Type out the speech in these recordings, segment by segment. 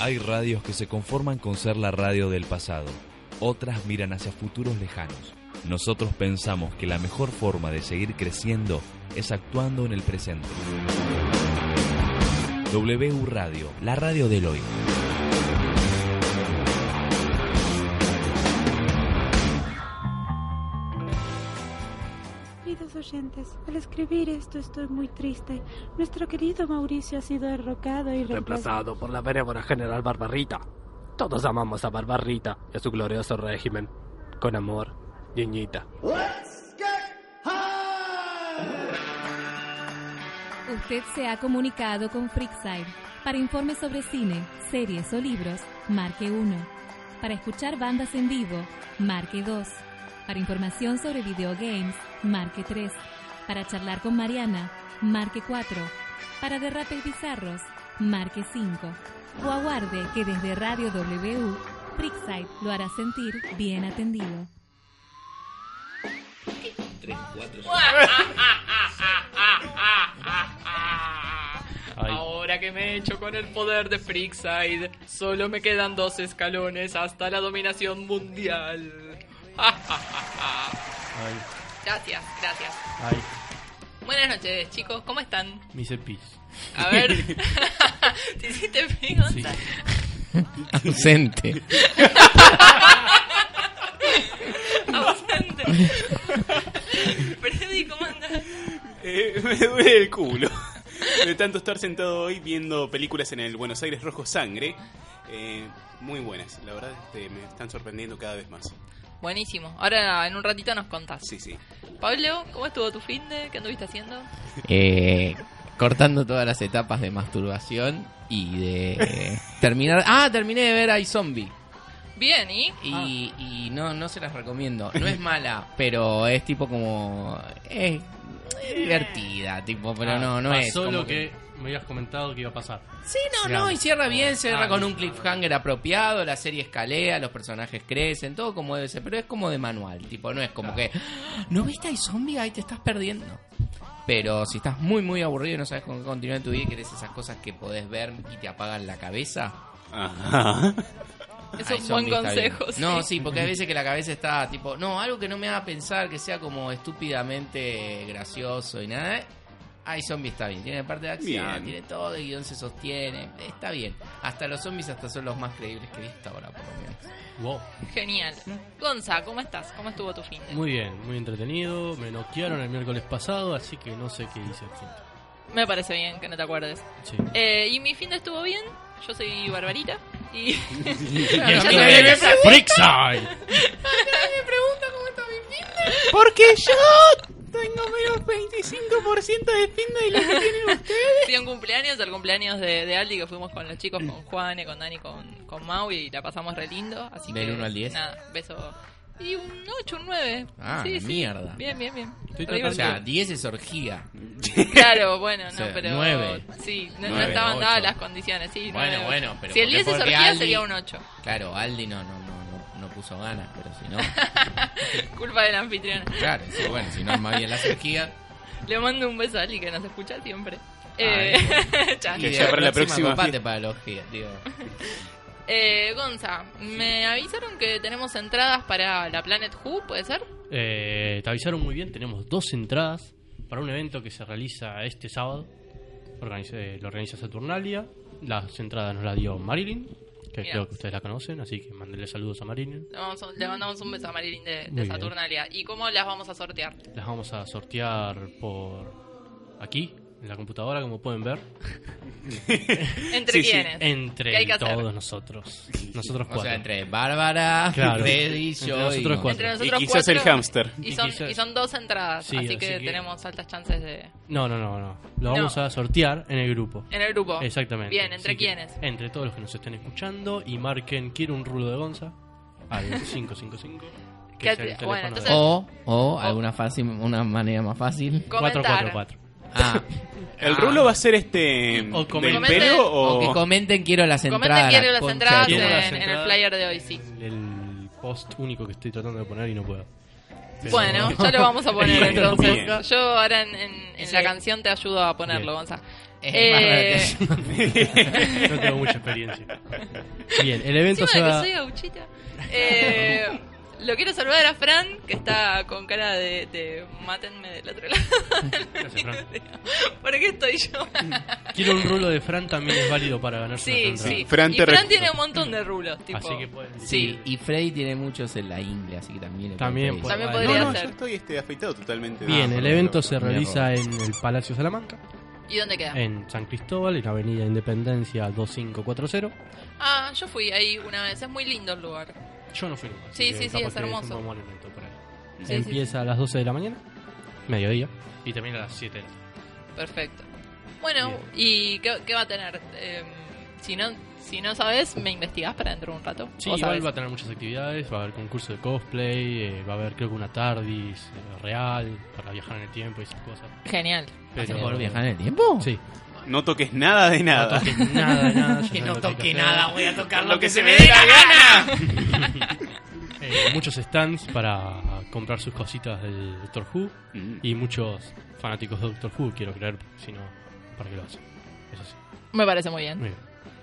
Hay radios que se conforman con ser la radio del pasado, otras miran hacia futuros lejanos. Nosotros pensamos que la mejor forma de seguir creciendo es actuando en el presente. W Radio, la radio del hoy. Queridos oyentes, al escribir esto estoy muy triste. Nuestro querido Mauricio ha sido derrocado y Reemplazado por la benévola general Barbarita. Todos amamos a Barbarita y a su glorioso régimen. Con amor, Niñita. Usted se ha comunicado con Freakside. Para informes sobre cine, series o libros, marque 1. Para escuchar bandas en vivo, marque 2. Para información sobre videogames, marque 3. Para charlar con Mariana, marque 4. Para derrapes bizarros, marque 5. O aguarde que desde Radio W, Freakside lo hará sentir bien atendido. Ay. Ahora que me he hecho con el poder de Freakside, solo me quedan dos escalones hasta la dominación mundial. Ay, gracias, gracias. ay, Buenas noches, chicos, ¿cómo están? me hice pis. A ver, ¿te hiciste pregunta? Sí. Ausente. Ausente. Freddy, ¿cómo andas? Eh, me duele el culo. De tanto estar sentado hoy viendo películas en el Buenos Aires Rojo Sangre. Eh, muy buenas, la verdad este, me están sorprendiendo cada vez más. Buenísimo. Ahora en un ratito nos contás. Sí, sí. Pablo, ¿cómo estuvo tu fin de? ¿Qué anduviste haciendo? Eh, cortando todas las etapas de masturbación y de terminar. Ah, terminé de ver I Zombie. Bien, ¿y? Y, Ah. y no, no se las recomiendo. No es mala, pero es tipo como. eh, es divertida, tipo, pero Ah, no, no es. Pasó como lo que... me habías comentado que iba a pasar. Sí, no, Digamos. no, y cierra bien, cierra Ah, con un no. cliffhanger apropiado, la serie escalea, los personajes crecen, todo como debe ser, pero es como de manual, tipo, no es como Claro. que, ¿no viste ahí zombie? Ahí te estás perdiendo. Pero si estás muy, muy aburrido y no sabes con qué continuar tu vida y querés esas cosas que podés ver y te apagan la cabeza. Ajá. Es ahí un buen zombie está bien. consejo. sí. No, sí, porque hay veces que la cabeza está tipo, no, algo que no me haga pensar que sea como estúpidamente gracioso y nada. Ahí zombie está bien, tiene parte de acción, Bien. tiene todo, el guión se sostiene, está bien. Hasta los zombies hasta son los más creíbles que he visto ahora, por lo menos. Wow. Genial. Gonza, ¿cómo estás? ¿Cómo estuvo tu fin de? Muy bien, muy entretenido. Me noquearon el miércoles pasado, así que no sé qué hice al fin. Me parece bien que no te acuerdes. Sí. Eh, y mi fin de estuvo bien. Yo soy Barbarita. Y Claro, Ya a mí no me viene interesa. Freakside. Porque yo... fui a un cumpleaños, al cumpleaños de, de Aldi, que fuimos con los chicos, con Juane, con Dani, con, con Mau, y la pasamos re lindo. Así Del que, uno al diez. Nada, beso. Y un 8, un 9. Ah, sí, sí. mierda. Bien, bien, bien. Estoy Re tratando- O sea, divertido. 10 es orgía. Claro, bueno, no, O sea, pero. nueve. Sí, no, no Nueve, estaban ocho. dadas las condiciones, sí. Bueno, nueve, bueno, ocho. pero Si el porque 10 es porque orgía, Aldi- sería un 8. Claro, Aldi no, no, no, no, no puso ganas, pero si no... Culpa del anfitrión. Claro, sí, bueno, si no es más bien las orgías... Le mando un beso a Ali que nos escucha siempre. Ay, Eh, ya. Que de ya para la próxima copate para la orgía, digo. Eh, Gonza, me avisaron que tenemos entradas para la Planet Who, ¿puede ser? Eh, te avisaron muy bien, tenemos dos entradas para un evento que se realiza este sábado. Organiza- eh, lo organiza Saturnalia. Las entradas nos las dio Marilyn, que Mirá. creo que ustedes la conocen, así que mándenle saludos a Marilyn. Le mandamos- Le mandamos un beso a Marilyn de, de Muy bien. Saturnalia. ¿Y cómo las vamos a sortear? Las vamos a sortear por aquí, en la computadora, como pueden ver. ¿Entre Sí, sí. quiénes? Entre ¿Qué hay que hacer? todos nosotros. Nosotros O cuatro. sea, entre Bárbara, Claro. Freddy, Entre yo nosotros y... cuatro. Entre Y nosotros quizás el cuatro, hámster. Y Y son, quizás- y son dos entradas, Sí, así así que, que- tenemos altas chances de... No, no, no, no. Lo No. vamos a sortear en el grupo. En el grupo. Exactamente. Bien, ¿entre Así que, quiénes? Entre todos los que nos estén escuchando y marquen quiero un rulo de Gonza al 555. Que Que es te- el teléfono bueno, de- entonces- O, o alguna fácil, una manera más fácil. Comentar. 444. Ah, ¿El Ah. rulo va a ser este. O del comenten. pelo o o.? que comenten quiero las entradas. Comenten quiero las concha entradas de tu en, Quiero madre. las en el entradas. flyer de hoy, sí. El post único que estoy tratando de poner y no puedo. pero- Bueno, ya lo vamos a poner Bien, entonces. bien. Yo ahora en, en- en Sí. la canción te ayudo a ponerlo, Gonza. Es Eh, más barato. No tengo mucha experiencia. Bien, el evento Encima se de que va. soy gauchita. Eh, lo quiero saludar a Fran, que está con cara de, de mátenme del otro lado. Gracias, Fran. ¿Por qué estoy yo? Quiero un rulo de Fran también es válido para ganarse sí, nuestra sí. entrada. Fran y te Fran re- tiene un montón de rulos, tipo. Así que pueden Sí, decidir. y Freddy tiene muchos en la ingle, así que también. le puede También pedir. puede. También Bueno, podría no, no, ser. yo estoy este, afeitado totalmente. Bien, Ah, el no, evento no, se no. realiza en el Palacio Salamanca, ¿Y dónde queda? en San Cristóbal, en Avenida Independencia 2540. Ah, yo fui ahí una vez. Es muy lindo el lugar. Yo no fui nunca. Sí, así sí, que sí, capaz es que hermoso. un buen momento por ahí. sí, Empieza a las 12 de la mañana, mediodía, y termina a las 7. Perfecto. Bueno, Bien. ¿y qué, qué va a tener? Eh, si no si no sabes, me investigás para dentro de un rato. Sí, ¿Vos igual sabés? va a tener muchas actividades, va a haber concurso de cosplay, eh, va a haber creo que una tardis eh, real para viajar en el tiempo y esas cosas. Genial. ¿Vas a Pero- poder viajar en el tiempo? Sí. No toques nada de No nada. toques nada, nada. yo Que sé no lo hay toque hacer. nada, voy a tocar Lo que se me dé la gana. Eh, muchos stands para comprar sus cositas del Doctor Who Mm. y muchos fanáticos de Doctor Who, quiero creer, si no, ¿para qué lo hacen? Eso sí. Me parece muy bien. Muy bien.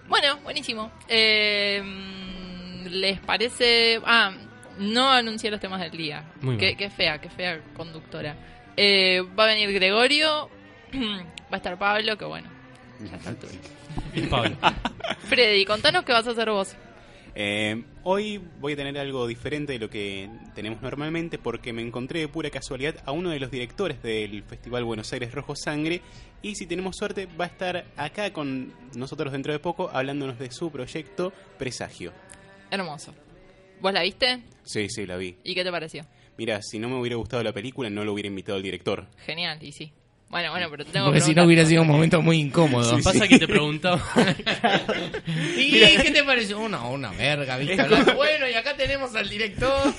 Bueno, buenísimo. Eh, mm, ¿Les parece...? Ah, no anuncié los temas del día. Muy qué, bien. qué fea, qué fea conductora. Eh, va a venir Gregorio, va a estar Pablo, que bueno. eh. Y Pablo, Freddy, contanos qué vas a hacer vos. Eh, hoy voy a tener algo diferente de lo que tenemos normalmente porque me encontré de pura casualidad a uno de los directores del Festival Buenos Aires Rojo Sangre y si tenemos suerte va a estar acá con nosotros dentro de poco hablándonos de su proyecto Presagio. Hermoso. ¿Vos la viste? Sí, sí, la vi. ¿Y qué te pareció? Mira, si no me hubiera gustado la película no lo hubiera invitado el director. Genial, y sí. Bueno, bueno, pero te tengo Porque que si no preguntar. hubiera sido un momento muy incómodo. pasa que te preguntaba. ¿Y qué te pareció? Una, una verga, ¿viste? Bueno, y acá tenemos al director.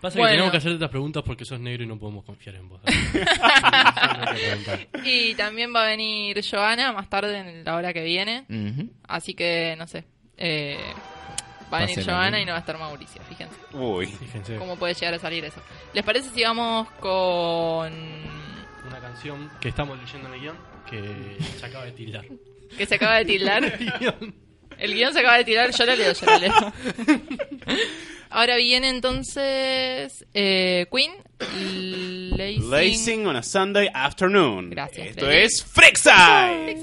Pasa Bueno. que tenemos que hacerte estas preguntas porque sos negro y no podemos confiar en vos. Y también va a venir Joana más tarde en la hora que viene. Ujú. Así que, no sé. eh, va a venir Pásenla Joana bien. y no va a estar Mauricio, fíjense. Uy. Fíjense, ¿Cómo puede llegar a salir eso? ¿Les parece si vamos con... una canción que estamos leyendo en el guión que se acaba de tildar. que se acaba de tildar? El guión se acaba de tirar, yo lo leo, yo lo leo. Ahora viene entonces eh, Queen, Lazing... Lazing on a Sunday afternoon. Gracias, Esto Freddy. es Freakside.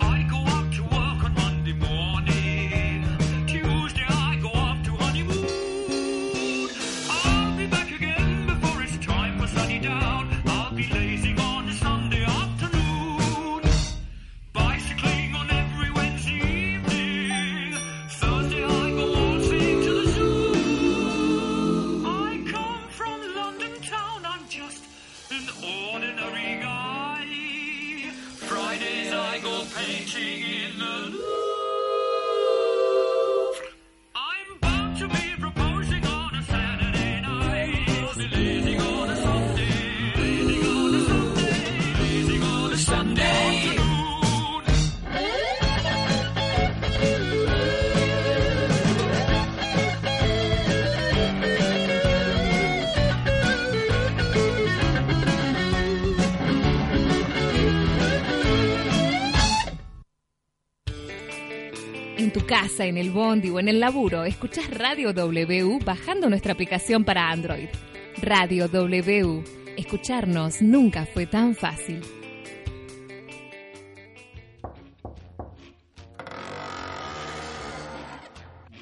I go up to work on Monday morning. Tuesday I go off to honeymoon. I'll be back again before it's time for sunny down. I'll be lazing on a Sunday afternoon. Bicycling on every Wednesday evening. Thursday I go waltzing to the zoo. I come from London town. I'm just an ordinary guy. Fridays I go painting in the Louvre. I'm bound to be proposing on a Saturday night. Lazing on a Sunday. Lazing on a Sunday. Lazing on a Sunday afternoon. En tu casa, en el bondi o en el laburo, escuchás Radio W bajando nuestra aplicación para Android. Radio W. Escucharnos nunca fue tan fácil.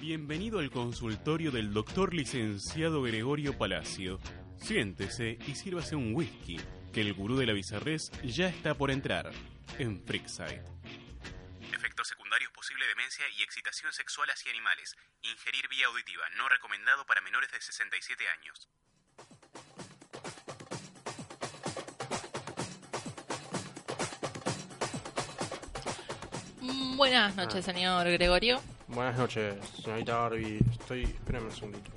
Bienvenido al consultorio del doctor licenciado Gregorio Palacio. Siéntese y sírvase un whisky, que el gurú de la bizarrés ya está por entrar, en Freakside. Efectos secundarios posible demencia y excitación sexual hacia animales. Ingerir vía auditiva, no recomendado para menores de 67 años. Mm, Buenas noches, Ah. señor Gregorio. Buenas noches, señorita Barbie. Estoy. Espérame un segundito.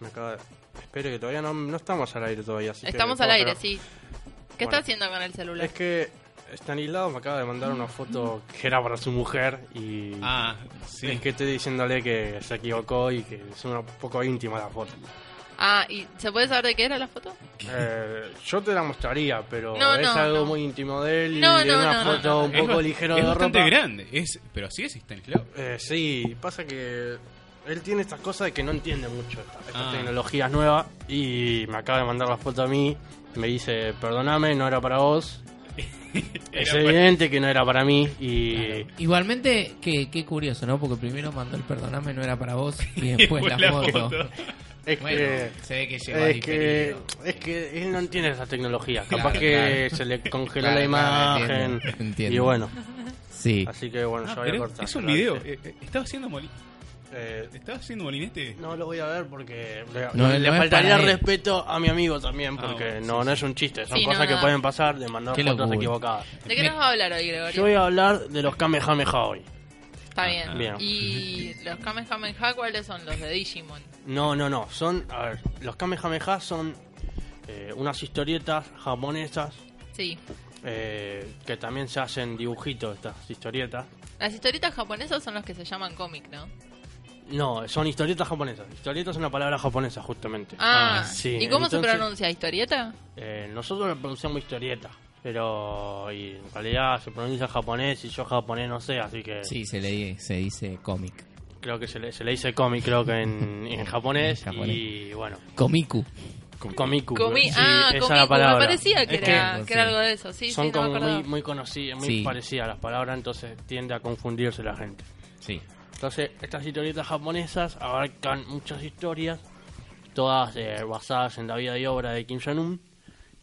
Me acaba de. Espere, que todavía no, no estamos al aire todavía. así que Estamos puedo al aire, esperar. sí. ¿Qué Bueno. está haciendo con el celular? Es que. Stanislao me acaba de mandar una foto que era para su mujer y Ah, sí. es que estoy diciéndole que se equivocó y que es una poco íntima la foto. Ah, ¿y se puede saber de qué era la foto? Eh, yo te la mostraría, pero No, es no, algo no. muy íntimo de él y No, de no, una no, no, foto no, no. un Es poco ba- ligero es de bastante ropa. grande, es, pero así es Stanislao. Eh, sí, pasa que él tiene estas cosas de que no entiende mucho esta- estas Ah. tecnologías nuevas y me acaba de mandar la foto a mí. Me dice, perdóname, no era para vos. es Era para- evidente que no era para mí y Igualmente, qué, qué curioso, ¿no? Porque primero mandó el perdoname, no era para vos, y después la, la foto. foto. es Bueno, que... se ve que llegó Es que, diferido. es que él no entiende esas tecnologías. Claro, Capaz que claro. se le congeló Claro, la claro, imagen. entiendo, entiendo. Y bueno, Sí. así que bueno, Ah, yo voy a pero cortar. es un Claro, video. sí. eh, eh, Estaba haciendo moli- Eh, estaba haciendo molinete. No lo voy a ver porque le, No, le no es faltaría para él. respeto a mi amigo también, Ah, porque bueno, no, no es un chiste, son Sí, cosas no, que no. pueden pasar de mandar Qué fotos locura. equivocadas. ¿De qué Me- nos va a hablar hoy, Yo Gregorio? voy a hablar de los Kamehameha hoy. Está bien. Bien. ¿Y los Kamehameha cuáles son? Los de Digimon. No, no, no, son, a ver, los Kamehameha son eh, unas historietas japonesas Sí. eh, que también se hacen dibujitos estas historietas. Las historietas japonesas son los que se llaman cómic, ¿no? No, son historietas japonesas. Historieta es una palabra japonesa, justamente. Ah, sí, ¿Y cómo se entonces- pronuncia? ¿Historieta? Eh, nosotros la pronunciamos historieta, pero y en realidad se pronuncia japonés y yo japonés no sé, así que... Sí, se, le, se dice cómic. creo que se le, se le dice cómic, creo que en, en japonés. En japonés. Y bueno, Comiku. komiku. Comi sí, ah, esa es comic. la palabra. Me parecía que, Es era, que- que era algo de eso. Sí, Son sí, no me como acordaba. muy, muy conocidas, muy Sí. parecidas las palabras, entonces tiende a confundirse la gente. Sí. Entonces, estas historietas japonesas abarcan muchas historias, todas eh, basadas en la vida y obra de Kim Jong-un,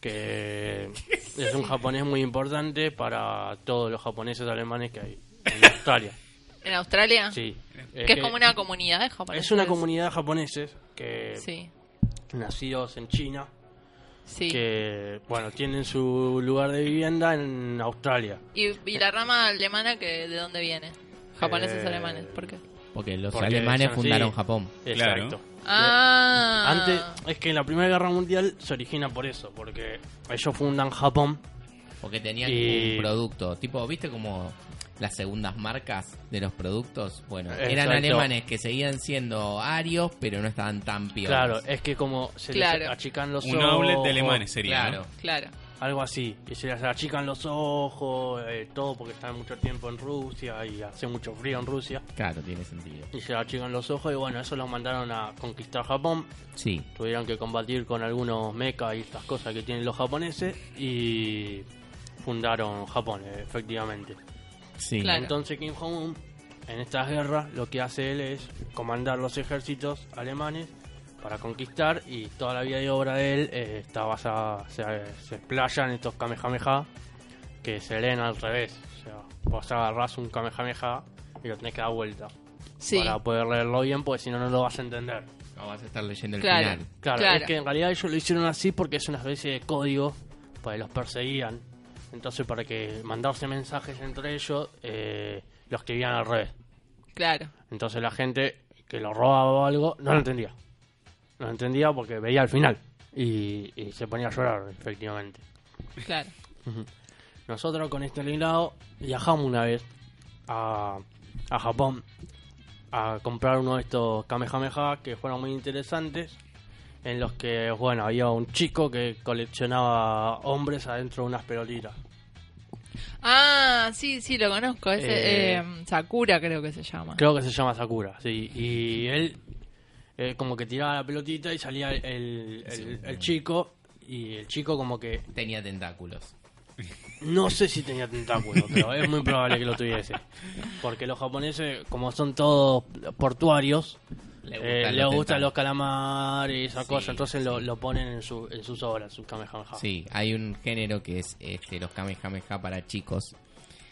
que es un japonés muy importante para todos los japoneses alemanes que hay en Australia. ¿En Australia? Sí. Que es, como una comunidad de japoneses. es una comunidad de japoneses que Sí, nacidos en China, sí. que bueno, tienen su lugar de vivienda en Australia. ¿Y, y la rama alemana que de dónde viene? Japoneses Eh, alemanes, ¿por qué? Porque los Porque alemanes son así. fundaron Japón. Claro. Exacto. Ah. Antes, es que en la Primera Guerra Mundial se origina por eso, porque ellos fundan Japón. Porque tenían Y- un producto. Tipo, ¿viste como las segundas marcas de los productos? Bueno, eran Exacto. alemanes que seguían siendo arios, pero no estaban tan Claro, piolas. es que como se les Claro. achican los Un ojos. outlet de alemanes sería. Claro. ¿no? Claro. Algo así. Y se les achican los ojos, eh, todo porque están mucho tiempo en Rusia y hace mucho frío en Rusia. Claro, tiene sentido. Y se les achican los ojos y bueno, eso los mandaron a conquistar Japón. Sí. tuvieron que combatir con algunos mechas y estas cosas que tienen los japoneses y fundaron Japón, eh, efectivamente. Sí. Claro. Entonces Kim Jong-un, en estas guerras, lo que hace él es comandar los ejércitos alemanes para conquistar y toda la vida y obra de él eh, está basada, se, se explaya en estos Kamehameha que se leen al revés. O sea, vos agarrás un Kamehameha y lo tenés que dar vuelta Sí. para poder leerlo bien, porque si no, no lo vas a entender. No vas a estar leyendo el Claro. final. Claro, Claro. es que en realidad ellos lo hicieron así porque es una especie de código para los perseguían. Entonces, para que mandarse mensajes entre ellos, eh, lo escribían al revés. Claro. Entonces, la gente que lo robaba o algo no lo entendía. No lo entendía porque veía el final y, y se ponía a llorar, efectivamente. Claro. Nosotros con este lado viajamos una vez a, a Japón a comprar uno de estos Kamehameha que fueron muy interesantes. En los que, bueno, había un chico que coleccionaba hombres adentro de unas perolitas. Ah, sí, sí, lo conozco. Ese, Eh, eh, Sakura creo que se llama. Creo que se llama Sakura, sí. Y él eh, como que tiraba la pelotita y salía el, el- el- el chico. Y el chico como que, Tenía tentáculos. no sé si tenía tentáculos, pero es muy probable que lo tuviese. Porque los japoneses, como son todos portuarios, Le Eh, gustan le los gustan tentáculos. los calamares y esa Sí, cosa, entonces lo, sí. lo ponen en, su, en sus obras, sus Kamehameha. Sí, hay un género que es este, los kamehameha para chicos,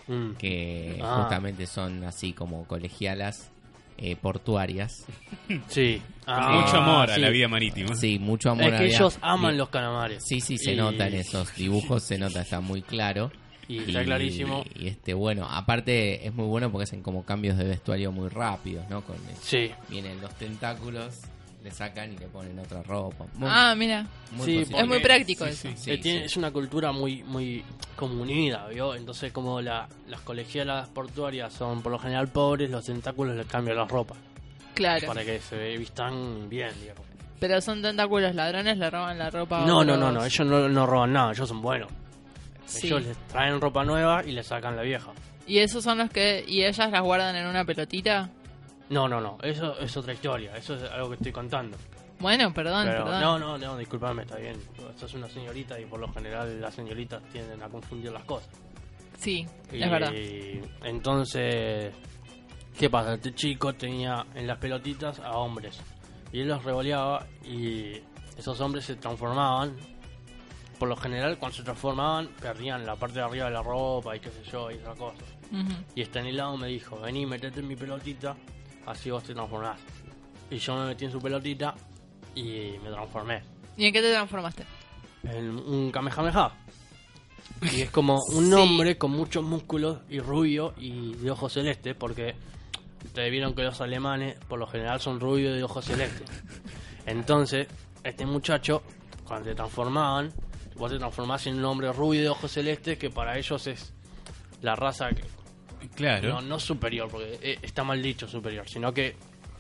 Mm. que Ah. justamente son así como colegialas eh, portuarias. Sí. Ah, Mucho amor a sí. la vida marítima. Sí, mucho amor Es a que la- ellos aman y- los calamares. Sí, sí, se Y- nota en esos dibujos, se nota, está muy claro. Y está clarísimo. Y este, bueno, aparte es muy bueno porque hacen como cambios de vestuario muy rápidos, ¿no? Con Sí. Vienen los tentáculos le sacan y le ponen otra ropa. Ah, mira. Sí, positivo. es muy práctico sí, eso. sí, Sí, eh, tiene- sí. Es una cultura muy muy como unida, ¿vio? Entonces, como la- las colegialas portuarias son por lo general pobres, los tentáculos les cambian las ropas. Claro. Para que se vistan bien, digamos. Pero son tentáculos ladrones, le roban la ropa. a No, no, otros. no, no, ellos no, no roban nada, ellos son buenos. Sí. Ellos les traen ropa nueva y les sacan la vieja. Y esos son los que. Y ellas las guardan en una pelotita. No, no, no, eso es otra historia, eso es algo que estoy contando. Bueno, perdón, Pero- perdón. No, no, no, disculpame, está bien. Sos una señorita y por lo general las señoritas tienden a confundir las cosas. Sí, Y es verdad. Entonces, ¿qué pasa? Este chico tenía en las pelotitas a hombres. Y él los revoleaba y esos hombres se transformaban. Por lo general, cuando se transformaban, perdían la parte de arriba de la ropa y qué sé yo, y esas cosas. Ujú. Y Estanislao me dijo, vení, metete en mi pelotita, así vos te transformás. Y yo me metí en su pelotita y me transformé ¿Y en qué te transformaste? en un Kamehameha. Y es como un Sí. hombre con muchos músculos y rubio y de ojos celestes, porque ustedes vieron que los alemanes por lo general son rubios de ojos celestes. Entonces, este muchacho, cuando te transformaban, vos te transformás en un hombre rubio de ojos celestes que para ellos es la raza que... Claro. No, no superior, porque eh, está mal dicho superior, sino que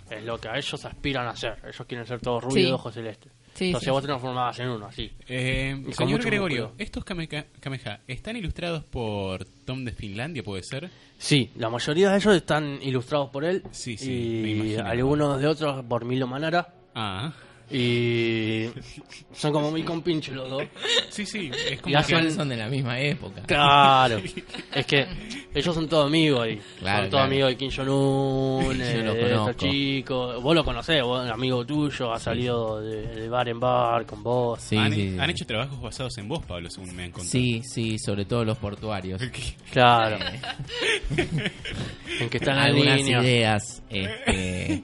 es lo que a ellos aspiran a ser. Ellos quieren ser todos rubios Sí. de ojos celestes. Sí, Entonces sí, vos sí. te transformabas en uno, así. Eh, Y con señor mucho Gregorio, músculo. ¿estos Kameha- Kameha están ilustrados por Tom de Finlandia, puede ser? Sí, la mayoría de ellos están ilustrados por él. sí, me Ah. Y imaginaba. algunos de otros por Milo Manara. Y son como muy compinches los dos. Sí, sí, es Y hacen- son de la misma época. Claro. es que ellos son todos amigos ahí. Claro, son todos claro. amigos de Kim Jong-un, Yo eh, lo de estos conozco. chicos. Vos lo conocés, vos, un amigo tuyo, ha salido de, de bar en bar con vos. han, han hecho trabajos basados en vos, Pablo, según me han contado. Sí, sí, sobre todo los portuarios. Claro. Eh, En que están Algunas en línea. ideas este,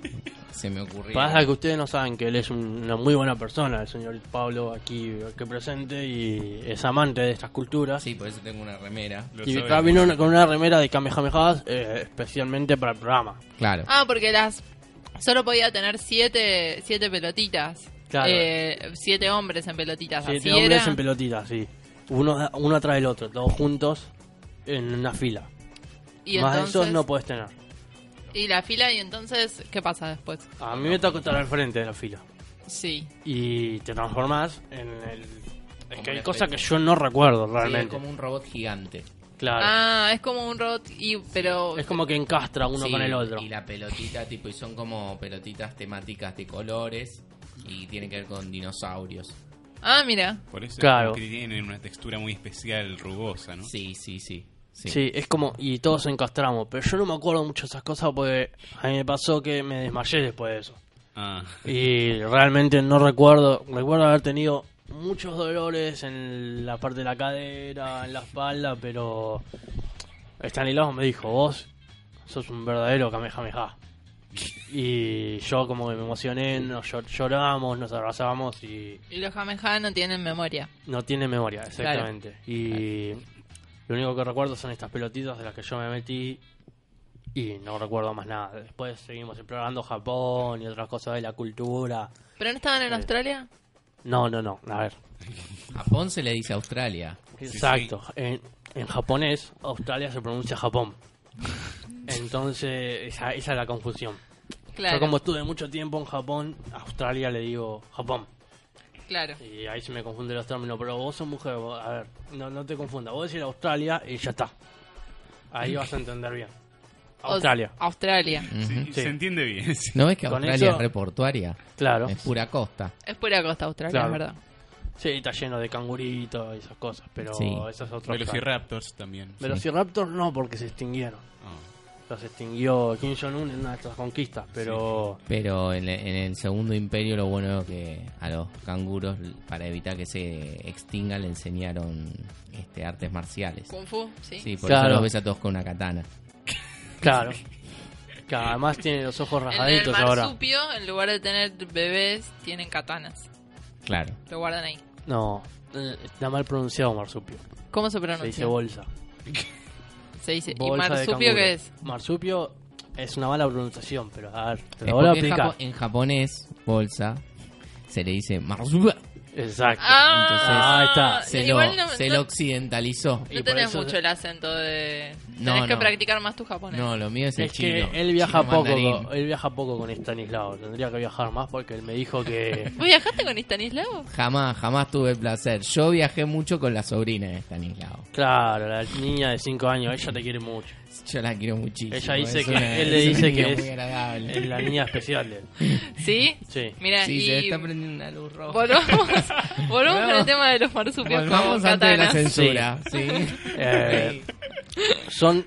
se me ocurrieron. Pasa que ustedes no saben que él es un- una muy buena persona, el señor Pablo aquí que presente y es amante de estas culturas. Sí, por eso tengo una remera. y está vino una- con una remera de Kamehameha eh, especialmente para el programa. Claro. Ah, porque las. Solo podía tener siete, siete pelotitas. Claro. Eh, siete hombres en pelotitas. Siete así hombres era. en pelotitas, sí. Uno, uno atrás del otro, todos juntos en una fila. Y Más de entonces- esos no puedes tener. Y la fila, y entonces, ¿qué pasa después? A mí me toca estar al frente de la fila. Sí. Y te transformás en el... Es que hay una cosas que especie- yo no recuerdo Sí, es realmente. como un robot gigante. Claro. Ah, es como un robot, y, pero. Es como que encastra uno Sí, con el otro. Y la pelotita, tipo, y son como pelotitas temáticas de colores y tienen que ver con dinosaurios. Ah, mira. Por eso Claro. es que tienen una textura muy especial, rugosa, ¿no? Sí, sí, sí. Sí. es como, y todos encastramos, pero yo no me acuerdo mucho de esas cosas porque a mí me pasó que me desmayé después de eso. Y realmente no recuerdo, recuerdo haber tenido muchos dolores en la parte de la cadera, en la espalda, pero Stanislav me dijo, vos sos un verdadero Kamehameha. Y yo como que me emocioné, nos llor- lloramos, nos abrazamos y Y los Kamehameha no tienen memoria. no tiene memoria, exactamente. Y lo único que recuerdo son estas pelotitas de las que yo me metí y no recuerdo más nada. Después seguimos explorando Japón y otras cosas de la cultura. ¿Pero no estaban en Eh, Australia? No, no, no, a ver. Japón se le dice Australia. Exacto. En, en japonés, Australia se pronuncia Japón. Entonces, esa, esa es la confusión. Claro. Yo como estuve mucho tiempo en Japón, a Australia le digo Japón. Claro. Y ahí se me confunden los términos, pero vos sos mujer, vos- a ver, no, no te confundas, vos decís Australia y ya está. Ahí vas a entender bien. Australia. Mm. O- Australia. Ujú. se entiende bien. ¿No ves que Con Australia eso- es reportuaria? Claro. Es pura costa. Es pura costa Australia, Claro. es verdad. Sí, está lleno de canguritos y esas cosas, pero Sí. esas otras Velociraptors también. Sí. Ah. Velociraptors no, porque se extinguieron. Los extinguió Kim Jong-un en una de estas conquistas, pero... Pero en, en el segundo imperio lo bueno es que a los canguros, para evitar que se extingan, le enseñaron este, artes marciales. Kung Fu, sí. Sí, por Claro. eso los ves a todos con una katana. Claro. Que además tiene los ojos En el rasgaditos ahora. marsupio, en lugar de tener bebés, tienen katanas. Claro. Lo guardan ahí. No, eh, está mal pronunciado marsupio. ¿Cómo se pronuncia? Se dice bolsa. Se dice. ¿Y Bolsa de marsupio canguro. qué es? Marsupio Es una mala pronunciación, pero a ver, te Es lo voy a porque en explicar. japo- en japonés, bolsa, se le dice marzuba. Exacto. Ah, ahí está. Se, lo, Igual no- se no- lo occidentalizó. No tenés mucho el acento de. No, tenés que no. practicar más tu japonés. No, lo mío es el Es chino. que él viaja chino poco, mandarín. con- él viaja poco con Stanislao. Tendría que viajar más porque él me dijo que ¿Vos viajaste con Stanislao? Jamás, jamás tuve el placer. Yo viajé mucho con la sobrina de Stanislao. Claro, la niña de 5 años, ella te quiere mucho. Yo la quiero muchísimo. Ella dice es que una- él le es una dice niña que muy es, agradable. es la niña especial de él. ¿Sí? Sí. Mira, Sí, y. se le está prendiendo una luz roja. Volvamos, volvamos con el Volvamos. tema de los marsupios. Volvamos con antes de Pues la katanas. censura, sí. Eh, son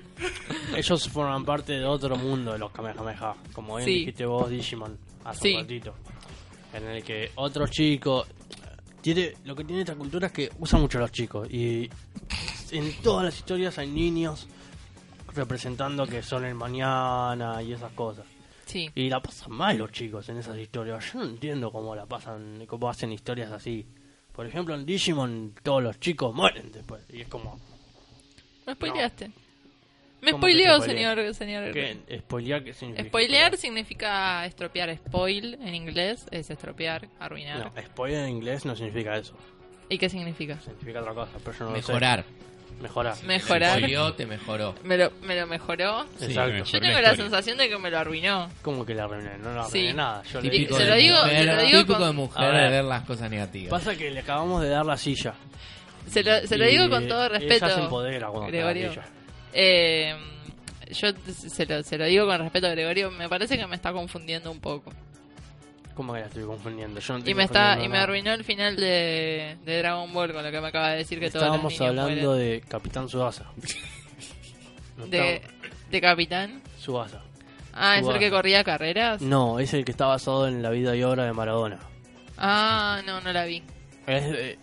ellos forman parte de otro mundo de los Kamehameha, como bien Sí. dijiste vos Digimon hace Sí. un ratito. En el que otro chico tiene lo que tiene esta cultura es que usa mucho a los chicos y en todas las historias hay niños representando que son el mañana y esas cosas. Sí. Y la pasan mal los chicos en esas historias. Yo no entiendo cómo la pasan, cómo hacen historias así. Por ejemplo, en Digimon todos los chicos mueren después. Y es como... Me spoileaste. Me ¿Cómo que te spoileó, spoileé? señor. señor. ¿Qué? ¿Spoilear qué significa? Spoilear significa estropear. Spoil en inglés es estropear, arruinar. No, spoiler en inglés no significa eso. ¿Y qué significa? Significa otra cosa, pero yo no lo sé. Mejorar. Mejorar. Mejorar. Volvió, te mejoró. Me lo, me lo mejoró. Sí, Exacto. mejoró Yo tengo la sensación de que me lo arruinó. Como que la reunión, no la Sí. arruiné nada. Yo le Típico dije- se de lo digo- mujer, se lo digo típico con- de A mujer ver. de ver las cosas negativas. Pasa que le acabamos de dar la silla. Se lo, se lo Y digo con todo respeto. Ella se empodera cuando te da la Gregorio. silla. Eh, yo t- se lo, se lo digo con respeto, Gregorio. Me parece que me está confundiendo un poco. ¿Cómo que la estoy confundiendo? Yo no estoy Y me está confundiendo y me nada. arruinó el final de, de Dragon Ball con lo que me acaba de decir que todos los Estábamos niños hablando mueren. de Capitán Subasa. No de, estamos- de Capitán. Tsubasa. Ah, es el Tsubasa. que corría carreras. No, es el que está basado en la vida y obra de Maradona. Ah, no, no la vi. Es, eh,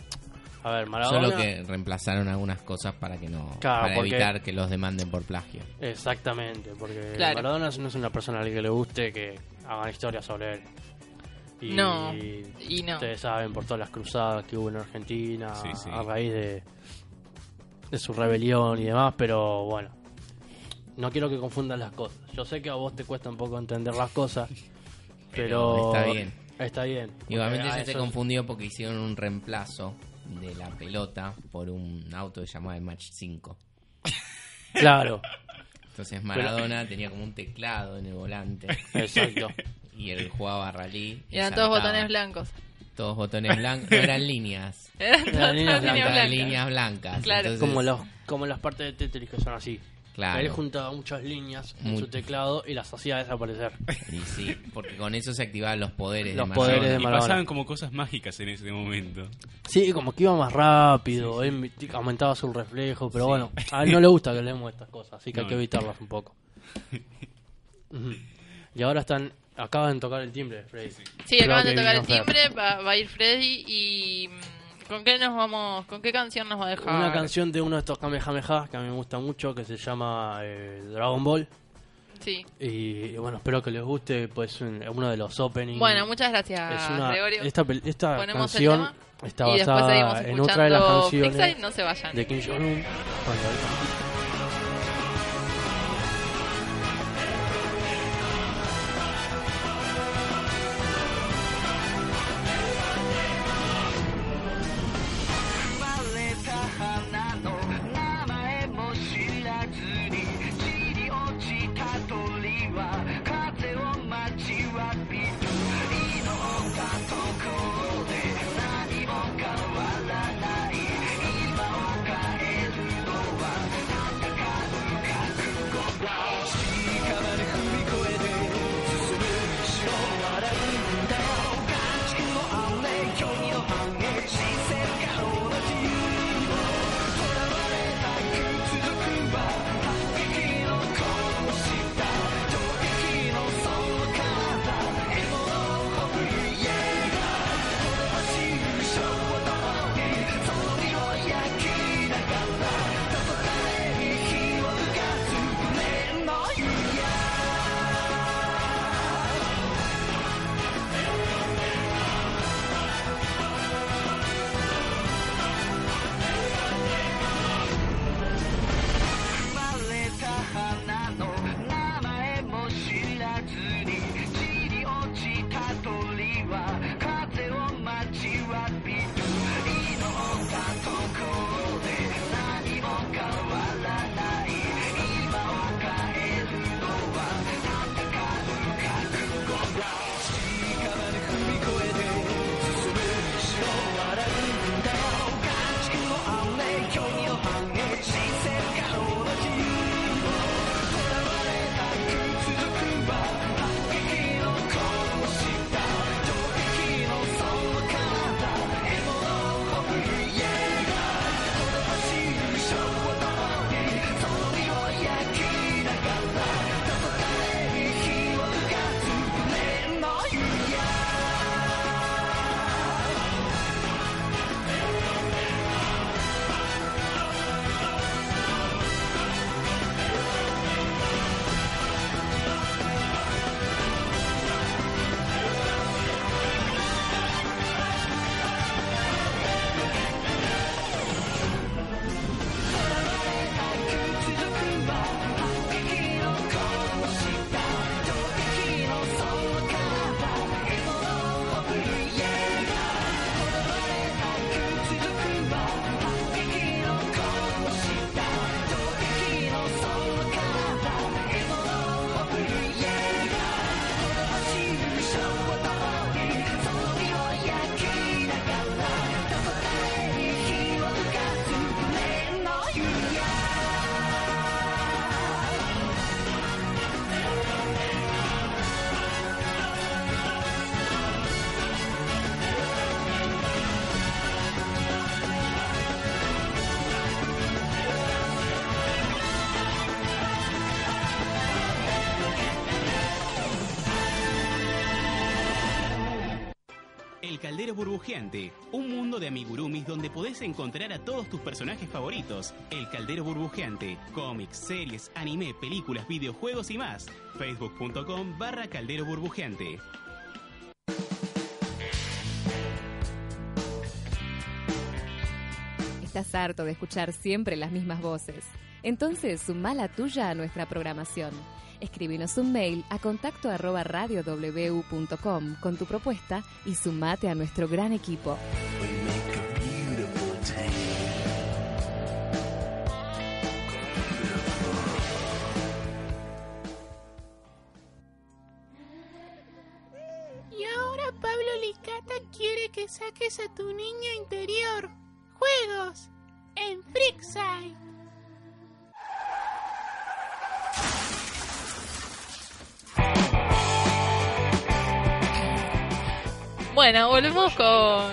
a ver, Maradona. Solo que reemplazaron algunas cosas para que no Claro, para porque- evitar que los demanden por plagio. Exactamente, porque Claro. Maradona no es una persona a la que le guste que hagan historias sobre él. No, y no. Ustedes saben por todas las cruzadas que hubo en Argentina Sí, sí. a raíz de, de su rebelión y demás, pero bueno. No quiero que confundan las cosas. Yo sé que a vos te cuesta un poco entender las cosas, pero. está bien. Está bien. Igualmente Porque a se te eso- confundió porque hicieron un reemplazo de la pelota por un auto que llamaba el Match 5. Claro, Entonces Maradona tenía como un teclado en el volante exacto. y él jugaba rally. Y eran todos saltaba. botones blancos. Todos botones blancos. No eran líneas. Eran todas líneas líneas blancas, blancas. Eran líneas blancas. Claro. Entonces, como, los, como las partes de Tetris que son así. Claro. Él juntaba muchas líneas en Mu- su teclado y las hacía desaparecer. Y sí, porque con eso se activaban los poderes Los de Maradona. poderes de y Maradona. pasaban como cosas mágicas en ese momento. Sí, como que iba más rápido, él aumentaba su reflejo, pero bueno, a él no le gusta que leemos estas cosas, así que hay No. que evitarlas un poco. Ujú. y ahora están, acaban de tocar el timbre, Freddy. Sí, Creo acaban de que tocar el vino Fer. timbre, va, va a ir Freddy y mm, ¿con qué nos vamos? ¿Con qué canción nos va a dejar? Una canción de uno de estos Kamehameha que a mí me gusta mucho, que se llama eh, Dragon Ball. Sí. Y bueno, espero que les guste, pues un- uno de los openings. Bueno, muchas gracias, Es una- Gregorio. Esta, pel- esta Ponemos el canción tema está y después seguimos basada en otra de las escuchando canciones Freakside, no se vayan. de Kim Jong-un. Bueno, 「生まれた花の名前も知らずに」「地に落ちた鳥は風を待ちわびる」「祈ったところで何も変わらない」「今を変えるのはた El Caldero Burbujeante, un mundo de amigurumis donde podés encontrar a todos tus personajes favoritos. El Caldero Burbujeante, cómics, series, anime, películas, videojuegos y más. Facebook.com barra Caldero Burbujeante. ¿Estás harto de escuchar siempre las mismas voces? Entonces, suma la tuya a nuestra programación. Escríbenos un mail a contacto arroba radiow.com con tu propuesta y sumate a nuestro gran equipo. Y ahora Pablo Licata quiere que saques a tu niño interior. Juegos en Freakside. Bueno, volvemos con.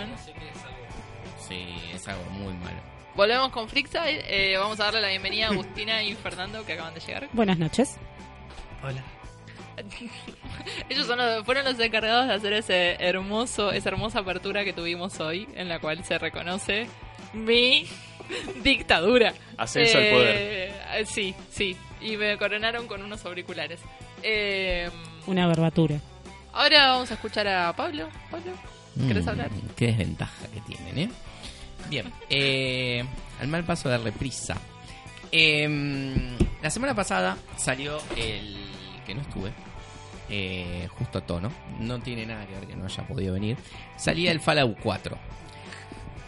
Sí, es algo muy malo. Volvemos con Freakside. Eh, vamos a darle la bienvenida a Agustina y Fernando que acaban de llegar. Buenas noches. Hola. Ellos son los- fueron los encargados de hacer ese hermoso, esa hermosa apertura que tuvimos hoy, en la cual se reconoce mi dictadura. Ascenso al al poder. Sí, sí. Y me coronaron con unos auriculares. Eh, Una barbatura. ahora vamos a escuchar a Pablo. Pablo, ¿querés Mm, hablar? Qué desventaja que tienen, ¿eh? Bien, eh, al mal paso de reprisa. Eh, la semana pasada salió el que no estuve, eh, justo a tono. No tiene nada que ver que no haya podido venir. Salía el Fallout 4,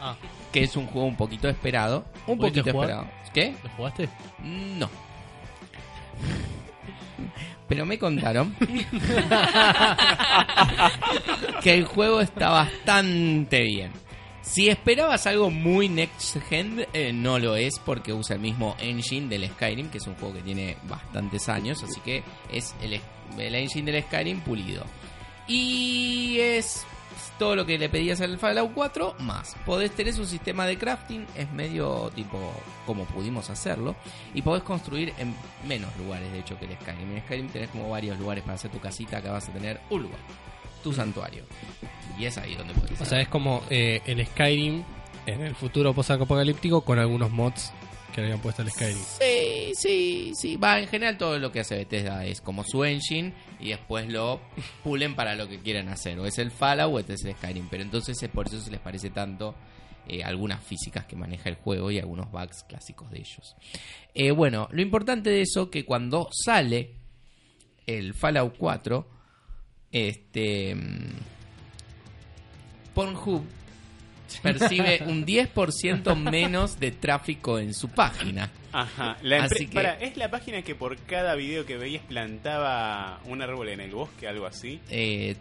Ah, que es un juego un poquito esperado. Un ¿Pudiste poquito jugar? esperado. ¿Qué? ¿lo jugaste? No. Pero me contaron que el juego está bastante bien. Si esperabas algo muy next gen, eh, no lo es porque usa el mismo engine del Skyrim, que es un juego que tiene bastantes años, así que es el, el engine del Skyrim pulido. Y es todo lo que le pedías al Fallout 4 más. Podés tener un sistema de crafting, es medio tipo como pudimos hacerlo. Y podés construir en menos lugares, de hecho, que el Skyrim. En Skyrim tenés como varios lugares para hacer tu casita, acá vas a tener un lugar, tu santuario. Y es ahí donde podés O hacer. sea, es como eh, el Skyrim en el futuro post-apocalíptico con algunos mods que le habían puesto al Skyrim. Sí, sí, sí. Va, en general todo lo que hace Bethesda es como su engine y después lo pulen para lo que quieran hacer. O es el Fallout o este es el Skyrim. Pero entonces eh, por eso se les parece tanto eh, algunas físicas que maneja el juego y algunos bugs clásicos de ellos. Eh, bueno, lo importante de eso que cuando sale el Fallout 4, este... mm, Pornhub percibe un 10% menos de tráfico en su página. Ajá. La Así empre- que- pará, es la página que por cada video que veías plantaba un árbol en el bosque, algo así. Eh,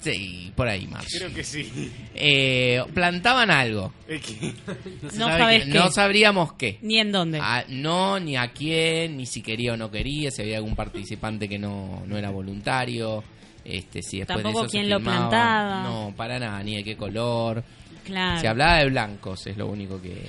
sí, por ahí más. Creo que sí. Eh, plantaban algo. Se No sabe sabes que- qué. no sabríamos qué. Ni en dónde. Ah, no, ni a quién, ni si quería o no quería, si había algún participante que no, no era voluntario. Este, si después de Tampoco eso se quién lo filmaba. plantaba. No, para nada, ni de qué color. Claro. Se hablaba de blancos, es lo único que,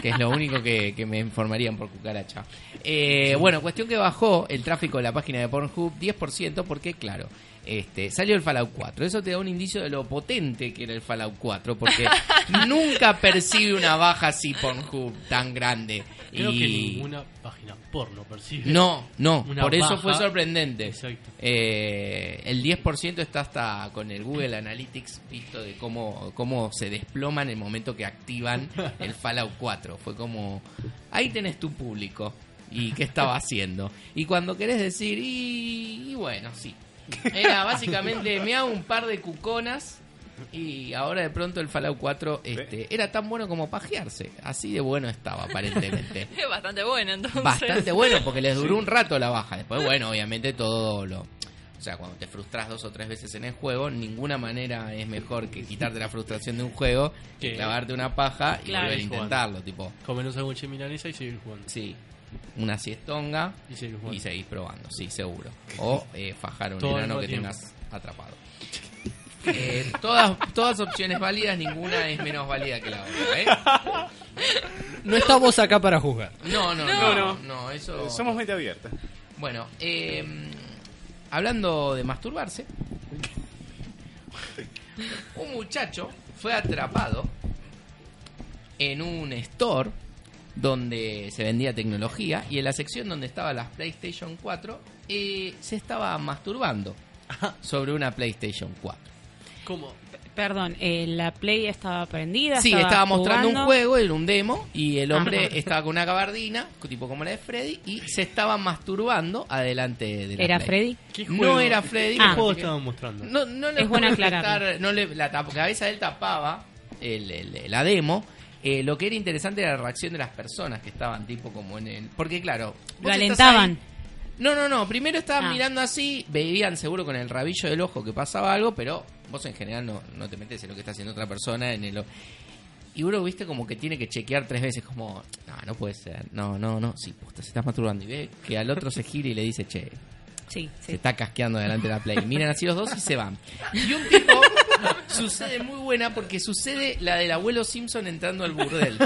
que es lo único que, que me informarían por cucaracha. Eh, bueno, cuestión que bajó el tráfico de la página de Pornhub 10% porque, claro, este, salió el Fallout 4. Eso te da un indicio de lo potente que era el Fallout 4 porque nunca percibe una baja así Pornhub tan grande. Creo y... que ninguna página porno percibe. No, no, una por eso baja. fue sorprendente. Exacto. Eh, el 10% está hasta con el Google Analytics visto de cómo, cómo se desploma en el momento que activan el Fallout 4. Fue como, ahí tenés tu público y qué estaba haciendo. Y cuando querés decir, y, y bueno, sí. Era básicamente, me hago un par de cuconas y ahora de pronto el Fallout 4 este, era tan bueno como pajearse. Así de bueno estaba aparentemente. Es bastante bueno, entonces. Bastante bueno, porque les duró un rato la baja. Después, bueno, obviamente todo lo... O sea, cuando te frustras dos o tres veces en el juego, ninguna manera es mejor que quitarte la frustración de un juego, que Que- clavarte una paja y Claro. volver a Seguir intentarlo. jugando. Tipo, Comer un sándwich de milanesa y seguir jugando. Sí. una siestonga Y seguir jugando. y seguís probando, sí, seguro. O eh, fajar un Todo al enano mismo que tiempo. tengas atrapado. Eh, todas, todas opciones válidas, ninguna es menos válida que la otra, ¿eh? No estamos acá para juzgar. No, no, no, no, Eh, eso... em, Somos mente abierta. Bueno, eh, hablando de masturbarse, Un muchacho fue atrapado en un store donde se vendía tecnología y en la sección donde estaba las PlayStation 4 eh, se estaba masturbando sobre una PlayStation 4. ¿Cómo? Perdón, eh, la Play estaba prendida. Sí, estaba mostrando jugando. Ah. un juego, era un demo, y el hombre Ajá. estaba con una gabardina, tipo como la de Freddy, y se estaba masturbando adelante de la ¿Era Play. Freddy? Ah. ¿Qué No era Freddy. ¿Qué no sé juego qué. estaban mostrando? No, no le Es bueno puedo explicar, aclararlo. no le- la tap- cabeza de él tapaba el- el- la demo. Eh, lo que era interesante era la reacción de las personas que estaban tipo como en el... Porque claro... Lo vos estás alentaban. ahí- No, no, no. Primero estaban Ah. mirando así, veían seguro con el rabillo del ojo que pasaba algo, pero vos en general no, no te metes en lo que está haciendo otra persona. en el o- Y uno, viste, como que tiene que chequear tres veces, como, no, no puede ser, no, no, no, sí, puta, se está masturbando. Y ve que al otro se gira y le dice, che, Sí, se sí. está casqueando delante de la Play. Miran así los dos y se van. Y un tipo sucede muy buena porque sucede la del abuelo Simpson entrando al burdel.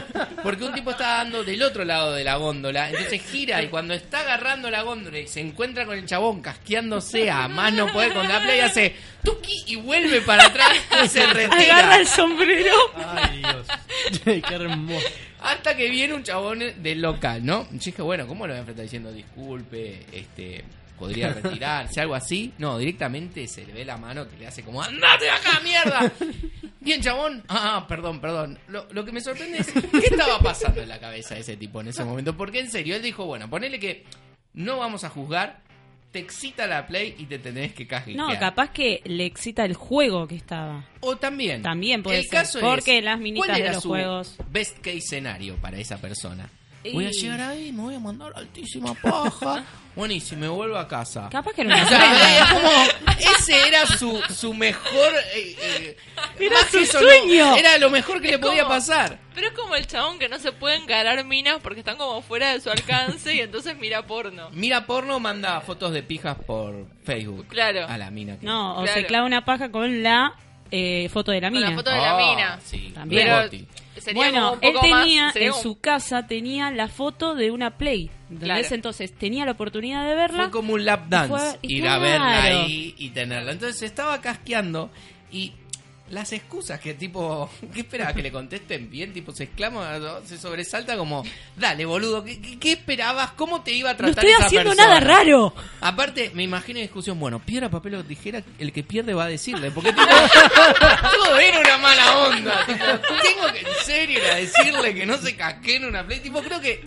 Porque un tipo está dando del otro lado de la góndola, entonces gira y cuando está agarrando la góndola y se encuentra con el chabón casqueándose a más no poder con la Play, hace tuki y vuelve para atrás y se retira. Agarra el sombrero. Ay, Dios. Qué hermoso. Hasta que viene un chabón del local, ¿no? Y yo dije, bueno, ¿cómo lo voy a enfrentar diciendo disculpe? Este, podría retirarse, algo así. No, directamente se le ve la mano que le hace como, ¡andate de acá, mierda! Bien, chabón. Ah, perdón, perdón. Lo, lo que me sorprende es, ¿qué estaba pasando en la cabeza de ese tipo en ese momento? Porque en serio, él dijo, bueno, ponele que no vamos a juzgar, te excita la play y te tenés que cajiquear. No, capaz que le excita el juego que estaba. O también. También puede el ser, caso es, porque las ¿cuál minitas era de los su juegos. Best case escenario para esa persona. Y- Voy a llegar ahí, me voy a mandar altísima paja. bueno, y si me vuelvo a casa. Capaz que era una O sea, prenda. es como, ese era su, su mejor. eh, eh, Era más su que eso, no, sueño. era lo mejor que le podía como- pasar. Pero es como el chabón que no se puede encarar minas porque están como fuera de su alcance y entonces mira porno. Mira porno, manda fotos de pijas por Facebook. Claro. A la mina. que- No, o Claro. se clava una paja con la eh, foto de la Con mina. la foto de la Ah, mina. sí. También. Pero Bigoti. sería como Bueno, un él poco más- tenía sería en como- su casa tenía la foto de una Play. ¿entendés? Claro. Entonces tenía la oportunidad de verla. Fue como un lap dance. Fue- y ir a claro. verla ahí y tenerla. Entonces estaba casqueando y las excusas que tipo, ¿qué esperaba? ¿Que le contesten bien? Tipo, se exclama, ¿no? se sobresalta como, dale boludo, ¿qué, qué- qué esperabas? ¿Cómo te iba a tratar estoy esa haciendo nada persona?" raro. Aparte, me imagino discusión, bueno, piedra, papel o tijera, el que pierde va a decirle, porque tipo, todo era una mala onda. tipo, tengo que en serio ir a decirle que no se casqueen una play. Tipo, creo que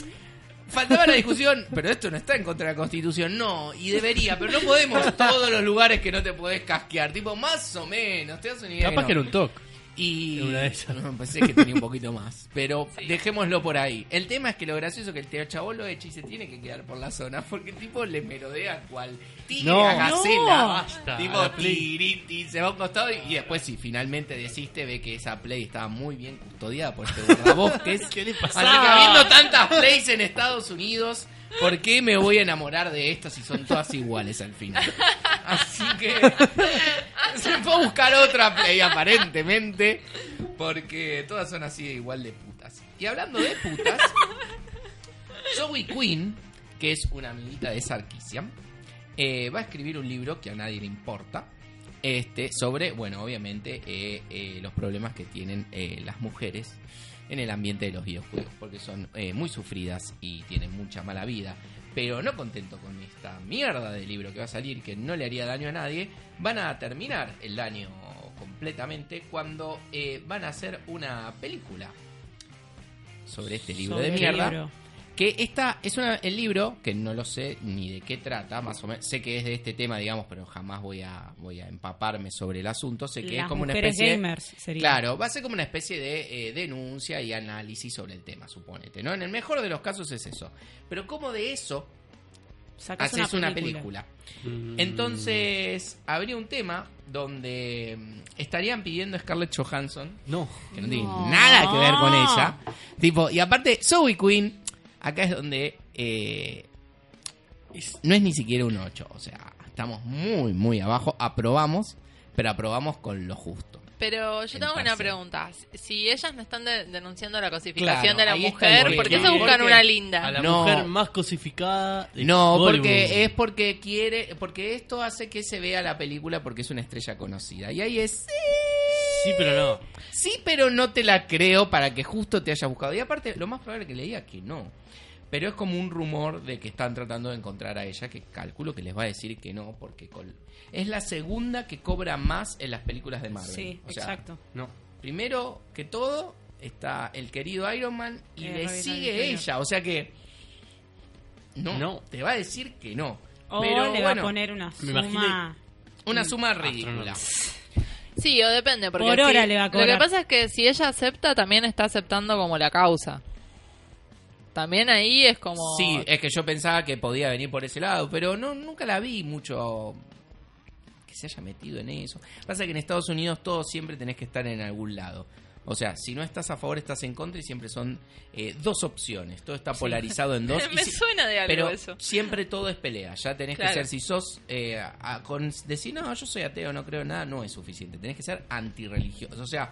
Faltaba la discusión, pero esto no está en contra de la constitución, no, y debería, pero no podemos todos los lugares que no te podés casquear, tipo más o menos, te das una idea. Capaz que era no. un toque. Y Era una de esas. no, pensé que tenía un poquito más, pero dejémoslo por ahí. El tema es que lo gracioso es que el teo chabón lo echa y se tiene que quedar por la zona, porque tipo le merodea cual tigre No. a gacela, No. Basta, tipo la Play. tiriti, se va a un costado y, y después si finalmente desiste ve que esa play estaba muy bien custodiada por este guardabosques. ¿Qué le Así Ah. que habiendo tantas plays en Estados Unidos, ¿por qué me voy a enamorar de estas si son todas iguales al final? Así que se fue a buscar otra play aparentemente, porque todas son así de igual de putas. Y hablando de putas, Zoe Quinn, que es una amiguita de Sarkisian, eh, va a escribir un libro que a nadie le importa. Este, sobre, bueno, obviamente, eh, eh, los problemas que tienen eh, las mujeres en el ambiente de los videojuegos, porque son eh, muy sufridas y tienen mucha mala vida. Pero no contento con esta mierda de libro que va a salir, que no le haría daño a nadie, van a terminar el daño completamente cuando eh, van a hacer una película sobre este libro Sobre de el mierda. libro. Que esta es una, el libro, que no lo sé ni de qué trata, más o menos. Sé que es de este tema, digamos, pero jamás voy a, voy a empaparme sobre el asunto. Sé que Las es como una mujeres especie. de- gamers sería. Claro, va a ser como una especie de eh, denuncia y análisis sobre el tema, suponete, ¿no? En el mejor de los casos es eso. Pero como de eso Sacás haces una una película. película. Entonces, habría un tema donde mm, estarían pidiendo a Scarlett Johansson. No. Que no, tiene No. nada que ver con ella. Tipo, y aparte, Zoe Queen, acá es donde eh, no es ni siquiera un 8. O sea, estamos muy, muy abajo. Aprobamos, pero aprobamos con lo justo. Pero yo tengo una Pasa. pregunta. Si ellas no están de- denunciando la cosificación de la ahí está el mujer, ¿por qué problema. se buscan Porque una linda? A la No. mujer más cosificada. de No, Hollywood. porque es porque quiere, porque esto hace que se vea la película porque es una estrella conocida. Y ahí es, Sí, pero no. sí, pero no te la creo para que justo te haya buscado. Y aparte, lo más probable que le diga que no. Pero es como un rumor de que están tratando de encontrar a ella, que calculo que les va a decir que no, porque col- es la segunda que cobra más en las películas de Marvel. Sí, O sea, exacto. No. Primero que todo está el querido Iron Man y Eh, le Robert sigue Downey Jr. ella, o sea que no, te va a decir que no. O pero le bueno, va a poner una suma. una suma ridícula. Sí, o depende. Porque Por hora si- le va a cobrar. Lo que pasa es que si ella acepta, también está aceptando como la causa. También ahí es como... Sí, es que yo pensaba que podía venir por ese lado, pero no nunca la vi mucho que se haya metido en eso. Pasa que en Estados Unidos todos siempre tenés que estar en algún lado. O sea, si no estás a favor, estás en contra y siempre son eh, dos opciones. Todo está Sí. polarizado en dos. y Me si- suena de algo pero eso. siempre todo es pelea. Ya tenés Claro. que ser, si sos, eh, a- con, decir, no, yo soy ateo, no creo en nada, no es suficiente. Tenés que ser antirreligioso. O sea,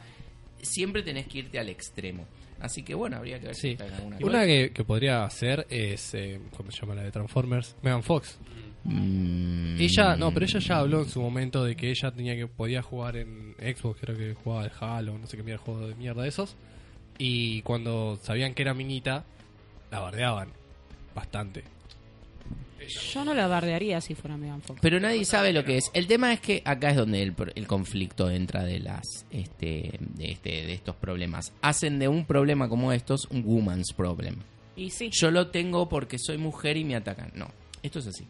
siempre tenés que irte al extremo. Así que bueno, habría que ver Sí. si está en alguna Una que, que podría hacer es, eh, ¿cómo se llama la de Transformers? Megan Fox. Ella, no, pero ella ya habló en su momento de que ella tenía que podía jugar en Xbox, creo que jugaba al Halo, no sé qué mierda, juego de mierda de esos. Y cuando sabían que era minita, la bardeaban bastante. Yo no la bardearía si fuera Megan Fox. Pero nadie sabe lo que es. El tema es que acá es donde el, pro- el conflicto entra de las este de, este de estos problemas. Hacen de un problema como estos un woman's problem. Y sí. Yo lo tengo porque soy mujer y me atacan. No, esto es así.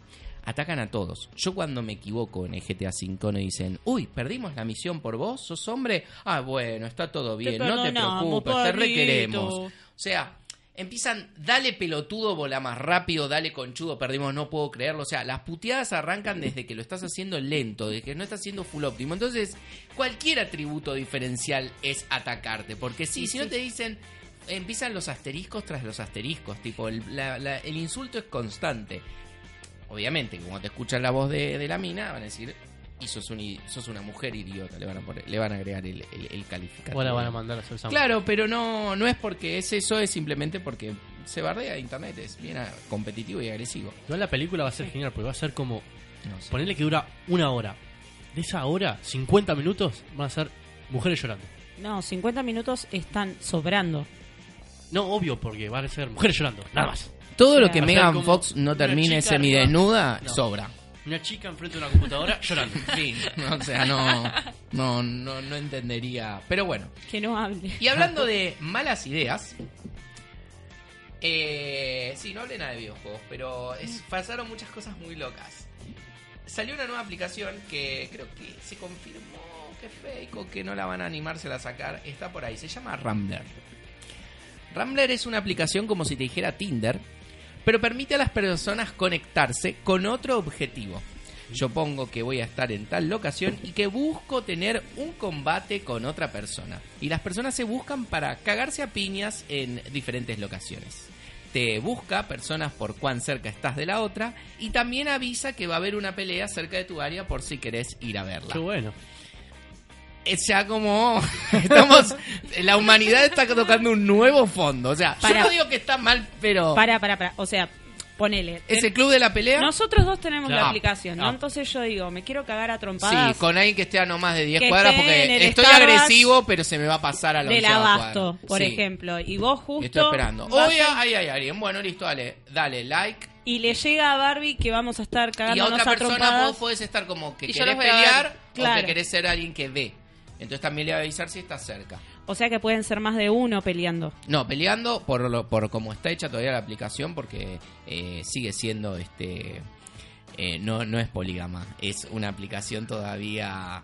Atacan a todos. Yo cuando me equivoco en el GTA V no dicen, uy, perdimos la misión por vos, sos hombre. Ah, bueno, está todo bien, no te perdonamos, preocupes, te Pablito. requeremos. O sea, empiezan, dale pelotudo, bola más rápido, dale conchudo, perdimos, no puedo creerlo. O sea, las puteadas arrancan desde que lo estás haciendo lento, desde que no estás haciendo full óptimo. Entonces, cualquier atributo diferencial es atacarte, porque sí, Y si no sí. te dicen, empiezan los asteriscos tras los asteriscos, tipo, el, la- la- el insulto es constante. Obviamente, como te escuchan la voz de, de la mina, van a decir, y sos, un i- sos una mujer idiota, le van a, poner- le van a agregar el, el- el calificativo. O la van a mandar a hacer samba. Claro, pero no, no es porque es eso, es simplemente porque se bardea internet, es bien ah, competitivo y agresivo. Igual la película va a ser genial, porque va a ser como. No sé. Ponerle que dura una hora. De esa hora, 50 minutos, van a ser mujeres llorando. No, 50 minutos están sobrando. No, obvio, porque van a ser mujeres llorando, nada más. Todo O sea, lo que va a ser Megan como Fox no una termine chica- semidesnuda No. sobra. Una chica enfrente de una computadora llorando. Sí, O sea, no, no, no, no entendería. Pero bueno. Que no hable. Y hablando de malas ideas. Eh, sí, no hablé nada de videojuegos, pero es- pasaron muchas cosas muy locas. Salió una nueva aplicación que creo que se confirmó que es fake o que no la van a animarse a sacar. Está por ahí, se llama Rambler. Rambler es una aplicación como si te dijera Tinder, pero permite a las personas conectarse con otro objetivo. Yo pongo que voy a estar en tal locación y que busco tener un combate con otra persona. Y las personas se buscan para cagarse a piñas en diferentes locaciones. Te busca personas por cuán cerca estás de la otra y también avisa que va a haber una pelea cerca de tu área por si querés ir a verla. Qué bueno. Es ya como estamos la humanidad está tocando un nuevo fondo, o sea, yo Para. no digo que está mal, pero Para, para, para. O sea, ponele. ¿Es el club de la pelea? Nosotros dos tenemos la Ah, aplicación, ¿no? ah. Entonces yo digo, me quiero cagar a Sí, trompadas con alguien que esté a no más de 10 Que cuadras esté en el porque estoy Starbucks agresivo, pero se me va a pasar a la del onceava abasto, cuadra. por Sí, ejemplo. Y vos justo. Estoy esperando. vas Oye, a- ahí hay alguien. Bueno, listo, dale, dale like. Y le llega a Barbie que vamos a estar Y a cagándonos otra a, persona trompadas. vos podés estar como que Y yo los querés voy a ver. pelear o Claro. que querés ser alguien que ve. Entonces también le va a avisar si está cerca. O sea que pueden ser más de uno peleando. No, peleando por lo, por cómo está hecha todavía la aplicación, porque eh, sigue siendo este eh, no, no es polígama, es una aplicación todavía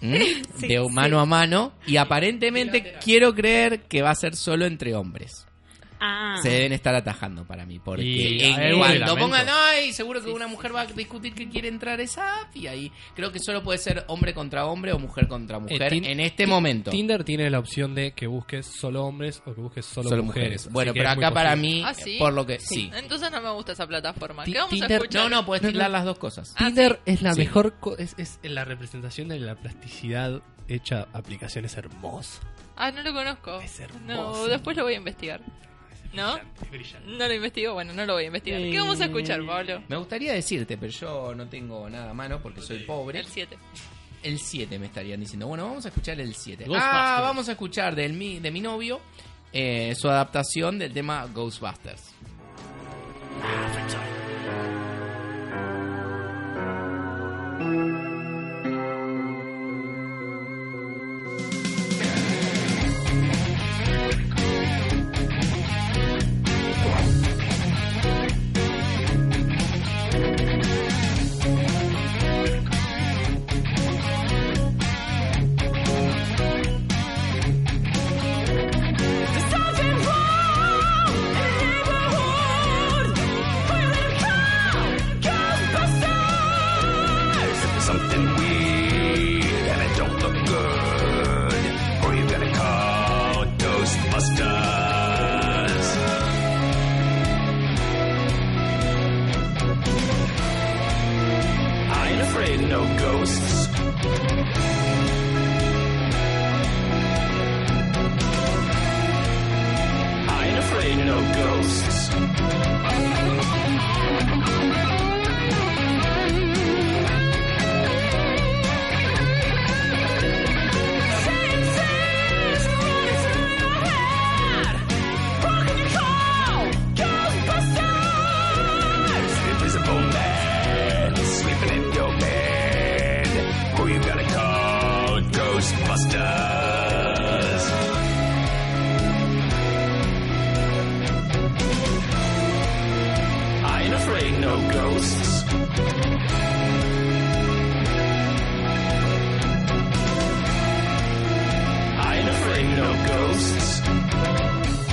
¿Mm? Sí, de sí. mano a mano. Y aparentemente quiero creer que va a ser solo entre hombres. Ah. Se deben estar atajando para mí, porque Y en hay algo de cuanto lamento. pongan, ay, seguro que una mujer va a discutir que quiere entrar a esa app", y ahí creo que solo puede ser hombre contra hombre o mujer contra mujer Eh, Tin- en este Ti- momento. Tinder tiene la opción de que busques solo hombres o que busques solo, Solo mujeres. mujeres. Bueno, Así que pero es muy acá para posible. mí, ¿Ah, sí? Entonces no me gusta esa plataforma. Ti- ¿Qué vamos a Tinder- escuchar? Ah, no, no, puedes tillar las dos cosas. Tinder es la Sí. mejor, co- es, es la representación de la plasticidad hecha aplicaciones hermosas. Ah, no lo conozco. No, hermoso. después lo voy a investigar. ¿No? No lo investigo, bueno, no lo voy a investigar. ¿Qué vamos Eh, a escuchar, Pablo? Me gustaría decirte, pero yo no tengo nada a mano porque soy pobre. El 7. El 7 me estarían diciendo. Bueno, vamos a escuchar el 7. Ah, Ghostbusters. vamos a escuchar del mi- de mi novio eh, su adaptación del tema Ghostbusters. Something weird and it don't look good. Or you gotta call Ghostbusters. I ain't afraid of no ghosts. I ain't afraid of no ghosts. Invisible man sleeping in your bed. Who you gotta call? Ghostbusters. I ain't afraid no ghosts. I ain't afraid no ghosts.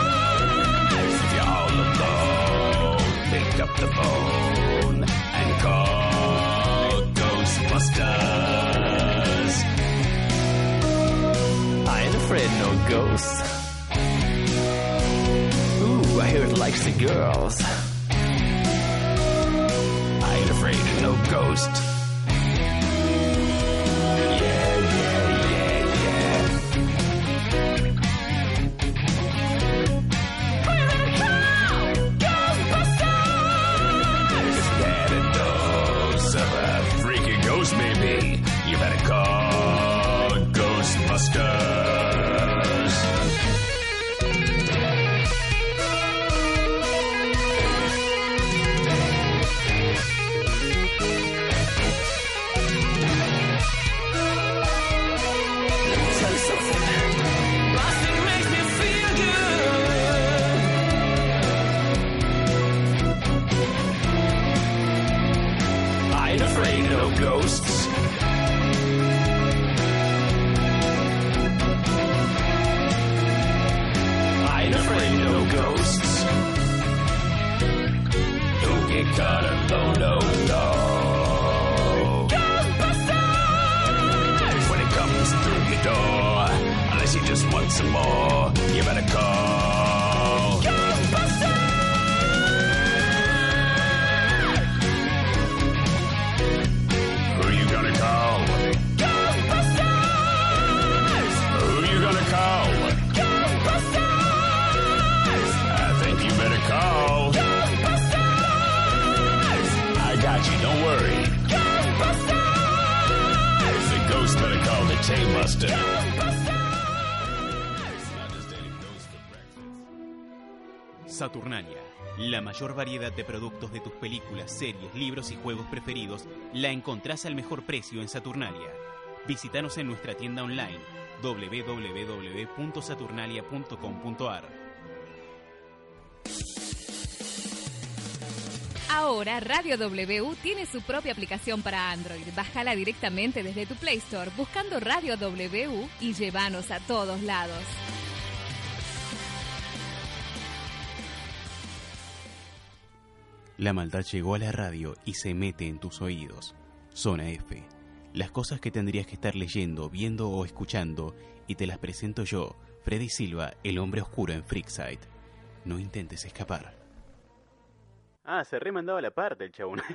If you're all alone, pick up the phone and call Ghostbusters. I ain't afraid of no ghosts. Ooh, I hear it likes the girls. I ain't afraid of no ghost. Yeah, yeah, yeah, yeah. If you had a dose of a freaky ghost, maybe you better call Ghostbusters. Tell you something. Boston makes me feel good. I ain't afraid of no ghosts. I ain't afraid of no ghosts. Don't get caught alone, no, no. Ghostbusters! When it comes through your door, unless you just want some more, you better call. Who you gonna call? Ghostbusters! Who you gonna call? Ghostbusters! I think you better call. Ghostbusters! I got you, don't worry. Ghostbusters! The ghost better call the T-Buster. Saturnalia. La mayor variedad de productos de tus películas, series, libros y juegos preferidos la encontrás al mejor precio en Saturnalia. Visítanos en nuestra tienda online www.saturnalia.com.ar. Ahora Radio W tiene su propia aplicación para Android. Bájala directamente desde tu Play Store buscando Radio W y llévanos a todos lados. La maldad llegó a la radio y se mete en tus oídos. Zona F. Las cosas que tendrías que estar leyendo, viendo o escuchando, y te las presento yo, Freddy Silva, el hombre oscuro en Freakside. No intentes escapar. Ah, se remandaba la parte el chabón.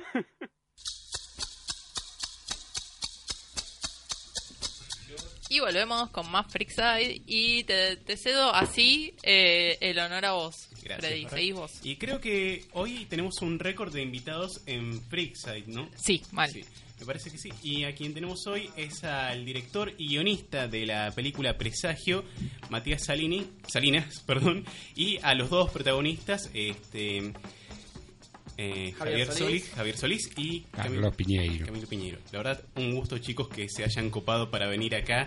Y volvemos con más Freakside y te, te cedo así eh, el honor a vos. Freddy, seguís vos. Y creo que hoy tenemos un récord de invitados en Freakside, ¿no? Sí, mal. me parece que sí. Y a quien tenemos hoy es al director y guionista de la película Presagio, Matías Salini, Salinas, perdón, y a los dos protagonistas, este eh, Javier, Javier Solís. Solís. Javier Solís y Carlos Camilo- Piñeiro. Camilo Piñeiro. La verdad, un gusto chicos que se hayan copado para venir acá.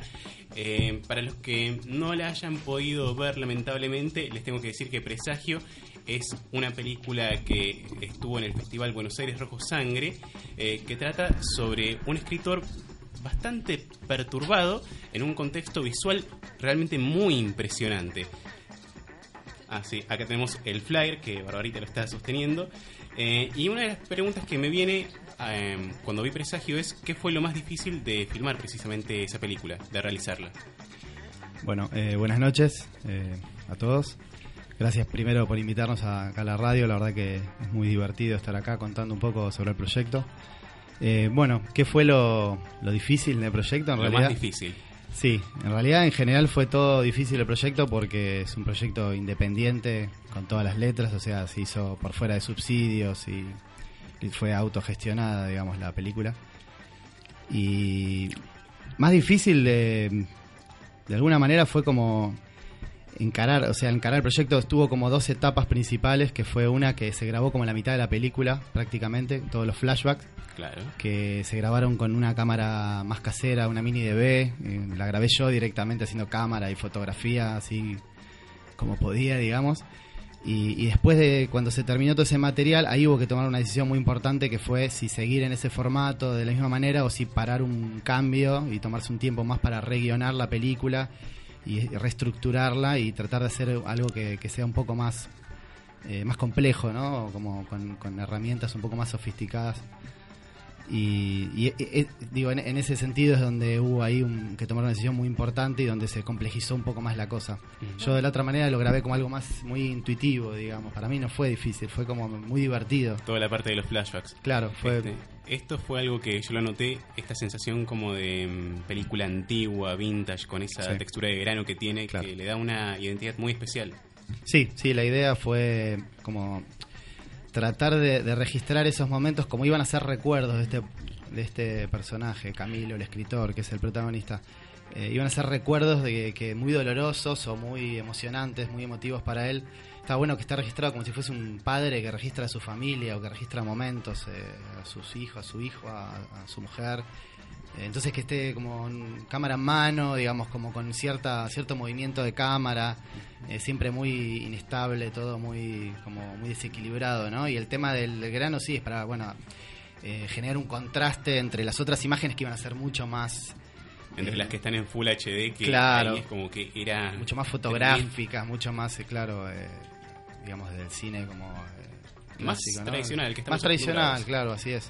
Eh, para los que no la hayan podido ver, lamentablemente, les tengo que decir que Presagio es una película que estuvo en el Festival Buenos Aires Rojo Sangre, eh, que trata sobre un escritor bastante perturbado en un contexto visual realmente muy impresionante. Ah, sí, acá tenemos el flyer que Barbarita lo está sosteniendo. Eh, y una de las preguntas que me viene eh, cuando vi Presagio es: ¿qué fue lo más difícil de filmar precisamente esa película, de realizarla? Bueno, eh, buenas noches eh, a todos. Gracias primero por invitarnos a, acá a la radio. La verdad que es muy divertido estar acá contando un poco sobre el proyecto. Eh, bueno, ¿qué fue lo, lo difícil del proyecto? En Lo más realidad, difícil. Sí, en realidad en general fue todo difícil el proyecto porque es un proyecto independiente con todas las letras, o sea, se hizo por fuera de subsidios y, y fue autogestionada, digamos, la película. Y más difícil de, de alguna manera fue como encarar, o sea, encarar el proyecto estuvo como dos etapas principales, que fue una que se grabó como la mitad de la película prácticamente, todos los flashbacks, Claro. que se grabaron con una cámara más casera, una mini DV, eh, la grabé yo directamente haciendo cámara y fotografía, así como podía, digamos. Y, y después de cuando se terminó todo ese material, ahí hubo que tomar una decisión muy importante que fue si seguir en ese formato de la misma manera o si parar un cambio y tomarse un tiempo más para reguionar la película y reestructurarla y tratar de hacer algo que, que sea un poco más, eh, más complejo, ¿no? Como con, con herramientas un poco más sofisticadas. Y, y, eh, eh, digo, en, en ese sentido es donde hubo ahí un- que tomar una decisión muy importante y donde se complejizó un poco más la cosa. Yo de la otra manera lo grabé como algo más muy intuitivo, digamos. Para mí no fue difícil, fue como muy divertido. Toda la parte de los flashbacks. Claro, fue- Este, esto fue algo que yo lo anoté, esta sensación como de mm, película antigua, vintage, con esa Sí. textura de verano que tiene, que le da una identidad muy especial. Sí, sí, la idea fue como tratar de, de registrar esos momentos como iban a ser recuerdos de este, de este personaje, Camilo, el escritor, que es el protagonista. Eh, iban a ser recuerdos de que muy dolorosos o muy emocionantes, muy emotivos para él. Está bueno que está registrado como si fuese un padre que registra a su familia o que registra momentos, eh, a sus hijos, a su hijo, a, a su mujer. Eh, Entonces que esté como en cámara en mano, digamos, como con cierta, cierto movimiento de cámara, eh, siempre muy inestable, todo muy, como muy desequilibrado, ¿no? Y el tema del, del grano sí es para, bueno, eh, generar un contraste entre las otras imágenes que iban a ser mucho más Entre las que están en Full HD, que Claro. ahí es como Ah, que era... mucho más fotográficas, mucho más, eh, claro, eh, digamos, del cine como... eh, Más clásico, ¿no? tradicional, que estamos Más tradicional, acostumbrados. claro, así es.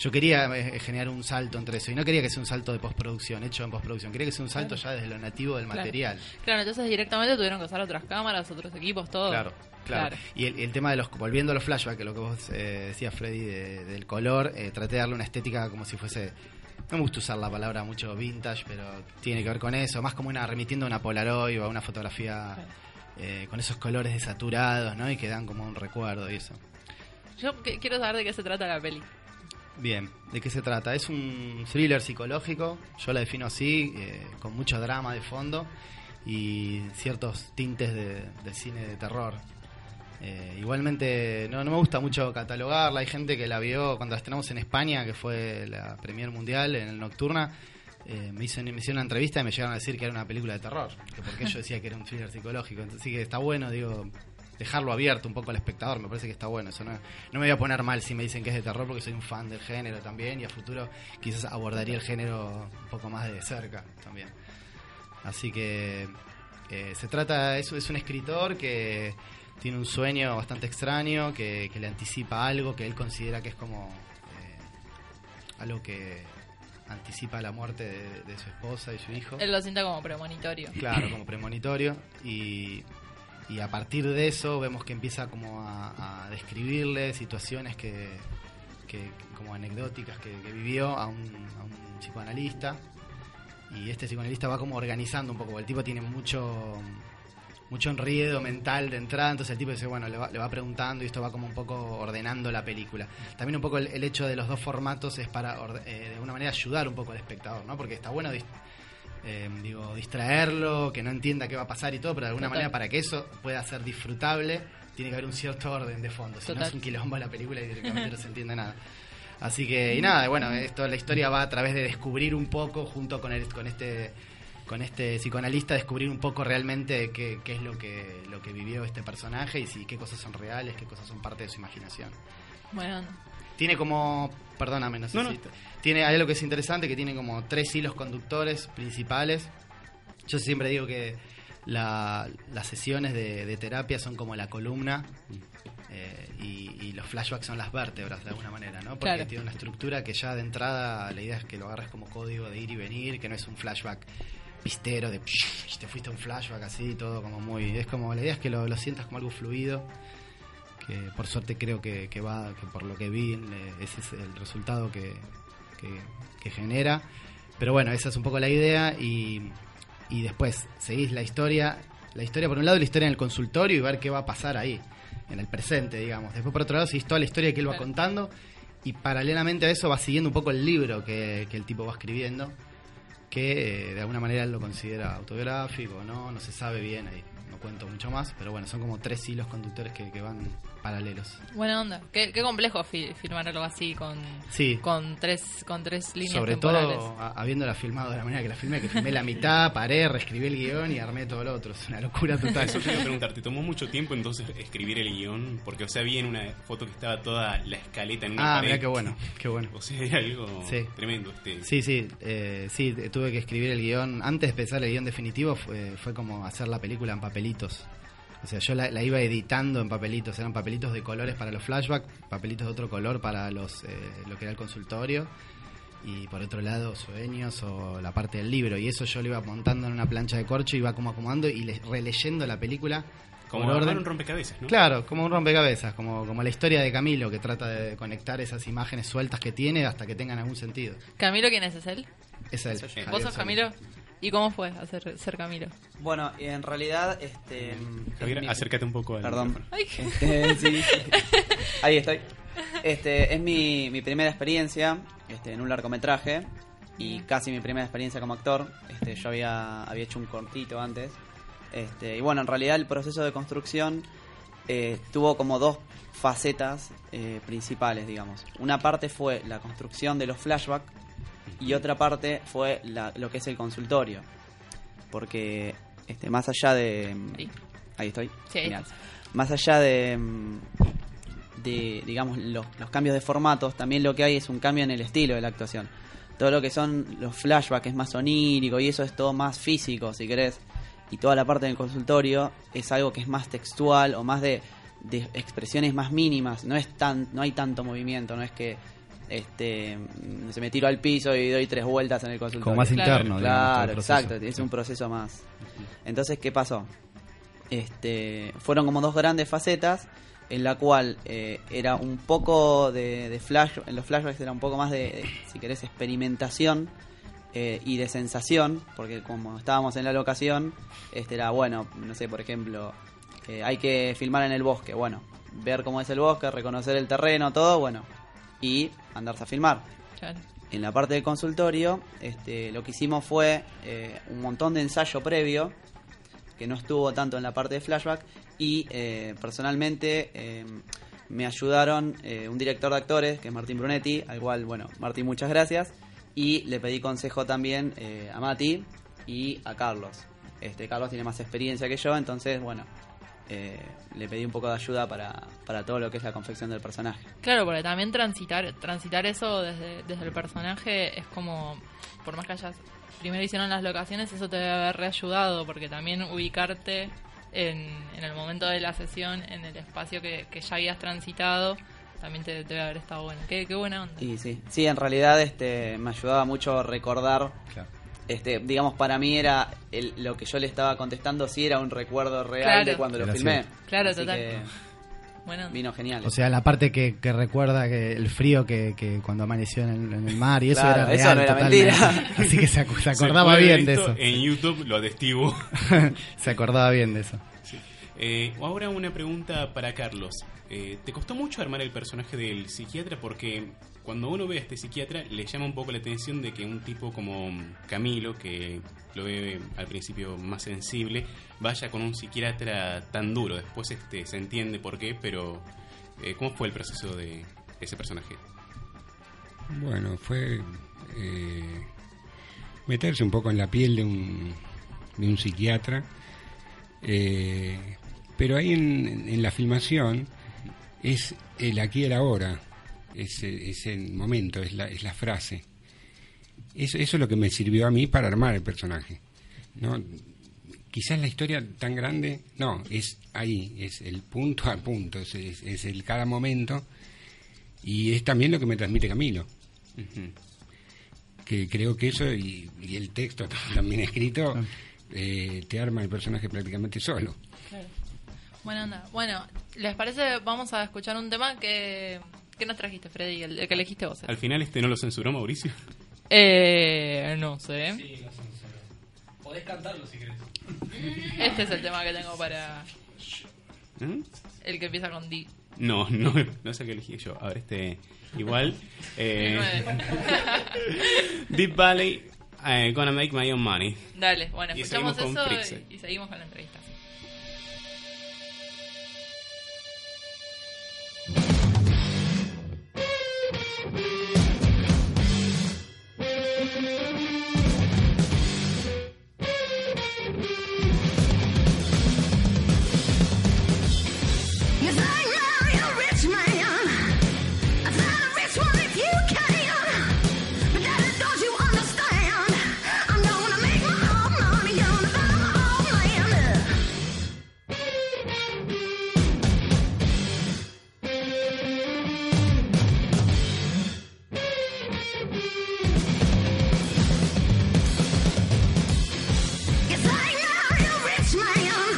Yo quería eh, generar un salto entre eso, y no quería que sea un salto de postproducción, hecho en postproducción, quería que sea un salto ya desde lo nativo del Claro. material. Claro, entonces directamente tuvieron que usar otras cámaras, otros equipos, todo. Claro, claro. Y el, el tema de los, volviendo a los flashbacks, que lo que vos eh, decías, Freddy, de- del color, eh, traté de darle una estética como si fuese, no me gusta usar la palabra mucho vintage, pero tiene que ver con eso, más como una remitiendo a una Polaroid o a una fotografía eh, con esos colores desaturados, ¿no? Y que dan como un recuerdo y eso. Yo que- quiero saber de qué se trata la peli. Bien, ¿de qué se trata? Es un thriller psicológico, yo la defino así, eh, con mucho drama de fondo y ciertos tintes de, de cine de terror. Eh, igualmente, no, no me gusta mucho catalogarla, hay gente que la vio cuando la estrenamos en España, que fue la Premier Mundial, en el Nocturna, eh, me, hizo- me hicieron una entrevista y me llegaron a decir que era una película de terror, que porque yo decía que era un thriller psicológico, entonces sí que está bueno, digo, dejarlo abierto un poco al espectador, me parece que está bueno. Eso no, no me voy a poner mal si me dicen que es de terror porque soy un fan del género también y a futuro quizás abordaría el género un poco más de cerca también. Así que eh, se trata, es, es un escritor que tiene un sueño bastante extraño, que, que le anticipa algo que él considera que es como eh, algo que anticipa la muerte de, de su esposa y su hijo. Él lo sienta como premonitorio. Claro, como premonitorio. Y, y a partir de eso vemos que empieza como a, a describirle situaciones que, que- como anecdóticas que, que vivió a un, a un psicoanalista. Y este psicoanalista va como organizando un poco, porque el tipo tiene mucho mucho enriedo mental de entrada, entonces el tipo dice, bueno, le va, le va preguntando y esto va como un poco ordenando la película. También un poco el, el hecho de los dos formatos es para, orde- eh, de alguna manera, ayudar un poco al espectador, ¿no? Porque está bueno dis- eh, digo, distraerlo, que no entienda qué va a pasar y todo, pero de alguna Total. manera para que eso pueda ser disfrutable, tiene que haber un cierto orden de fondo. Si no Total. es un quilombo la película y directamente no se entiende nada. Así que, y nada, bueno, esto la historia va a través de descubrir un poco, junto con, el, con este con este psicoanalista, descubrir un poco realmente qué, qué es lo que, lo que vivió este personaje y si, qué cosas son reales, qué cosas son parte de su imaginación. Bueno, Tiene como, perdóname, no sé si te- tiene hay algo que es interesante, que tiene como tres hilos conductores principales. Yo siempre digo que la- las sesiones de, de terapia son como la columna eh, y, y los flashbacks son las vértebras de alguna manera, ¿no? Porque Claro. tiene una estructura que ya de entrada la idea es que lo agarres como código de ir y venir, que no es un flashback pistero de te fuiste a un flashback así, todo como muy... Es como, la idea es que lo, lo sientas como algo fluido que por suerte creo que, que va, que por lo que vi, eh, ese es el resultado que, que- que genera. Pero bueno, esa es un poco la idea y, y después seguís la historia. La historia, por un lado, la historia en el consultorio y ver qué va a pasar ahí, en el presente, digamos. Después, por otro lado, seguís toda la historia que él va contando y paralelamente a eso va siguiendo un poco el libro que, que el tipo va escribiendo, que eh, de alguna manera él lo considera autobiográfico, no, no se sabe bien ahí. No cuento mucho más, pero bueno, son como tres hilos conductores que, que van paralelos. buena onda. Qué, qué complejo fi- filmar algo así con, Sí. con tres con tres líneas Sobre temporales. todo a- habiéndola filmado de la manera que la filmé, que filmé la mitad, paré, reescribí el guión y armé todo lo otro. Es una locura total. Eso te iba a preguntar, ¿te tomó mucho tiempo entonces escribir el guión? Porque, o sea, vi en una foto que estaba toda la escaleta en una Ah, pared. mirá qué bueno, qué bueno. O sea, era algo Sí. tremendo. Este. Sí, sí, eh, sí, eh, tuve que escribir el guión. Antes de empezar el guión definitivo fue, fue como hacer la película en papelitos. O sea, yo la, la iba editando en papelitos. Eran papelitos de colores para los flashbacks, papelitos de otro color para los eh, lo que era el consultorio. Y por otro lado, sueños o la parte del libro. Y eso yo lo iba montando en una plancha de corcho, iba como acomodando y le- releyendo la película. Como por armar un rompecabezas, ¿no? Claro, como un rompecabezas, como, como la historia de Camilo, que trata de conectar esas imágenes sueltas que tiene hasta que tengan algún sentido. Camilo, ¿quién es? ¿Es él? Es él. ¿Vos sos Camilo? ¿Y cómo fue hacer ser Camilo? Bueno, y en realidad, este. Javier, es mi- acércate un poco al Perdón. micrófono. Este, sí. Ahí estoy. Este, es mi, mi primera experiencia este, en un largometraje y casi mi primera experiencia como actor. Este, yo había, había hecho un cortito antes. Este, y bueno, en realidad el proceso de construcción eh, tuvo como dos facetas eh, principales, digamos. Una parte fue la construcción de los flashbacks y otra parte fue la- lo que es el consultorio. Porque este, más allá de... Ahí estoy. Sí. Genial. Más allá de, mm, de digamos, los, los cambios de formatos, también lo que hay es un cambio en el estilo de la actuación. Todo lo que son los flashbacks es más onírico y eso es todo más físico, si querés. Y toda la parte del consultorio es algo que es más textual o más de, de expresiones más mínimas. No, es tan, no hay tanto movimiento, no es que este mm, se me tiro al piso y doy tres vueltas en el consultorio. más interno, digamos, todo el Claro, proceso. exacto. Es un proceso más. Entonces, ¿qué pasó? Este, fueron como dos grandes facetas en la cual eh, era un poco de, de flash, en los flashbacks era un poco más de, de, si querés, experimentación eh, y de sensación, porque como estábamos en la locación, este era bueno, no sé, por ejemplo, eh, hay que filmar en el bosque, bueno, ver cómo es el bosque, reconocer el terreno, todo, bueno, y andarse a filmar. Claro. En la parte del consultorio, este, lo que hicimos fue eh, un montón de ensayo previo, que no estuvo tanto en la parte de flashback, y eh, personalmente eh, me ayudaron eh, un director de actores, que es Martín Brunetti, al cual, bueno, Martín, muchas gracias, y le pedí consejo también eh, a Mati y a Carlos. Este, Carlos tiene más experiencia que yo, entonces, bueno, eh, le pedí un poco de ayuda para, para todo lo que es la confección del personaje. Claro, porque también transitar, transitar eso desde, desde el personaje es como, por más que hayas, primero hicieron las locaciones, eso te debe haber reayudado, porque también ubicarte en, en el momento de la sesión, en el espacio que, que ya habías transitado, también te debe haber estado bueno. Qué, qué buena onda. Y sí, sí, en realidad este, me ayudaba mucho recordar. Este, digamos, para mí era el- lo que yo le estaba contestando, sí era un recuerdo real Claro. de cuando lo Era filmé. cierto. Claro, Así total. que Bueno, vino genial. O sea, la parte que, que recuerda que el frío que, que cuando amaneció en el, en el mar y eso Claro, era eso real. no era totalmente. mentira. Así que se, acu- se Se acordaba puede bien ver de esto eso. En YouTube lo atestigo. se acordaba bien de eso. Eh, ahora una pregunta para Carlos. Eh, ¿Te costó mucho armar el personaje del psiquiatra? Porque cuando uno ve a este psiquiatra le llama un poco la atención de que un tipo como Camilo, que lo ve al principio más sensible, vaya con un psiquiatra tan duro. Después este, se entiende por qué, pero eh, ¿cómo fue el proceso de ese personaje? Bueno, fue eh, meterse un poco en la piel de un, de un psiquiatra. Eh, pero ahí en, en la filmación es el aquí y el ahora, es, eh, es el momento, es la, es la frase. Eso, eso es lo que me sirvió a mí para armar el personaje. ¿no? Quizás la historia tan grande, no, es ahí, es el punto a punto, es- es- es el cada momento. Y es también lo que me transmite Camilo. Que creo que eso y, y el texto también escrito eh, te arma el personaje prácticamente solo. buena onda. Bueno, ¿les parece? Vamos a escuchar un tema que, que nos trajiste, Freddy, el, el que elegiste vos. Al final este no lo censuró Mauricio. Eh, no sé. Podés cantarlo si querés. Este es el tema que tengo para ¿Mm? el que empieza con D. No, no, no sé qué elegí yo. A ver, este. Igual. eh, Deep Valley, I'm gonna make my own money. Dale, bueno, Y escuchamos seguimos con eso Freezer. y, y seguimos con la entrevista. You think now you're a rich man. I found a rich one if you can. But daddy, don't you understand? I'm gonna make my own money, gonna buy my own land. You think now you're a rich man.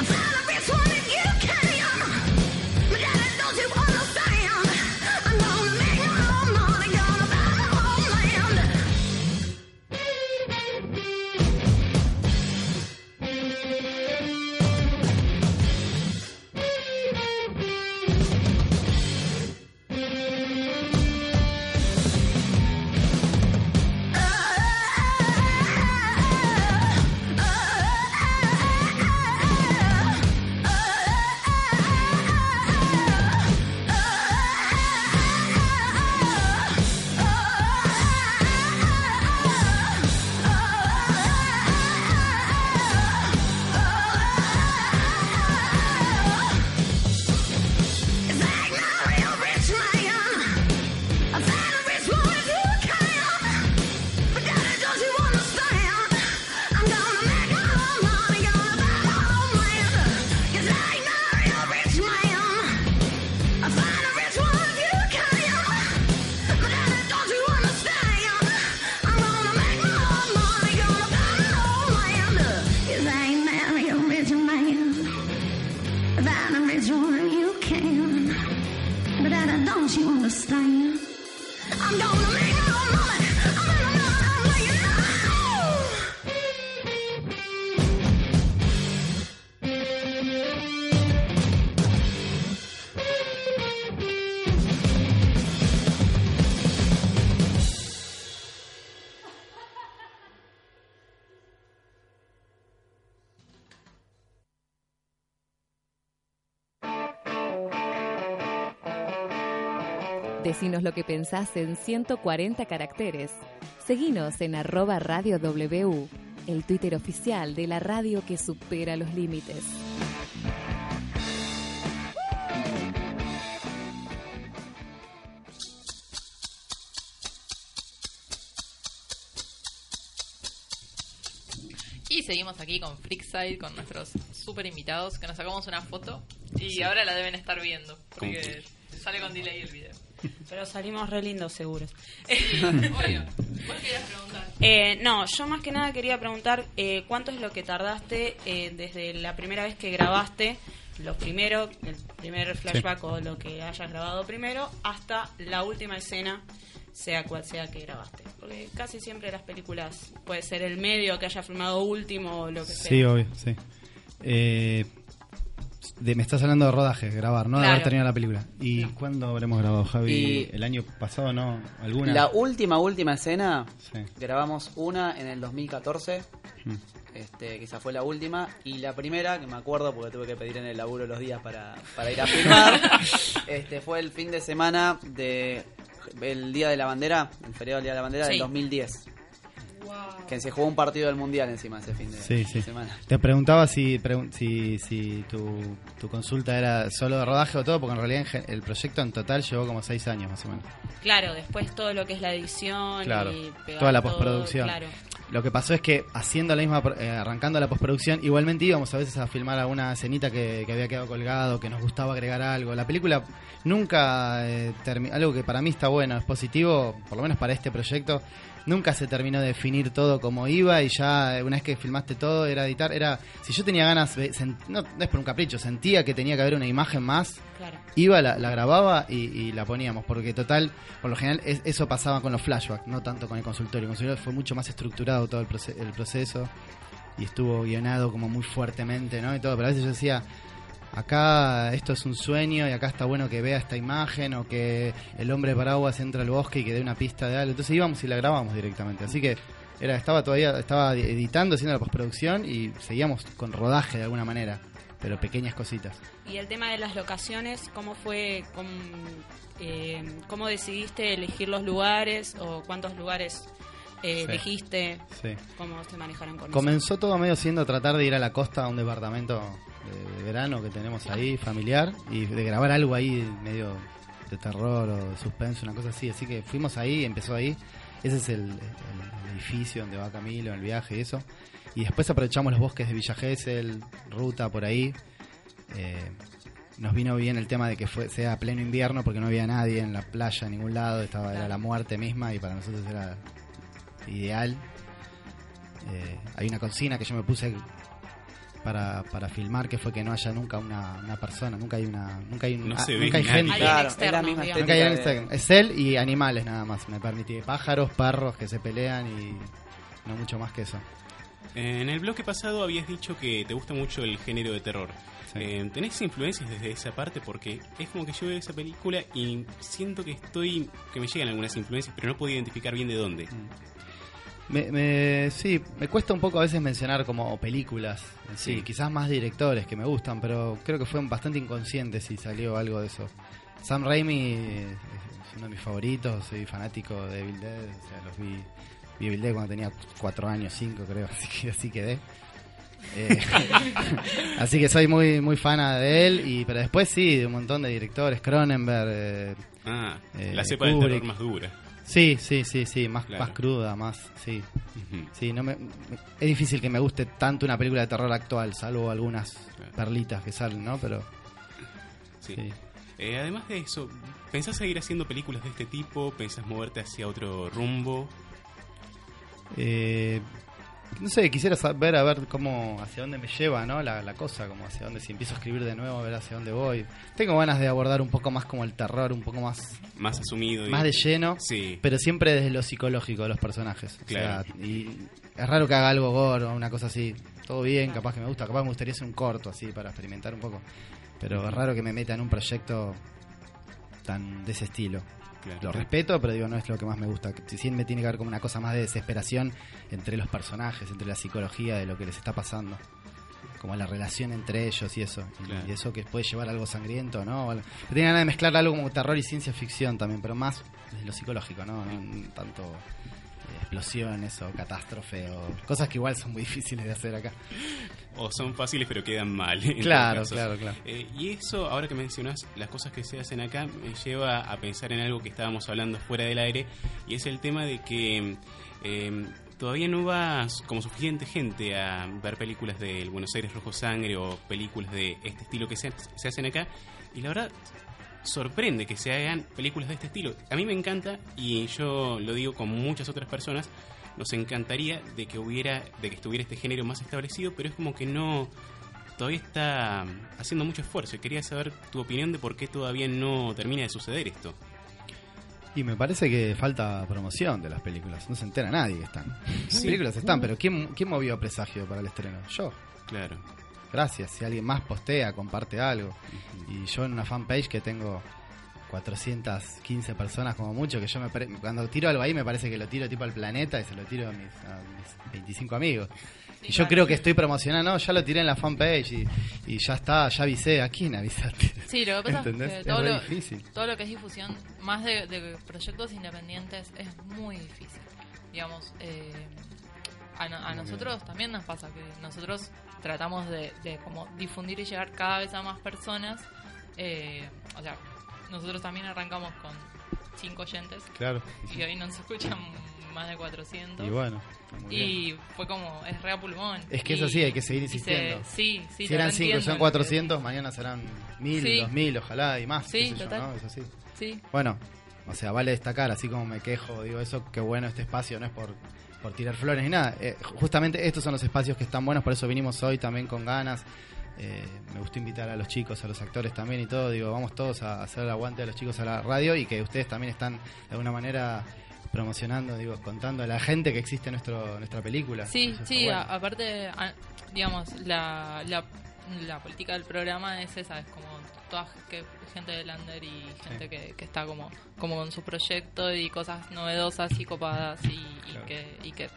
I found a rich one if you can. But daddy, don't you understand? I'm gonna make my own money, gonna buy my own land. Uh, You can, but I don't you understand? I'm gonna make my own money. I'm gonna make my own money now. Decinos lo que pensás en 140 caracteres. Seguinos en arroba radio W, el Twitter oficial de la radio que supera los límites. Y seguimos aquí con Freakside, con nuestros super invitados, que nos sacamos una foto y ahora la deben estar viendo, porque sale con delay el video. Pero salimos re lindos, seguros. Obvio. ¿Vos querías preguntar? Eh, no, yo más que nada quería preguntar eh, cuánto es lo que tardaste eh, desde la primera vez que grabaste, los primeros, el primer flashback o lo que hayas grabado primero, hasta la última escena, sea cual sea que grabaste. Porque casi siempre las películas puede ser el medio que haya filmado último o lo que sea. Sí, obvio, sí. Eh, de, me estás hablando de rodaje, grabar, ¿no? De Claro. haber terminado la película. ¿Y cuándo habremos grabado, Javi? Y- ¿El año pasado, no? ¿Alguna? La última, última escena, grabamos una en el 2014, Mm. este, que esa fue la última, y la primera, que me acuerdo porque tuve que pedir en el laburo los días para, para ir a filmar, este, fue el fin de semana de el Día de la Bandera, el feriado del Día de la Bandera Sí. del 2010. Que se jugó un partido del Mundial encima ese fin de, Sí, sí. semana. Te preguntaba si, pregun- si, si tu, tu consulta era solo de rodaje o todo, porque en realidad en gen- el proyecto en total llevó como seis años más o menos. Claro, después todo lo que es la edición y pegar Toda la todo, postproducción. claro. Lo que pasó es que haciendo la misma, pro- eh, arrancando la postproducción, igualmente íbamos a veces a filmar alguna escenita que, que había quedado colgado, que nos gustaba agregar algo. La película nunca eh, termi- algo que para mí está bueno, es positivo, por lo menos para este proyecto, nunca se terminó de definir todo como iba y ya eh, una vez que filmaste todo era editar, era si yo tenía ganas, de- sen- no, no es por un capricho, sentía que tenía que haber una imagen más, iba, la, la grababa y, y la poníamos, porque total, por lo general es- eso pasaba con los flashbacks, no tanto con el consultorio. El consultorio fue mucho más estructurado todo el, proce- el proceso y estuvo guionado como muy fuertemente, ¿no? Y todo, pero a veces yo decía, acá esto es un sueño y acá está bueno que vea esta imagen o que el hombre paraguas entra al bosque y que dé una pista de algo. Entonces íbamos y la grabamos directamente. Así que era estaba todavía estaba editando, haciendo la postproducción y seguíamos con rodaje de alguna manera, pero pequeñas cositas. Y el tema de las locaciones, ¿cómo fue? ¿Cómo, eh, cómo decidiste elegir los lugares o cuántos lugares eh, Sí. elegiste? Sí. ¿Cómo se manejaron con Comenzó todo medio siendo tratar de ir a la costa a un departamento de, de verano que tenemos ahí, familiar, y de grabar algo ahí medio de terror o de suspenso, una cosa así. Así que fuimos ahí, empezó ahí. Ese es el, el- el edificio donde va Camilo, en el viaje y eso. Y después aprovechamos los bosques de Villa Gesell, ruta por ahí. Eh, nos vino bien el tema de que fue, sea pleno invierno porque no había nadie en la playa, en ningún lado, estaba era la muerte misma y para nosotros era ideal. Eh, hay una consigna que yo me puse para, para filmar que fue que no haya nunca una, una persona, nunca hay una, nunca hay, un- No ah, se ve nunca hay nadie. gente. Alguien Claro, es la externo, misma digamos. Nunca hay alguien estética de- externo. Es él y animales nada más. Me permití pájaros, perros que se pelean y no mucho más que eso. En el bloque pasado habías dicho que te gusta mucho el género de terror. Eh, ¿Tenés influencias desde esa parte? Porque es como que yo veo esa película y siento que estoy. que me llegan algunas influencias, pero no puedo identificar bien de dónde. Me, me- sí, me cuesta un poco a veces mencionar como películas. en Sí, Sí. quizás más directores que me gustan, pero creo que fue bastante inconsciente si salió algo de eso. Sam Raimi es es uno de mis favoritos, soy fanático de Evil Dead, o sea, los vi, vi Evil Dead cuando tenía 4 años, 5 creo, así que así quedé. Eh, así que soy muy muy fana de él, y pero después sí, de un montón de directores, Cronenberg, eh, Ah, eh, la cepa del terror Kubrick. más dura. Sí, sí, sí, sí, más, Claro. más cruda, más, sí. Sí, no me, me- es difícil que me guste tanto una película de terror actual, salvo algunas perlitas que salen, ¿no? Pero Sí. Eh, además de eso, ¿pensás seguir haciendo películas de este tipo? ¿Pensás moverte hacia otro rumbo? eh, no sé, quisiera saber a ver cómo hacia dónde me lleva, ¿no? La, la cosa, como hacia dónde si empiezo a escribir de nuevo, a ver hacia dónde voy. Tengo ganas de abordar un poco más como el terror, un poco más Más asumido. más de digamos. lleno, Sí. pero siempre desde lo psicológico de los personajes. O Claro. sea, y es raro que haga algo gore o una cosa así. Todo bien, capaz que me gusta, capaz me gustaría hacer un corto así para experimentar un poco. Pero es raro que me meta en un proyecto tan de ese estilo. Claro. Lo respeto, pero digo, no es lo que más me gusta. Si sí me tiene que ver como una cosa más de desesperación entre los personajes, entre la psicología de lo que les está pasando. Como la relación entre ellos y eso. Y, y eso que puede llevar a algo sangriento, ¿no? O algo- Pero tenía ganas de mezclar algo como terror y ciencia ficción también, pero más desde lo psicológico, ¿no? No- no tanto eh, explosiones o catástrofe o cosas que igual son muy difíciles de hacer acá. O son fáciles pero quedan mal. en todo Claro, caso. claro, claro. Eh, y eso, ahora que mencionas las cosas que se hacen acá, me lleva a pensar en algo que estábamos hablando fuera del aire, y es el tema de que eh, todavía no vas como suficiente gente a ver películas del Buenos Aires Rojo Sangre o películas de este estilo que se, se hacen acá. Y la verdad, sorprende que se hagan películas de este estilo. A mí me encanta, y yo lo digo con muchas otras personas, nos encantaría de que hubiera, de que estuviera este género más establecido, pero es como que no. Todavía está haciendo mucho esfuerzo. Y Quería saber tu opinión de por qué todavía no termina de suceder esto. Y me parece que falta promoción de las películas. No se entera nadie que están. Las Sí. películas Uh. están, pero ¿quién, ¿quién movió a Presagio para el estreno? Yo. Claro. Gracias. Si alguien más postea, comparte algo. Y yo en una fanpage que tengo 415 personas como mucho, que yo me pare- cuando tiro algo ahí me parece que lo tiro tipo al planeta y se lo tiro a mis, a mis 25 amigos. y yo creo que estoy promocionando, no, ya lo tiré en la fanpage y, y ya está, ya avisé. ¿A quién avisaste? Sí, lo que pasa ¿Entendés? es que todo, re lo, difícil. todo lo que es difusión, más de, de proyectos independientes, es muy difícil. Digamos, eh, a, no- a Muy nosotros también nos pasa que nosotros tratamos de, de como difundir y llegar cada vez a más personas. eh, o sea, nosotros también arrancamos con cinco oyentes. Claro. Y hoy nos escuchan más de 400. Y bueno, está muy Y fue como, es re a pulmón. Es que Y- es así, hay que seguir y se- insistiendo. sí, sí, si eran también 5 entiendo son lo 400, mañana serán 1000, Sí. 2000, ojalá y más. Sí, qué sé yo, total. ¿no? Es así. Sí. Bueno, o sea, vale destacar, así como me quejo, digo eso, qué bueno este espacio, no es por, por tirar flores ni nada. Eh, justamente estos son los espacios que están buenos, por eso vinimos hoy también con ganas. Eh, me gustó invitar a los chicos, a los actores también y todo. Digo, vamos todos a hacer el aguante a los chicos a la radio y que ustedes también están de alguna manera promocionando, digo, contando a la gente que existe nuestro, nuestra película. Sí, Eso está sí, bueno. a- aparte, a- digamos, la, la, la política del programa es esa, es como toda que, gente de Lander y gente que, que está como, como con su proyecto y cosas novedosas y copadas y, y que, y, que,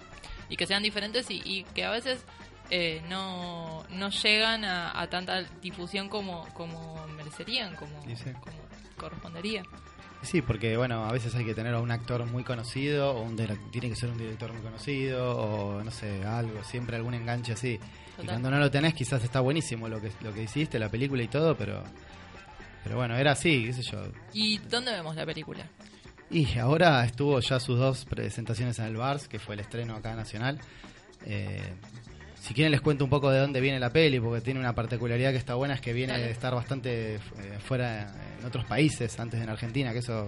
y que sean diferentes y, y que a veces eh, no, no llegan a, a tanta difusión como, como merecerían, como, Y sí. como correspondería. Sí, porque bueno, a veces hay que tener a un actor muy conocido, o un dir- tiene que ser un director muy conocido, o no sé, algo, siempre algún enganche así. Y Total. cuando no lo tenés, quizás está buenísimo lo que, lo que hiciste, la película y todo, pero, pero bueno, era así, qué sé yo. ¿Y dónde vemos la película? Y ahora estuvo ya sus dos presentaciones en el Bars, que fue el estreno acá nacional. Eh, si quieren les cuento un poco de dónde viene la peli, porque tiene una particularidad que está buena, es que viene de estar bastante eh, fuera en otros países, antes en Argentina, que eso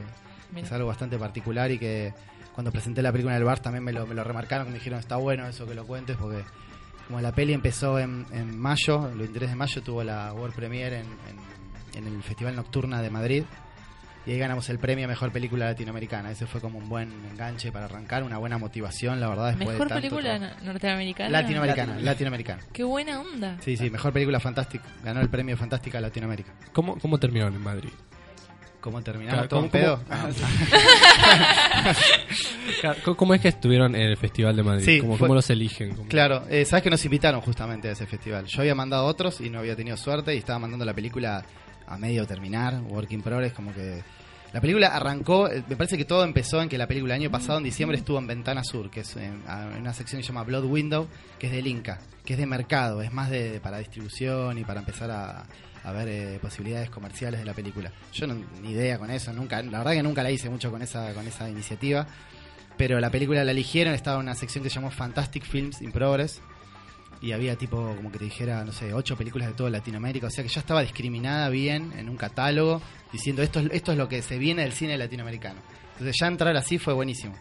Mira. es algo bastante particular y que cuando presenté la película en el Bars también me lo, me lo remarcaron, me dijeron, está bueno eso que lo cuentes, porque como la peli empezó en, en mayo, el 23 de mayo tuvo la World Premiere en, en- en el Festival Nocturna de Madrid. Y ahí ganamos el premio a Mejor Película Latinoamericana. Ese fue como un buen enganche para arrancar, una buena motivación, la verdad. Ah, Después ¿Mejor de tanto película trabajo. no- norteamericana? Latinoamericana, latinoamericana. ¡Qué buena onda! Sí, sí, Mejor Película Fantástica. Ganó el premio Fantástica Latinoamérica. ¿Cómo, cómo terminaron en Madrid? ¿Cómo terminamos? ¿Todo ¿Cómo- un pedo? Ah. cómo- Claro, ¿cómo- ¿Cómo es que estuvieron en el Festival de Madrid? Sí, ¿Cómo, fue- cómo los eligen? ¿Cómo- Claro, eh, sabes que nos invitaron justamente a ese festival. Yo había mandado otros y no había tenido suerte y estaba mandando la película a medio terminar, Working Progress, como que... La película arrancó, eh, me parece que todo empezó en que la película el año pasado, en diciembre, estuvo en Ventana Sur, que es eh, a- en una sección que se llama Blood Window, que es del Inca, que es de mercado, es más de para distribución y para empezar a, a ver eh, posibilidades comerciales de la película. Yo no, ni idea con eso, nunca, la verdad que nunca la hice mucho con esa, con esa iniciativa pero la película la eligieron, estaba en una sección que se llamó Fantastic Films in Progress y había tipo como que te dijera, no sé, ocho películas de toda Latinoamérica, o sea que ya estaba discriminada bien en un catálogo diciendo esto es, esto es lo que se viene del cine latinoamericano. Entonces ya entrar así fue buenísimo.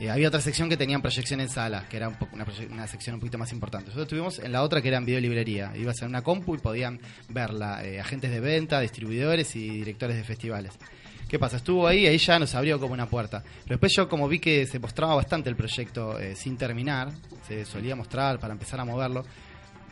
Eh, había otra sección que tenían proyección en sala, que era un poco- una, proye- una sección un poquito más importante. Nosotros estuvimos en la otra que era en videolibrería. Ibas a una compu y podían verla eh, agentes de venta, distribuidores y directores de festivales. ¿Qué pasa? Estuvo ahí, ahí ya nos abrió como una puerta. Pero después yo como vi que se postraba bastante el proyecto eh, sin terminar, se solía mostrar para empezar a moverlo,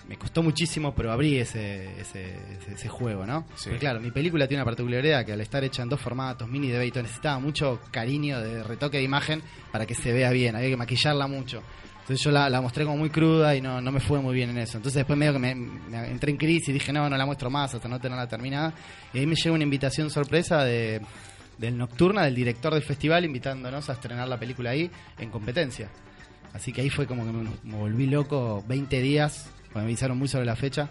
me costó muchísimo, pero abrí ese, ese, ese- ese juego, ¿no? Sí. Porque claro, mi película tiene una particularidad que al estar hecha en dos formatos, mini debate, necesitaba mucho cariño de retoque de imagen para que se vea bien, había que maquillarla mucho. Entonces yo la, la mostré como muy cruda y no, no me fue muy bien en eso. Entonces después medio que me, me entré en crisis y dije, no, no la muestro más hasta no tenerla terminada. Y ahí me llegó una invitación sorpresa de, del Nocturna, del director del festival, invitándonos a estrenar la película ahí en competencia. Así que ahí fue como que me, me volví loco 20 días, porque me avisaron muy sobre la fecha.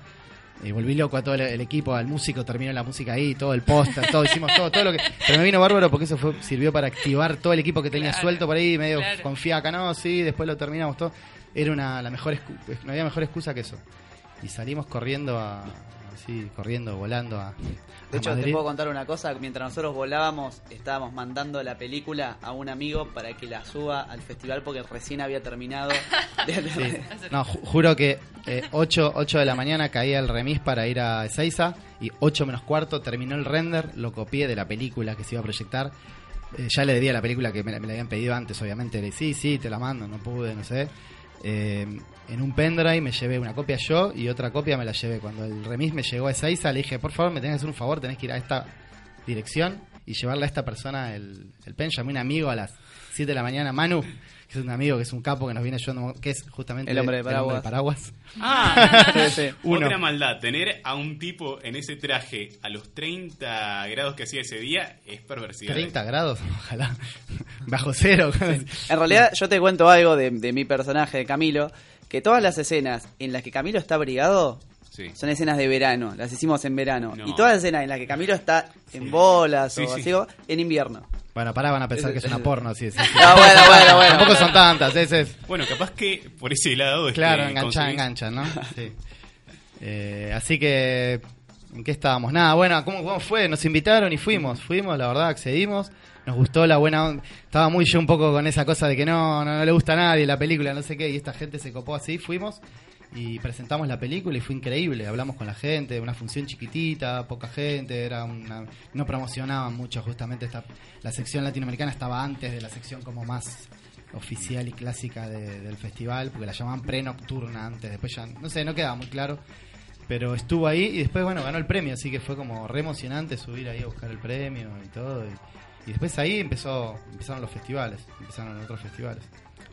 Eh, volví loco a todo el, el equipo, al músico, terminó la música ahí, todo el póster, todo, hicimos todo, todo lo que. Pero me vino bárbaro porque eso fue, sirvió para activar todo el equipo que tenía suelto por ahí, medio claro. confía acá, no, sí, después lo terminamos todo. Era una, la mejor excu- no había mejor excusa que eso. Y salimos corriendo a. así, corriendo, volando a. a De hecho, te Madrid. puedo contar una cosa. Mientras nosotros volábamos, estábamos mandando la película a un amigo para que la suba al festival porque recién había terminado. de- Sí. No, ju- juro que 8, de la mañana caía el remis para ir a Ezeiza y 8 menos cuarto terminó el render, lo copié de la película que se iba a proyectar. Eh, ya le debía la película que me la, me la habían pedido antes, obviamente. Le dije, sí, sí, te la mando, no pude, no sé. Eh, en un pendrive me llevé una copia yo y otra copia me la llevé. Cuando el remis me llegó a Ezeiza, le dije, por favor, me tenés que hacer un favor, tenés que ir a esta dirección y llevarle a esta persona el, el pen. Llamé a un amigo a las 7 de la mañana, Manu, que es un amigo, que es un capo que nos viene ayudando, que es justamente El hombre de paraguas. Ah, Uno. otra maldad. Tener a un tipo en ese traje a los 30 grados que hacía ese día es perversidad. 30 grados, ojalá. Bajo cero. En realidad, yo te cuento algo de, de mi personaje, de Camilo, que todas las escenas en las que Camilo está abrigado Sí. son escenas de verano, las hicimos en verano. No. Y todas las escenas en las que Camilo está en bolas Sí, o sí. así, o- en invierno. Bueno, pará, van a pensar que es una porno, sí, sí. sí. No, Ah, bueno, bueno, bueno. Tampoco son tantas, ese es. Bueno, capaz que por ese lado es Claro, que engancha, conseguís- engancha, ¿no? Sí. Eh, así que, ¿en qué estábamos? Nada, bueno, ¿cómo, cómo fue? Nos invitaron y fuimos, fuimos, la verdad, accedimos. Nos gustó la buena onda. Estaba muy yo un poco con esa cosa de que no, no, no le gusta a nadie la película, no sé qué. Y esta gente se copó así, fuimos y presentamos la película y fue increíble. Hablamos con la gente, una función chiquitita, poca gente, era una, no promocionaban mucho justamente esta, la sección latinoamericana estaba antes de la sección como más oficial y clásica de- del festival, porque la llamaban pre-nocturna antes, después ya, no sé, no quedaba muy claro. Pero estuvo ahí y después, bueno, ganó el premio, así que fue como re emocionante subir ahí a buscar el premio y todo. Y, y después ahí empezó empezaron los festivales, empezaron otros festivales.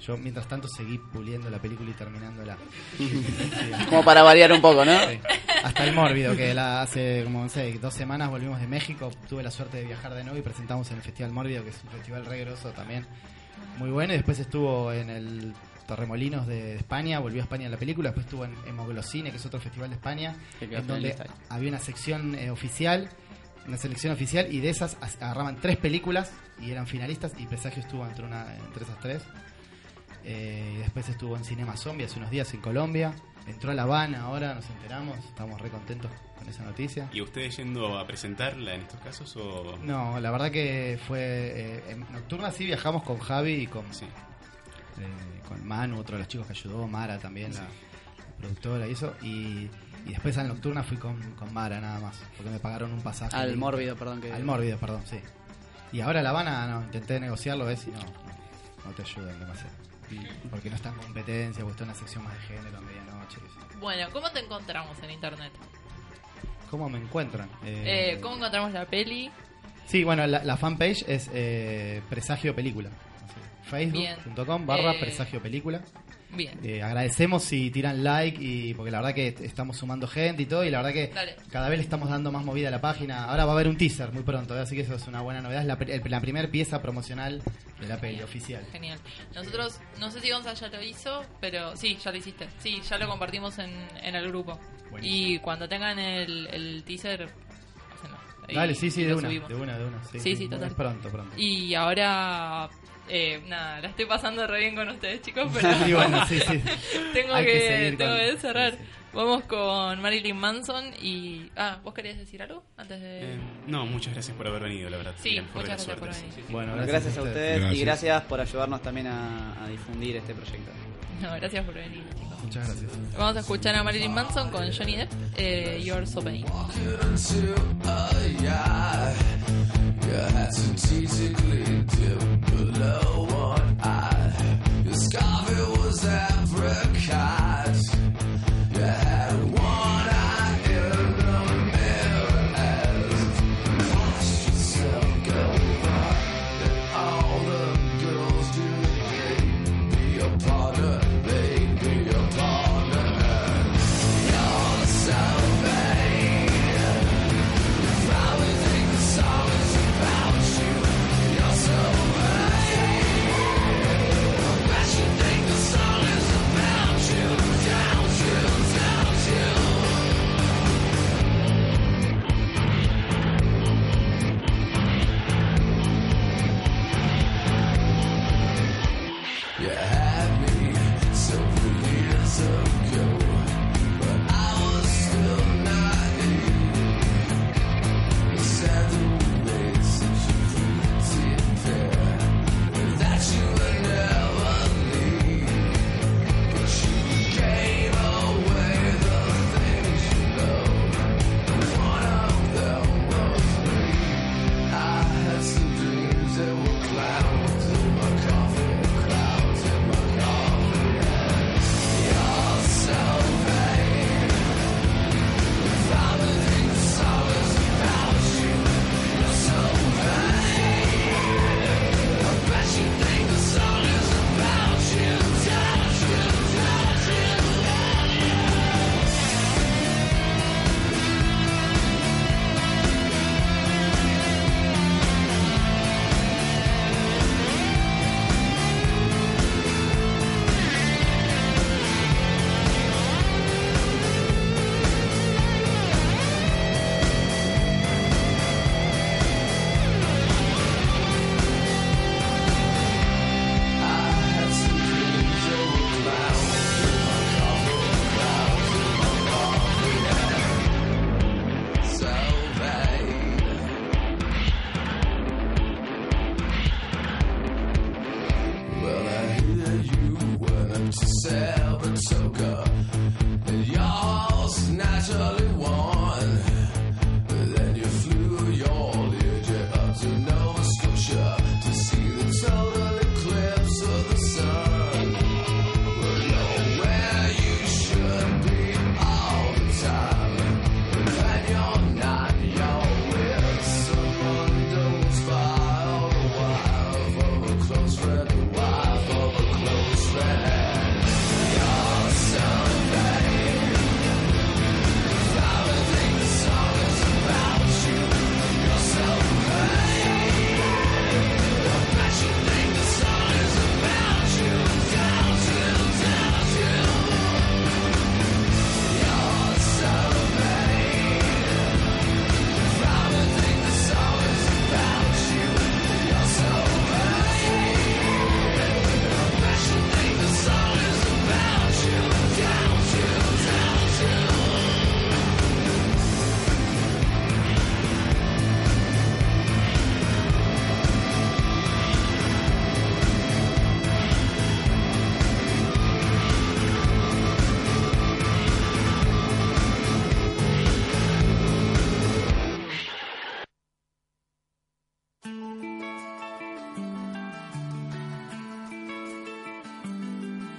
Yo, mientras tanto, seguí puliendo la película y terminándola. Sí. Como para variar un poco, ¿no? Sí. Hasta el mórbido, que la- hace como, no sé, dos semanas volvimos de México. Tuve la suerte de viajar de nuevo y presentamos en el Festival Mórbido, que es un festival re grosso también. Muy bueno. Y después estuvo en el Torremolinos de España, volvió a España en la película. Después estuvo en Hemoglosine, que es otro festival de España, Que quedó en donde finalista había una sección eh, oficial. Una selección oficial y de esas as- agarraban tres películas y eran finalistas y Presagio estuvo entre, una, entre esas tres. Eh, y después estuvo en Cinema Zombie hace unos días en Colombia. Entró a La Habana ahora, nos enteramos. Estamos re contentos con esa noticia. ¿Y ustedes yendo a presentarla en estos casos o...? No, la verdad que fue. eh, en Nocturna sí viajamos con Javi y con, eh, con Manu, otro de los chicos que ayudó, Mara también, la productora y eso. Y, y después a Nocturna fui con, con Mara nada más, porque me pagaron un pasaje. Al Mórbido, perdón, que- Al Mórbido, perdón, sí. Y ahora La Habana, no, intenté negociarlo, ves, y no, no, no te ayudan demasiado. Porque no está en competencia, porque está en una sección más de género, medianoche. qué sé yo. Bueno, ¿cómo te encontramos en internet? ¿Cómo me encuentran? Eh, Eh, ¿Cómo encontramos la peli? Sí, bueno, la, la fanpage es eh, Presagio Película. Facebook.com Bien. barra Eh, Presagio Película. Bien. Eh, agradecemos si tiran like y porque la verdad que estamos sumando gente y todo y la verdad que Dale. cada vez le estamos dando más movida a la página. Ahora va a haber un teaser muy pronto, ¿eh? así que eso es una buena novedad. Es la, pri- el- la primera pieza promocional de la peli oficial. Genial. Nosotros, no sé si Gonza ya lo hizo, pero sí, ya lo hiciste. Sí, ya lo compartimos en, en el grupo. Y cuando tengan el, el teaser, hácenlo. Ahí Dale, sí, sí, lo de una, subimos. de una, de una. Sí, Sí, sí, sí, muy total. pronto, pronto. Y ahora, eh, nada, la estoy pasando re bien con ustedes, chicos, pero Y bueno, sí, sí. tengo Hay que, que seguir tengo con- que cerrar. Vamos con Marilyn Manson y... Ah, ¿vos querés decir algo antes de...? Eh, no, muchas gracias por haber venido, la verdad. Sí, Mira, fue de muchas la gracias suerte. por venir. Bueno, gracias, gracias a a ustedes ustedes. y gracias por ayudarnos también a, a difundir este proyecto. No, gracias por venir, chicos. Muchas gracias. Vamos a escuchar a Marilyn Manson con Johnny Depp, eh, You're So Vain. Your strategically dipped below one eye. Your scarf it was apricot. You had one eye in the mirror as you watched yourself go by. And all the girls do they be a partner, they be a partner. And You're so vain. Everything's always about you. You're so vain.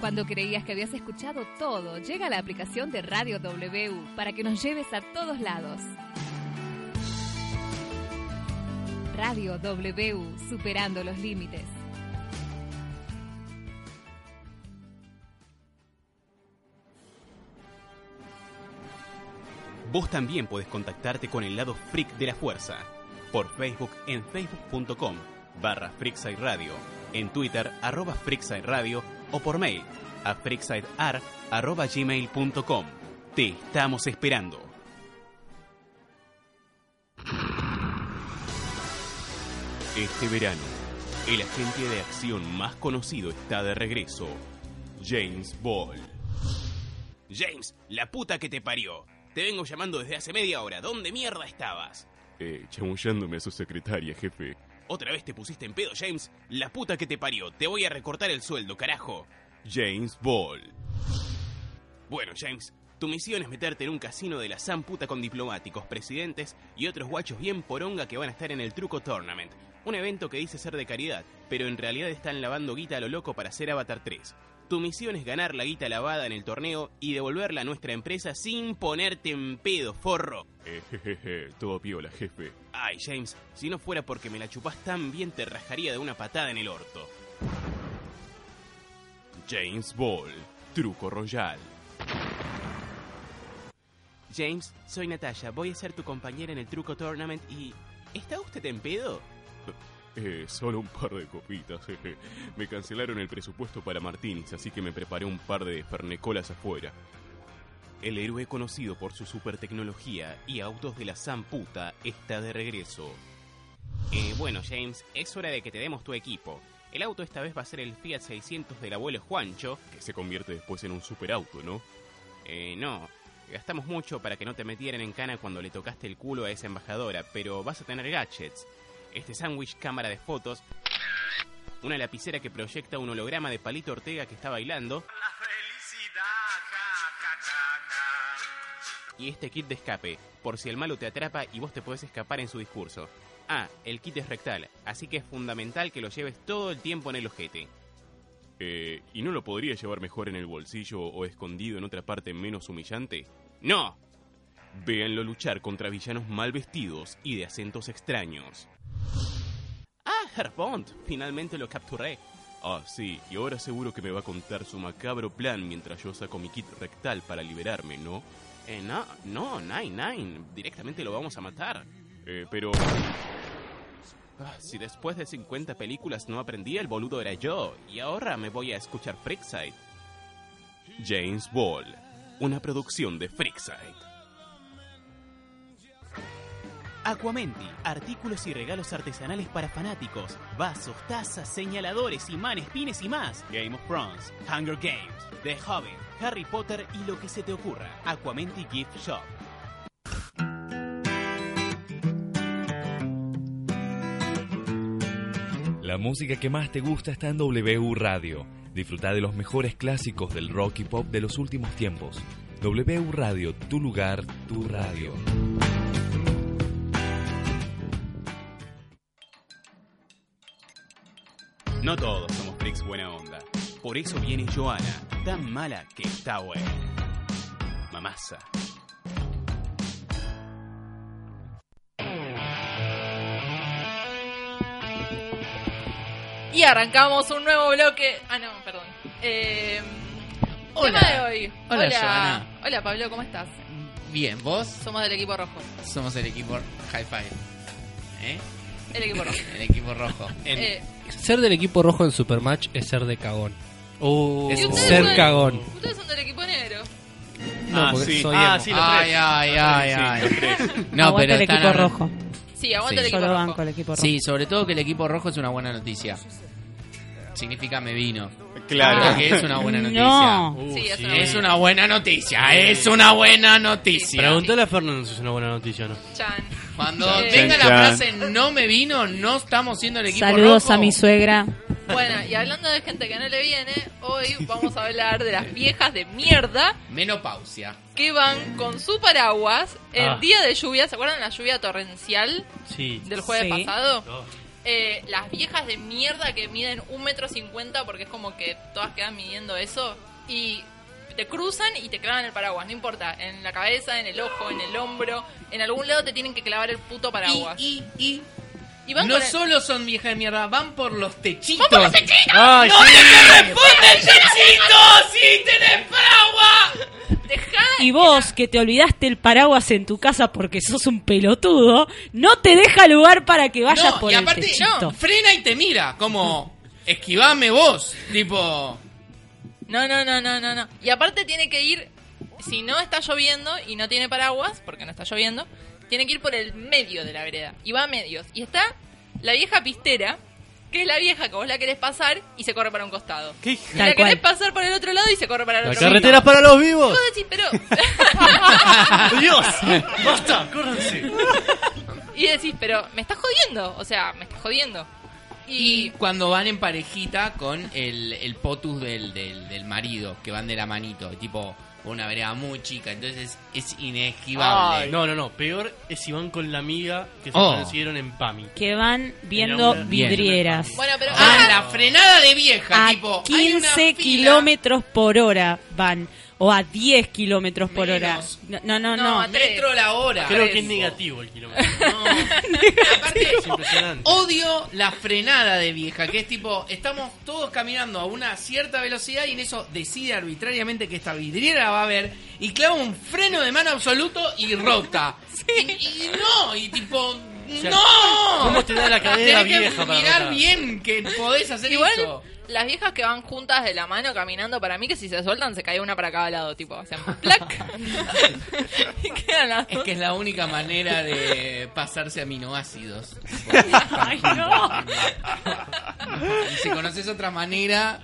Cuando creías que habías escuchado todo, llega la aplicación de Radio W para que nos lleves a todos lados. Radio W, superando los límites. Vos también podés contactarte con el lado freak de la fuerza. Por Facebook en facebook.com barra Freakside Radio, en Twitter arroba Freakside Radio o por mail a freaksidar arroba gmail.com. Te estamos esperando. Este verano, el agente de acción más conocido está de regreso, James Ball. James, la puta que te parió. Te vengo llamando desde hace media hora. ¿Dónde mierda estabas? Eh, chamullándome a su secretaria, jefe. ¿Otra vez te pusiste en pedo, James? La puta que te parió. Te voy a recortar el sueldo, carajo. James Ball. Bueno, James, tu misión es meterte en un casino de la san puta con diplomáticos, presidentes y otros guachos bien poronga que van a estar en el Truco Tournament. Un evento que dice ser de caridad, pero en realidad están lavando guita a lo loco para hacer Avatar 3. Tu misión es ganar la guita lavada en el torneo y devolverla a nuestra empresa sin ponerte en pedo, forro. Eh, jejeje, todo piola, jefe. Ay, James, si no fuera porque me la chupás tan bien te rajaría de una patada en el orto. James Ball. Truco Royal. James, soy Natalia, voy a ser tu compañera en el Truco Tournament y... ¿Está usted en pedo? Eh, solo un par de copitas, jeje. Me cancelaron el presupuesto para martinis, así que me preparé un par de fernecolas afuera. El héroe conocido por su super tecnología y autos de la Samputa está de regreso. Eh, bueno, James, es hora de que te demos tu equipo. El auto esta vez va a ser el Fiat 600 del abuelo Juancho. Que se convierte después en un superauto, ¿no? Eh, no. Gastamos mucho para que no te metieran en cana cuando le tocaste el culo a esa embajadora, pero vas a tener gadgets. Este sándwich cámara de fotos, una lapicera que proyecta un holograma de Palito Ortega que está bailando, y este kit de escape, por si el malo te atrapa y vos te podés escapar en su discurso. Ah, el kit es rectal, así que es fundamental que lo lleves todo el tiempo en el ojete. Eh, ¿y no lo podría llevar mejor en el bolsillo o escondido en otra parte menos humillante? ¡No! Véanlo luchar contra villanos mal vestidos y de acentos extraños. ¡Ah, Herr Bond! Finalmente lo capturé. Ah, sí, y ahora seguro que me va a contar su macabro plan mientras yo saco mi kit rectal para liberarme, ¿no? Eh, no, no, Nine, Nine. Directamente lo vamos a matar. Eh, pero... Ah, si después de 50 películas no aprendí, el boludo era yo. Y ahora me voy a escuchar Freakside. James Ball, una producción de Freakside. Aquamenti, artículos y regalos artesanales para fanáticos, vasos, tazas, señaladores, imanes, pines y más. Game of Thrones, Hunger Games, The Hobbit, Harry Potter y lo que se te ocurra. Aquamenti Gift Shop. La música que más te gusta está en W Radio. Disfruta de los mejores clásicos del rock y pop de los últimos tiempos. W Radio, tu lugar, tu radio. No todos somos freaks buena onda. Por eso viene Joana, tan mala que está buena. Mamasa. Y arrancamos un nuevo bloque. Ah, no, perdón. Eh, Hola. tema de hoy. Hola, Joana. Hola, Pablo, ¿cómo estás? Bien, vos Somos del equipo rojo. somos el equipo High Five. ¿Eh? El equipo rojo. El equipo rojo. Eh, Ser del equipo rojo en Supermatch es ser de cagón. Uh. es ¿y ustedes ser son- cagón. Ustedes son del equipo negro. No, Ah, porque sí. soy Ah, emo. sí, los Ay, tres. ay, Los ay, tres, sí, ay. los tres. No, Aguante pero el están equipo a- rojo. Sí, aguanta el Sí. equipo Solo rojo. banco el equipo rojo. Sí, sobre todo que el equipo rojo es una buena noticia. Significa me vino. Claro. Ah, que es una buena noticia. No. Uh, Sí, es sí. una es una buena noticia. Es una buena noticia. Pregúntale a Fernando si es una buena noticia o no. Chan. Cuando Chan, venga la chan. frase no me vino, no estamos siendo el equipo Saludos rojo. a mi suegra. Bueno, y hablando de gente que no le viene, hoy vamos a hablar de las viejas de mierda Menopausia. que van con su paraguas en Ah. día de lluvia. ¿Se acuerdan la lluvia torrencial Sí. del jueves pasado? eh, las viejas de mierda que miden un metro cincuenta porque es como que todas quedan midiendo eso y te cruzan y te clavan el paraguas, no importa, en la cabeza, en el ojo, en el hombro, en algún lado te tienen que clavar el puto paraguas. Y, y, y van no con el- solo son viejas de mierda, van por los techitos. ¡Van por los techitos! ¡Ay, ¡No sí! me responde el techito! ¡Sí, tenés paraguas! Ah, Y vos, que te olvidaste el paraguas en tu casa porque sos un pelotudo, no te deja lugar para que vayas No, por y el aparte, techito. no, frena y te mira, como, esquivame vos, tipo... No, no, no, no, no, no. Y aparte tiene que ir, si no está lloviendo y no tiene paraguas, porque no está lloviendo, tiene que ir por el medio de la vereda. Y va a medios. Y está la vieja pistera, que es la vieja que vos la querés pasar y se corre para un costado. ¿Qué Y la Tal cual. querés pasar por el otro lado y se corre para el La otro lado. carretera es para los Y vivos. vos decís, pero... ¡Dios! ¡Basta! ¡Córranse! y decís, pero me estás jodiendo. O sea, me estás jodiendo. Y cuando van en parejita con el, el potus del, del, del marido, que van de la manito, tipo una vereda muy chica, entonces es inesquivable. Ay, No, no, no. Peor es si van con la amiga que se Oh. conocieron en PAMI. Que van viendo Bien. vidrieras. Bueno, pero... Ah, Ah, la frenada de vieja, a tipo. hay una 15 kilómetros por hora van. O a 10 kilómetros por hora. No, no, no. No, a tres trolas la hora. Creo que es negativo el kilómetro. Es impresionante. Odio la frenada de vieja, que es tipo, estamos todos caminando a una cierta velocidad y en eso decide arbitrariamente que esta vidriera va a ver y clava un freno de mano absoluto y rota. Y, y no, y tipo, sea, ¡no! ¿cómo te da la cadera Tenés que vieja para mirar rotar? bien que podés hacer Igual, eso. las viejas que van juntas de la mano caminando, para mí que si se sueltan se cae una para cada lado, tipo, o sea, plac. y quedan las Es que es la única manera de pasarse aminoácidos. Ay, no. Y si conoces otra manera,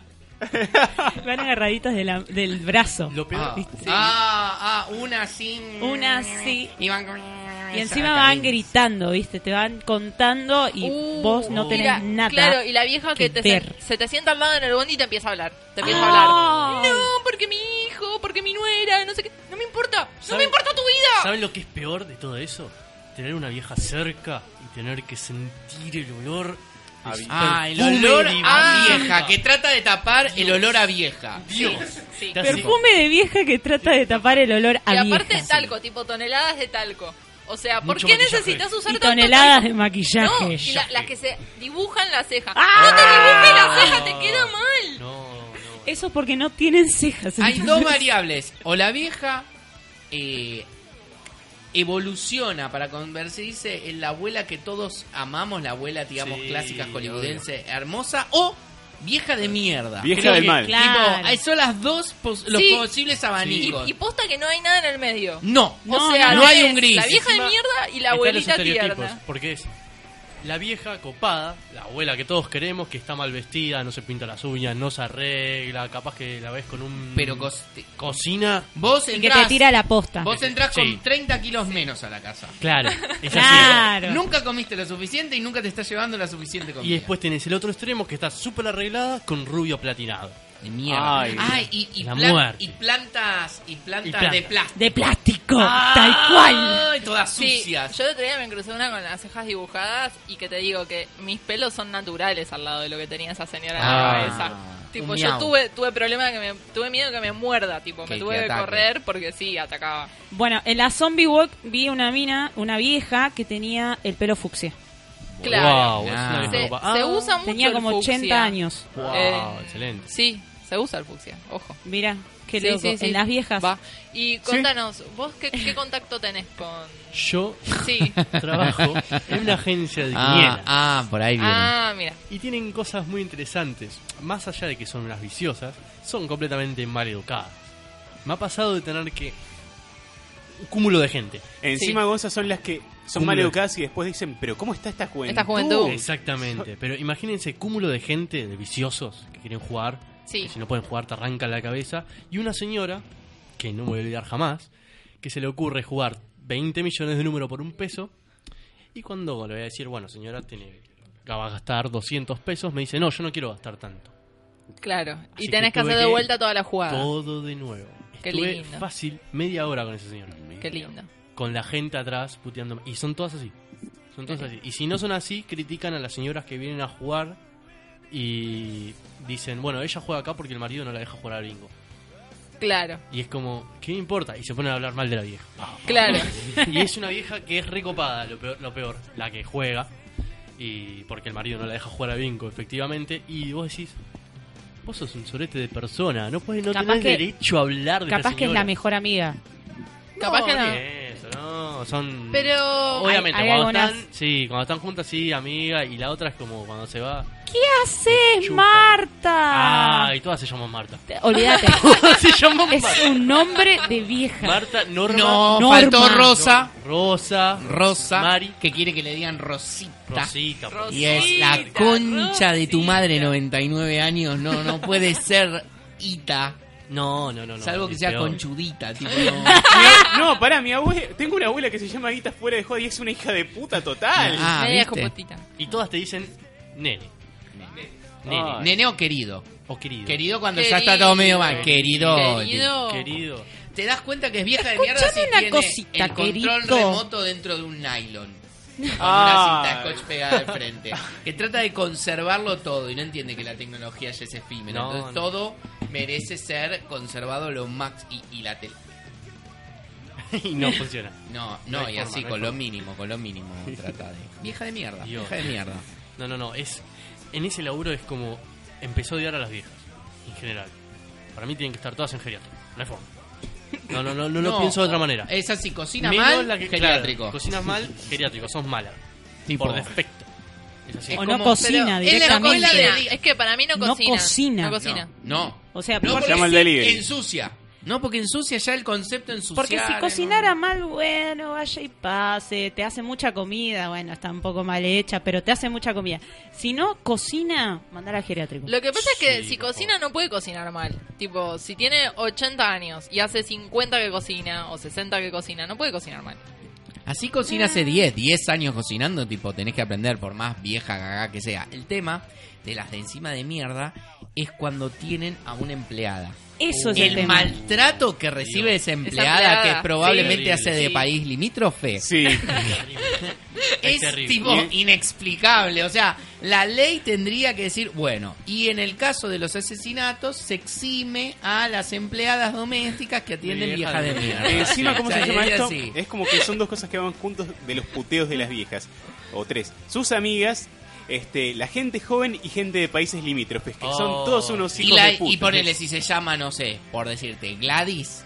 Van agarraditas de la- del brazo. Ah, ¿viste? ah, ah, una sin. Una así. Y, van- Y encima van gritando, ¿viste? Te van contando y vos no tenés Mira, nada. Claro, y la vieja que, te se, ver. se te sienta al lado en el bondi y te empieza a hablar. Te empieza a Ay. hablar. No, porque mi hijo, porque mi nuera, no sé qué. No me importa, no me ¿Saben- importa tu vida. ¿Saben lo que es peor de todo eso? Tener una vieja cerca y tener que sentir el olor. de su Ah, el perfume olor de Ah. a vieja, que trata de tapar el olor a vieja. Dios. Te hace- Perfume de vieja que trata de tapar el olor a Y aparte vieja. talco, tipo toneladas de talco. O sea, ¿por Mucho qué maquillaje. necesitas usar Y tanto toneladas talco? de maquillaje. No, y la- las que se dibujan las cejas. ¡Ah! No te dibujes las cejas, te queda mal. Eso es porque no tienen cejas. Hay ¿entendés? dos variables. O la vieja eh, evoluciona para convertirse en la abuela que todos amamos, la abuela, digamos, Sí, clásica hollywoodense, hermosa, o vieja de mierda. Vieja del que- mal. Tipo, Claro. ahí son las dos pos- los Sí. posibles abanicos. Y, y posta que no hay nada en el medio. No, o no, sea, no hay es un gris. La vieja de Encima, mierda y la Están los abuelita estereotipos, tierna. Porque es la vieja copada, la abuela que todos queremos, que está mal vestida, no se pinta las uñas, no se arregla, capaz que la ves con un... Pero cocina. Vos Y que te tira la posta. Vos entrás Sí. con 30 kilos menos a la casa. Claro. es así. Claro. Nunca comiste lo suficiente y nunca te estás llevando la suficiente comida. Y después tenés el otro extremo que está súper arreglada con rubio platinado. De mierda. Ay, y, y la plan- muerte. y plantas, y plantas Y planta. de plástico. De plástico, tal Ay, cual. todas Sí, sucias. yo el otro día me crucé una con las cejas dibujadas y que te digo que mis pelos son naturales al lado de lo que tenía esa señora Ah, en la cabeza. un Tipo, yo miau. tuve, tuve problema que me, tuve miedo que me muerda, tipo, Que me te tuve que ataque. correr porque sí, atacaba. Bueno, en la Zombie Walk vi una mina, una vieja que tenía el pelo fucsia. Claro. Wow, es una vieja Se, copada. se Ah. usa mucho Tenía el como fucsia. 80 años. Wow, Eh, excelente. Sí, se usa el fucsia, ojo. Mira, qué Sí, loco. sí, sí. En las viejas. Y contanos, ¿vos qué, qué contacto tenés con...? Ah, Yo Sí. trabajo en una agencia de Ah, Viena. ah, por ahí viene. Ah, mira. Y tienen cosas muy interesantes. Más allá de que son unas viciosas, son completamente mal educadas. Me ha pasado de tener que. Un cúmulo de gente. Encima, Gonza, son las que son Cúmulo. mal educadas y después dicen, pero ¿cómo está esta juventud? Exactamente. Pero imagínense cúmulo de gente, de viciosos, que quieren jugar. Sí. que si no pueden jugar, te arrancan la cabeza. Y una señora, que no me voy a olvidar jamás, que se le ocurre jugar 20 millones de números por un peso. Y cuando le voy a decir, bueno, señora, tiene, va a gastar 200 pesos, me dice, no, yo no quiero gastar tanto. Claro, Así y tenés que, tuve hacer de vuelta toda la jugada. Todo de nuevo. Qué Estuve lindo. fácil media hora con ese señor. Qué lindo. Con la gente atrás puteándome. Y son todas así. Son todos así. Y si no son así, critican a las señoras que vienen a jugar y dicen, bueno, ella juega acá porque el marido no la deja jugar al bingo. Claro. Y es como, ¿qué me importa? Y se ponen a hablar mal de la vieja. Claro. y es una vieja que es recopada, lo peor, lo peor, la que juega. Y porque el marido no la deja jugar a bingo, efectivamente. Y vos decís, vos sos un sorete de persona, no, podés, no Capaz tenés que- derecho a hablar de Capaz esta que es señora. la mejor amiga. Capaz que no. ni eso, no, son... Pero- Obviamente, Hay- hay cuando, algunas- están, sí, cuando están juntas, sí, amiga, y la otra es como cuando se va... ¿Qué haces, Marta? Ah, y todas se llaman Marta. Olvídate. se llama es un nombre de vieja. Marta, Norma... No, Norma. faltó Rosa. Rosa. Rosa, Mari. que quiere que le digan Rosita. Rosita. por Y es la Rosita, concha de tu madre, 99 años. No, no puede ser Ita. No, no, no. no Salvo que es sea peor. conchudita, tipo. Mi- no, pará, mi abuela. Tengo una abuela que se llama Guita Fuera de Joda y es una hija de puta total. Ah, Media ¿viste? jopotita. Y todas te dicen nene. Nene. Nene. Nene o querido. O querido. Querido cuando ya está todo medio mal. Querido. Querido. Te das cuenta que es vieja de Escuchame mierda si una tiene cosita, el control querido. remoto dentro de un nylon. Con Ah. una cinta de scotch pegada al frente. Que trata de conservarlo todo y no entiende que la tecnología ya es efímera. No, Entonces no. todo merece ser conservado lo max y, y la tele. y no funciona. No, no, hay y forma, así no hay con lo forma. mínimo, con lo mínimo trata de. Vieja de mierda, Dios. vieja de mierda. No, no, no. Es, en ese laburo es como. Empezó a odiar a las viejas. En general. Para mí tienen que estar todas en geriátrico. No hay forma. No, no, no, no, lo No, pienso de otra manera. es así, cocina Menos mal, la que- geriátrico. claro, cocinas mal, geriátrico. Sos mala. Tipo. Por defecto. Es así. O no cocina directamente. Es, la escuela de- es que para mí no No cocina. cocina. No cocina. No. O sea, no porque porque Llama al sí delivery. ensucia. No, porque ensucia ya el concepto ensuciar. Porque si ¿no? cocinara mal, bueno, vaya y pase, te hace mucha comida, bueno, está un poco mal hecha, pero te hace mucha comida. Si no cocina, mandar al geriátrico. Lo que pasa es que si cocina no puede cocinar mal. Tipo, si tiene 80 años y hace 50 que cocina o 60 que cocina, no puede cocinar mal. Así cocina hace 10, 10 años cocinando, tipo, tenés que aprender por más vieja gaga que sea. El tema de las de encima de mierda es cuando tienen a una empleada. Eso es el tema. maltrato que recibe esa empleada, Esa empleada, que es probablemente sí. hace de Sí. país limítrofe. Sí. es terrible. tipo inexplicable. O sea, la ley tendría que decir, bueno, y en el caso de los asesinatos se exime a las empleadas domésticas que atienden viejas de mierda. Eh, Encima, ¿cómo O sea, se llama es esto? así. Es como que son dos cosas que van juntos de los puteos de las viejas. O tres. Sus amigas, este, la gente joven y gente de países limítrofes, que Oh. son todos unos Oh. y, hijos la- de puta. y ponele, si se llama, no sé, por decirte, Gladys.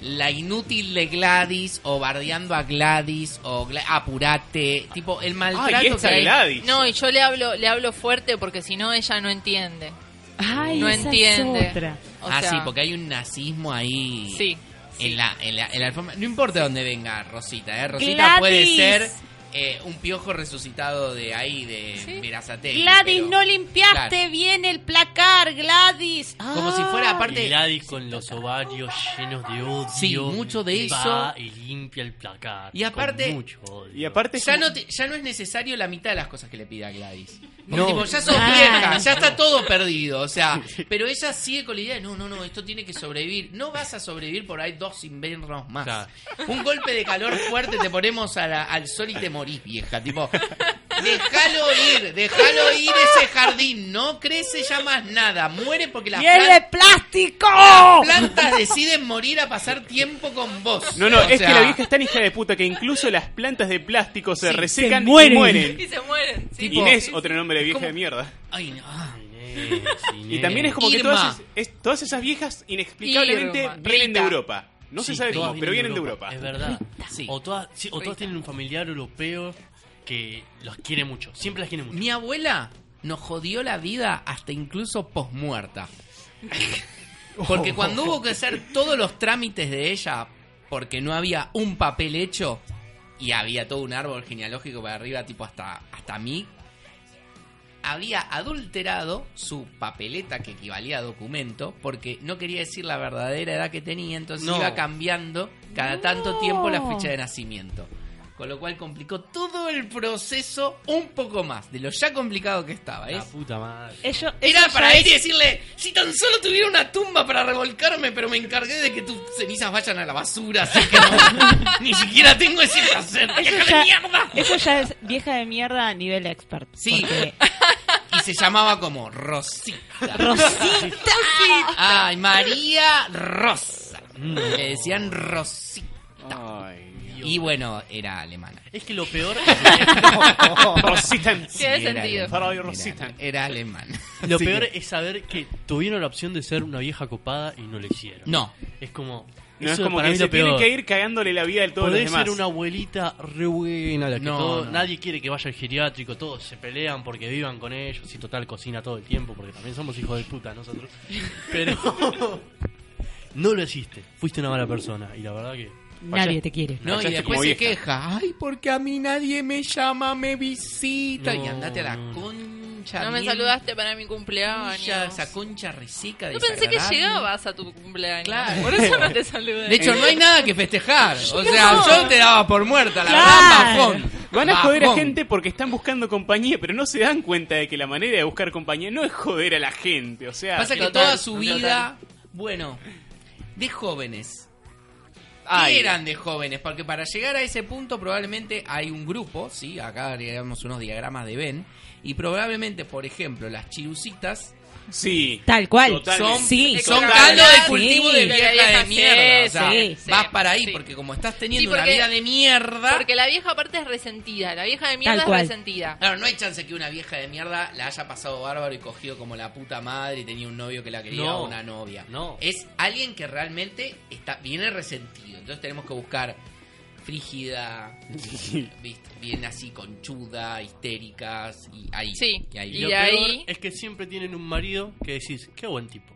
La inútil de Gladys, o bardeando a Gladys, o Gla- apurate. Tipo, el maltrato que hay. No, y yo le hablo, le hablo fuerte porque si no ella no entiende. Ay, no esa es entiende. otra. O ah, sea, sí, porque hay un nazismo ahí. Sí. En la, en la, en la alfombra. No importa dónde venga Rosita, ¿eh? Rosita Gladys. puede ser eh, un piojo resucitado de ahí, de Berazategui, Gladys, pero- no limpiaste Claro. bien el placar, Gladys. Como si fuera, aparte- Y Ah. Gladys con los ovarios llenos de odio. Sí, mucho de va eso. y limpia el placar. Y aparte- con mucho odio. Y aparte Ya no, te- ya no es necesario la mitad de las cosas que le pida Gladys. Porque No. tipo, ya sos Ah. vieja, ya está todo perdido. O sea, pero ella sigue con la idea de no, no, no, esto tiene que sobrevivir. No vas a sobrevivir por ahí dos inviernos más. Claro. Un golpe de calor fuerte te ponemos a la- al sol y te morís, vieja. Tipo, déjalo ir, déjalo ir ese jardín. No crece ya más nada. Muere porque las, ¡Y es de plan- plástico! las plantas deciden morir a pasar tiempo con vos. No, no, O es sea, que la vieja es tan hija de puta que incluso las plantas de plástico se Sí, resecan se mueren. y mueren. Y se mueren. sí. Inés, otro nombre de vieja ¿Cómo? de mierda. Ay, no. Y también es como que Irma. todas, es- es- todas esas viejas inexplicablemente Irma, vienen de Rita. Europa. No se Sí, sabe todas cómo, pero vienen de Europa. Es verdad. Sí. O todas, sí, o todas tienen un familiar europeo que los quiere mucho. Siempre las quiere mucho. Mi abuela nos jodió la vida hasta incluso posmuerta. Porque cuando hubo que hacer todos los trámites de ella, porque no había un papel hecho y había todo un árbol genealógico para arriba, tipo hasta, hasta mí, había adulterado su papeleta que equivalía a documento porque no quería decir la verdadera edad que tenía, entonces No. iba cambiando cada tanto No. tiempo la fecha de nacimiento. Con lo cual complicó todo el proceso un poco más de lo ya complicado que estaba. ¿es? puta madre. Ello- Era eso para ya ir y es- decirle, si tan solo tuviera una tumba para revolcarme, pero me encargué de que tus cenizas vayan a la basura, así que no, ni siquiera tengo ese placer. Eso ¡Vieja de ya, mierda! eso ya es vieja de mierda a nivel expert. Sí. porque- Y se llamaba como Rosita. Rosita. Ay, María Rosa. Mm, Le decían Rosita. y bueno, era alemana. Es que lo peor. Sí, era alemana, Era, alemán. Lo peor es saber que tuvieron la opción de ser una vieja copada y no lo hicieron. No. Es como. No, es eso como para que mí se lo peor. tiene que ir cagándole la vida del todo los Podés demás. ser una abuelita re buena, la que No, todo- no. nadie quiere que vaya al geriátrico, todos se pelean porque vivan con ellos y total cocina todo el tiempo, porque también somos hijos de puta nosotros. Pero no lo hiciste, fuiste una mala persona y la verdad que... Nadie te quiere. No, y después se queja. Ay, porque a mí nadie me llama, me visita. y andate a la concha. No me mil saludaste para mi cumpleaños. millas, Esa concha risica de Yo pensé que llegabas a tu cumpleaños. Claro. Por eso no te saludé. De hecho, no hay nada que festejar. O sea, No. yo te daba por muerta, la verdad, bajón. Van a joder a Bajón. gente porque están buscando compañía, pero no se dan cuenta de que la manera de buscar compañía no es joder a la gente. O sea, Pasa que Total, toda su total. vida, bueno, de jóvenes. ¿Qué Ay. eran de jóvenes? Porque para llegar a ese punto probablemente hay un grupo, ¿sí? Acá digamos unos diagramas de Ben. Y probablemente, por ejemplo, las chirucitas... Sí. Tal cual. Son, Sí, son total. caldo de cultivo Sí. de vieja de Sí, mierda. O sea, sí, sí. vas para ahí Sí. porque como estás Sí, teniendo una vida de mierda... Porque la vieja aparte es resentida. La vieja de Tal mierda es cual. resentida. Claro, no hay chance que una vieja de mierda la haya pasado bárbaro y cogido como la puta madre y tenía un novio que la quería No, o una novia. no. Es alguien que realmente está viene resentido. Entonces tenemos que buscar frígida, ¿viste? bien así conchuda, histéricas y ahí. Sí, Y ahí. Y lo peor es que siempre tienen un marido que decís, qué buen tipo.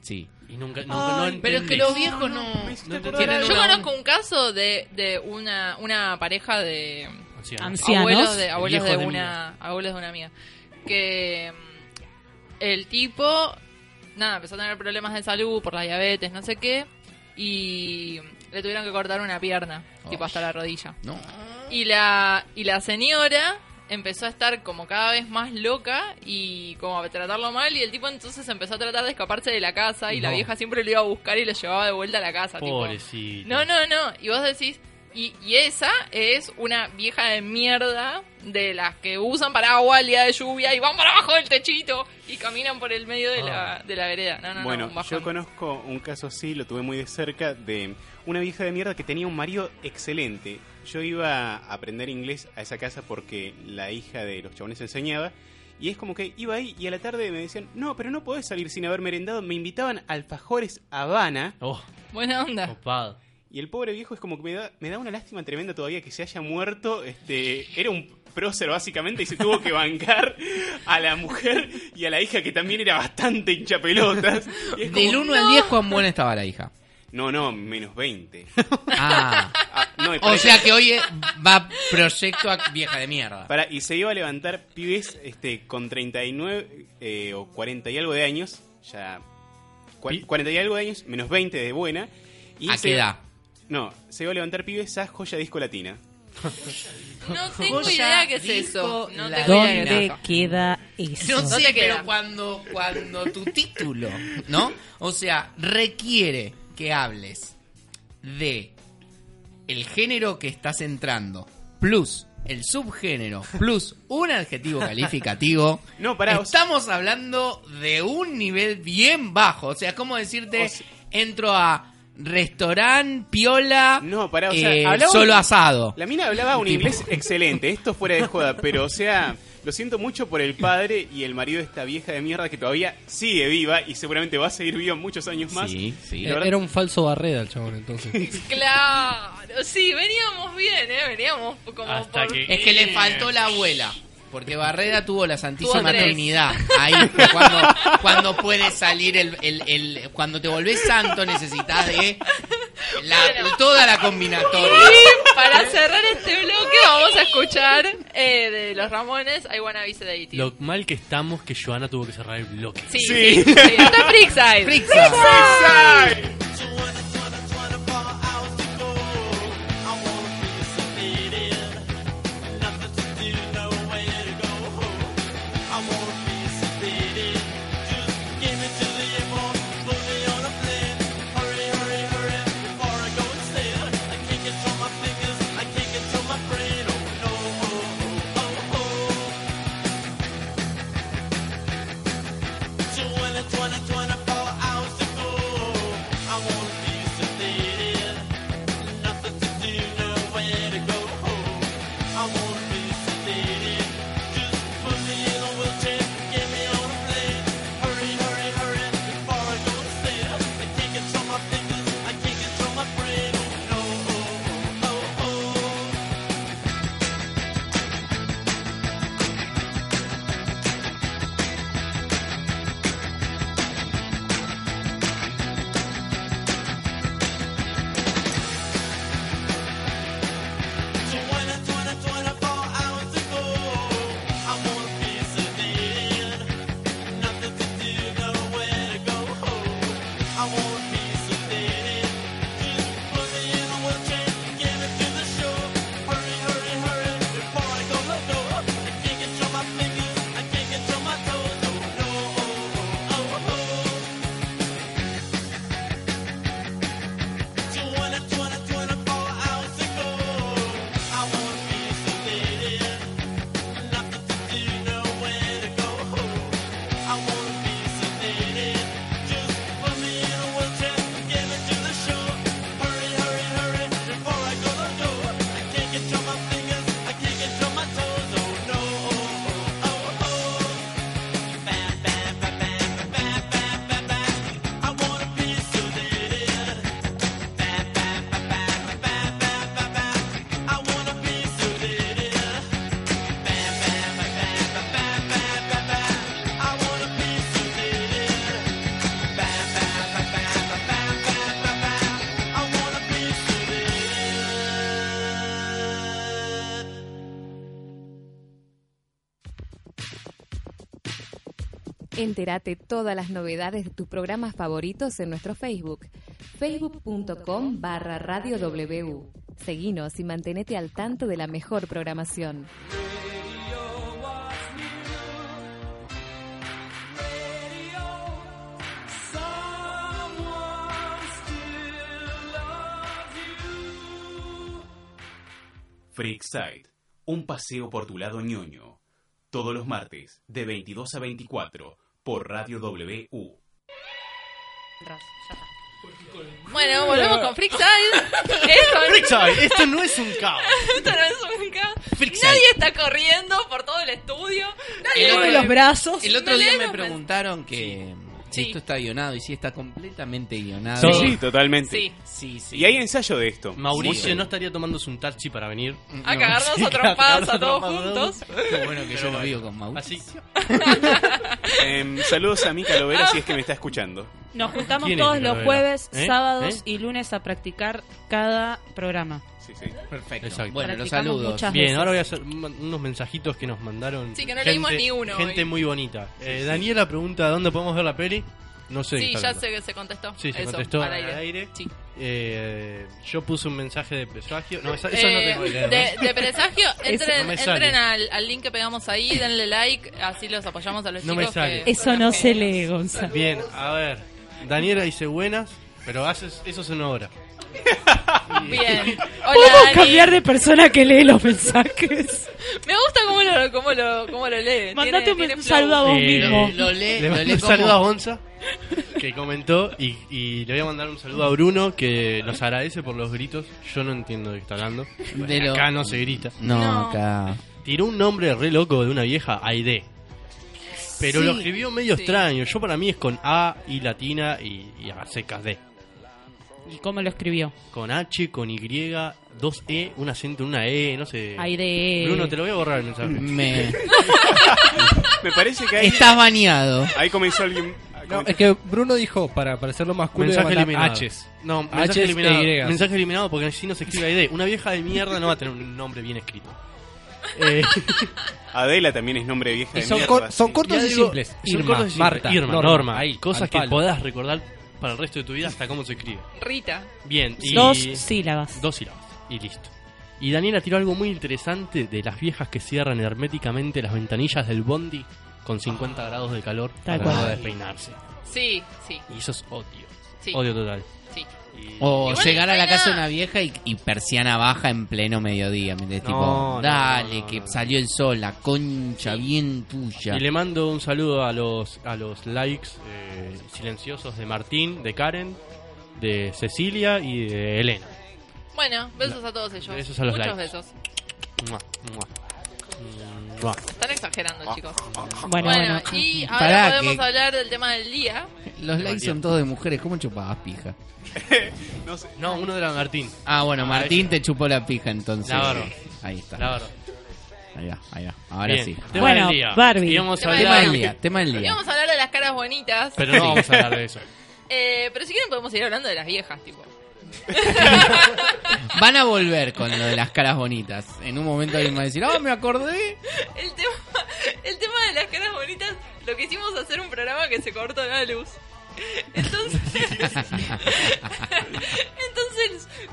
Sí. Y nunca, nunca Ay, no pero es que entendés. los viejos no- No me te hiciste acordar tienen Yo una- conozco un caso de, de una, una pareja de Ancianos. abuelos de, El abuelos de, viejo de una abuelos de una amiga que mm, el tipo nada empezó a tener problemas de salud por la diabetes no sé qué y le tuvieron que cortar una pierna tipo hasta la rodilla No. y la y la señora empezó a estar como cada vez más loca y como a tratarlo mal y el tipo entonces empezó a tratar de escaparse de la casa y la No. vieja siempre lo iba a buscar y lo llevaba de vuelta a la casa tipo. Pobrecito. No, no, no. Y vos decís, y, y esa es una vieja de mierda de las que usan paraguas el día de lluvia y van para abajo del techito y caminan por el medio de, Ah. la, de la vereda. No, no, bueno, no. un bajón. yo conozco un caso así, lo tuve muy de cerca, de una vieja de mierda que tenía un marido excelente. Yo iba a aprender inglés a esa casa porque la hija de los chabones enseñaba. Y es como que iba ahí y a la tarde me decían, no, pero no podés salir sin haber merendado. Me invitaban a alfajores Habana. Buena onda. Y el pobre viejo es como que me da, me da una lástima tremenda todavía que se haya muerto. Este, era un prócer básicamente y se tuvo que bancar a la mujer y a la hija que también era bastante hinchapelotas. Y es Del como, 1 al 10, ¿cuán buena estaba la hija? No, no, menos 20. Ah. Ah, no, y o para- sea que hoy es- va proyecto a vieja de mierda. para- y se iba a levantar pibes este, con 39 eh, o 40 y algo de años. Ya. cua- 40 y algo de años, menos 20 de buena. Y ¿A se- qué edad? No, se iba a levantar pibes a joya disco latina. No tengo Joya idea qué es dijo eso. No la tengo idea qué es ¿Dónde Mira. queda eso? No sé, pero cuando, cuando tu título, ¿no? O sea, requiere que hables de el género que estás entrando, plus el subgénero, plus un adjetivo calificativo. No, pará, o sea- Estamos hablando de un nivel bien bajo. O sea, ¿cómo decirte? entro a restaurant, piola, No, pará, o sea, eh, hablaba un- solo asado. La mina hablaba un Tipo. inglés excelente, esto fuera de joda, pero o sea, lo siento mucho por el padre y el marido de esta vieja de mierda que todavía sigue viva y seguramente va a seguir viva muchos años más. Sí, sí. Era era un falso barreda el chabón entonces. Claro, sí, veníamos bien, ¿eh? Veníamos como Hasta por... que- Es que le faltó la abuela. Porque Barrera tuvo la Santísima Tuvo tres. Trinidad. Ahí fue cuando, cuando puede salir el, el- el- Cuando te volvés santo necesitas de la- toda la combinatoria. Y para cerrar este bloque vamos a escuchar eh, de los Ramones I Wanna Be Sedated. Lo mal que estamos que Joana tuvo que cerrar el bloque. Sí, sí, sí. Está Freakside. Freakside. I wanna feel sedated. Oh, oh, Entérate todas las novedades de tus programas favoritos en nuestro Facebook, facebook.com barra radio W. Seguinos y mantenete al tanto de la mejor programación. Freakside, un paseo por tu lado ñoño. Todos los martes, de 22 a 24, por Radio WU. Bueno, volvemos con Freakside. Freakside, esto no es un caos. Esto no es un caos. Freakside. Nadie está corriendo por todo el estudio. Nadie mueve día- los brazos. El otro No día lee me los preguntaron que si Sí. esto está guionado y si está completamente guionado. Sí, sí, totalmente. Sí. Sí, sí. Y hay ensayo de esto. Mauricio Muy- no estaría tomando un taxi para venir. A No. cagarnos Sí, a trompadas a cagarnos todos trompadas. juntos. Qué bueno que yo Pero no bueno. vivo con Mauricio. Em, saludos a Mica Lovera si es que me está escuchando. Nos juntamos ¿Quién es todos el los novela? jueves, ¿Eh? sábados ¿Eh? y lunes a practicar cada programa. Sí, sí. Perfecto. Exacto. Bueno, los Practicamos saludos. muchas Bien, veces. ahora voy a hacer un- unos mensajitos que nos mandaron. Sí, que no leímos ni uno Gente hoy. muy bonita. Eh, Daniela pregunta: ¿dónde podemos ver la peli? No sé. Sí, está ya bien. se, se contestó. Sí, se Eso, contestó al aire. al aire. Sí. Eh, yo puse un mensaje de presagio. No, esa- eso no Eh, tengo idea. ¿no? de, de presagio, Eso no entren, me sale. entren al, al link que pegamos ahí, denle like, así los apoyamos a los No me chicos. sale. que- Eso no se lee, Gonzalo. Bien, a ver. Daniela dice buenas, pero haces, eso es una hora. Bien. ¿Podemos Hola, Dani. cambiar de persona que lee los mensajes? Me gusta cómo lo, cómo lo, cómo lo lee. Mandate Tiene- un tiene flow. saludo a vos Eh, mismo. lo- Le mando un saludo a Gonza, que comentó, y, y le voy a mandar un saludo a Bruno, que nos agradece por los gritos. Yo no entiendo de qué está hablando. De lo- Acá no se grita. No, acá. Tiró un nombre re loco de una vieja, Aide. Pero Sí, lo escribió medio sí. extraño. Yo para mí es con A y latina y, y a secas D. ¿Y cómo lo escribió? Con H, con Y, dos E, un acento en una E, no sé. Aide. Bruno, te lo voy a borrar el mensaje. Me- ¿Eh? Me parece que ahí, Estás bañado. ahí comenzó alguien. No, es que Bruno dijo, para parecerlo más cool, Mensaje iba a mandar eliminado. H's. No, H's mensaje e eliminado. Ys. Mensaje eliminado porque así no se escribe ID. Una vieja de mierda no va a tener un nombre bien escrito. Eh, Adela también es nombre de vieja de y son mierda. cor- sí. son cortos y algo- simples. son cortos y simples. Irma, Norma. cosas que podás recordar para el resto de tu vida hasta cómo se escribe. Rita. Bien. y- Dos sílabas. Dos sílabas. Y listo. Y Daniela tiró algo muy interesante de las viejas que cierran herméticamente las ventanillas del bondi con 50 grados de calor Tal para cual. despeinarse. Sí, sí. Y eso es odio. Sí. Odio total. Sí. O Igual llegar a la hay nada- casa de una vieja y, y persiana baja en pleno mediodía. ¿me entendés? No, tipo, no, dale, no, no, que no. salió el sol, la concha bien tuya. Y le mando un saludo a los a los likes eh, silenciosos de Martín, de Karen, de Cecilia y de Elena. Bueno, besos a todos ellos. Besos a los Muchos likes. besos. Mua, mua, mua. Están exagerando, chicos. Bueno, bueno. y ahora Pará, podemos que- hablar del tema del día. Los likes son todos de mujeres. ¿Cómo chupabas pija? No, uno era Martín. Ah, bueno, Ah, Martín te chupó la pija entonces. La barro. Ahí está. La barro. Ahí va, ahí va. Ahora Bien, sí. tema Bueno, del día. Barbie. Íbamos a Tema hablar- del día, tema del día. Íbamos a hablar de las caras bonitas. Pero no vamos a hablar de eso. Eh, pero si quieren podemos seguir hablando de las viejas, tipo. Van a volver con lo de las caras bonitas. En un momento alguien va a decir, oh, me acordé. El tema, el tema de las caras bonitas, lo que hicimos hacer un programa que se cortó la luz. Entonces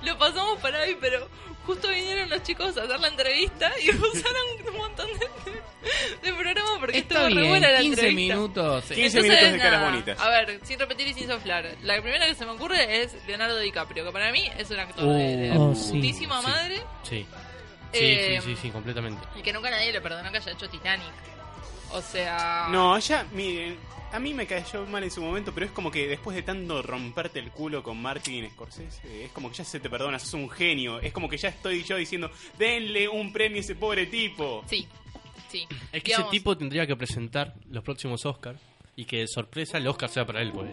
lo pasamos para hoy, pero justo vinieron los chicos a hacer la entrevista y usaron un montón de, de programa porque Está estuvo re bien, buena la 15 entrevista. minutos. 15 minutos de caras bonitas. A ver, sin repetir y sin soflar. La primera que se me ocurre es Leonardo DiCaprio, que para mí es un actor de, de oh, Uh, putísima sí, madre Sí. Sí, Eh, sí, sí, sí, completamente. y que nunca nadie le perdonó que haya hecho Titanic. O sea... No, ella, miren, a mí me cayó mal en su momento, pero es como que después de tanto romperte el culo con Martin Scorsese, es como que ya se te perdona, sos un genio. Es como que ya estoy yo diciendo, denle un premio a ese pobre tipo. Sí, sí. Es que ese tipo tendría que presentar los próximos Oscars y que de sorpresa el Oscar sea para él, pues.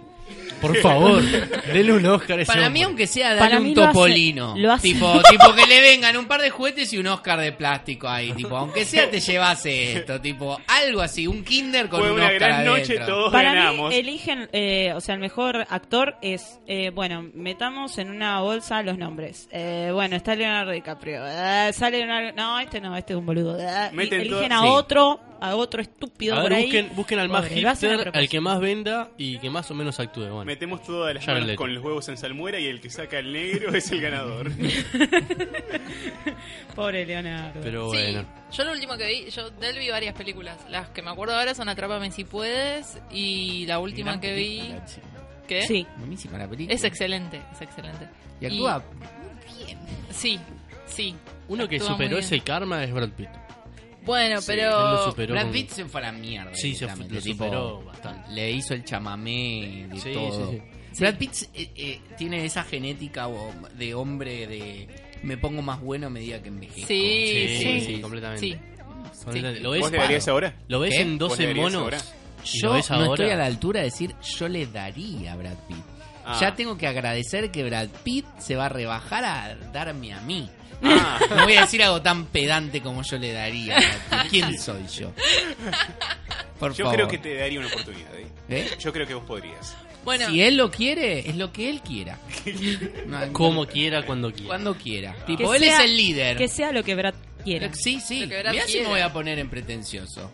Por favor, denle un Oscar a ese Para mí, hombre. aunque sea Para darle mí un lo hace- topolino. lo hace- Tipo, tipo que le vengan un par de juguetes y un Oscar de plástico ahí. Tipo, aunque sea te llevase esto. Tipo, algo así, un kinder con un Oscar adentro. Para mí eligen, eh, o sea, el mejor actor es, eh, bueno, metamos en una bolsa los nombres. Eh, bueno, eh, está Leonardo DiCaprio. Ah, sale Leonardo, no, este no, este es un boludo. Ah, y Meten eligen todo- a Sí. otro a otro estúpido A por ver, ahí. busquen, busquen al más Pobre, lo hacen a hipster, al propósito. que más venda y que más o menos actúe. Bueno, Metemos todas las Jared manos Leto. con los huevos en salmuera y el que saca el negro es el ganador. Pobre Leonardo. Pero Sí. bueno. Yo lo último que vi, yo de él vi varias películas. Las que me acuerdo ahora son Atrápame si puedes y la última Gran que vi... película, che. ¿Qué? Sí. Buenísima la película. Es excelente, es excelente. Y actúa bien. Sí, sí. Uno que actúa muy superó bien. ese karma es Brad Pitt. Bueno, Sí, él lo pero... superó Brad con- Pitt se fue a la mierda. Sí, se directamente, fu- lo tipo, superó bastante. Le hizo el chamamé de Sí, todo. sí, Brad Pitt eh, eh, tiene esa genética o- de hombre de me pongo más bueno a medida que envejezco. Sí, Sí, sí. sí, completamente. Sí. Completamente. Sí. ¿Lo ves, ¿Vos le darías ahora? ¿Lo ves ¿Qué? en ¿Vos 12 le darías monos? ahora? ¿Y Yo lo ves no estoy ahora? a la altura de decir yo le daría a Brad Pitt. Ah. Ya tengo que agradecer que Brad Pitt se va a rebajar a darme a mí. Ah. No voy a decir algo tan pedante como yo le daría. a Brad Pitt. ¿Quién soy yo? Por Yo favor. creo que te daría una oportunidad. ¿eh? ¿Eh? Yo creo que vos podrías. Si él lo quiere, Eh, es lo que él quiera. No, Como quiera, cuando quiera. Cuando quiera. Ah. Tipo, Que él sea- es el líder. Que sea lo que Brad quiera. Sí, sí. que Brad Mirá si me quiera. voy a poner en pretencioso.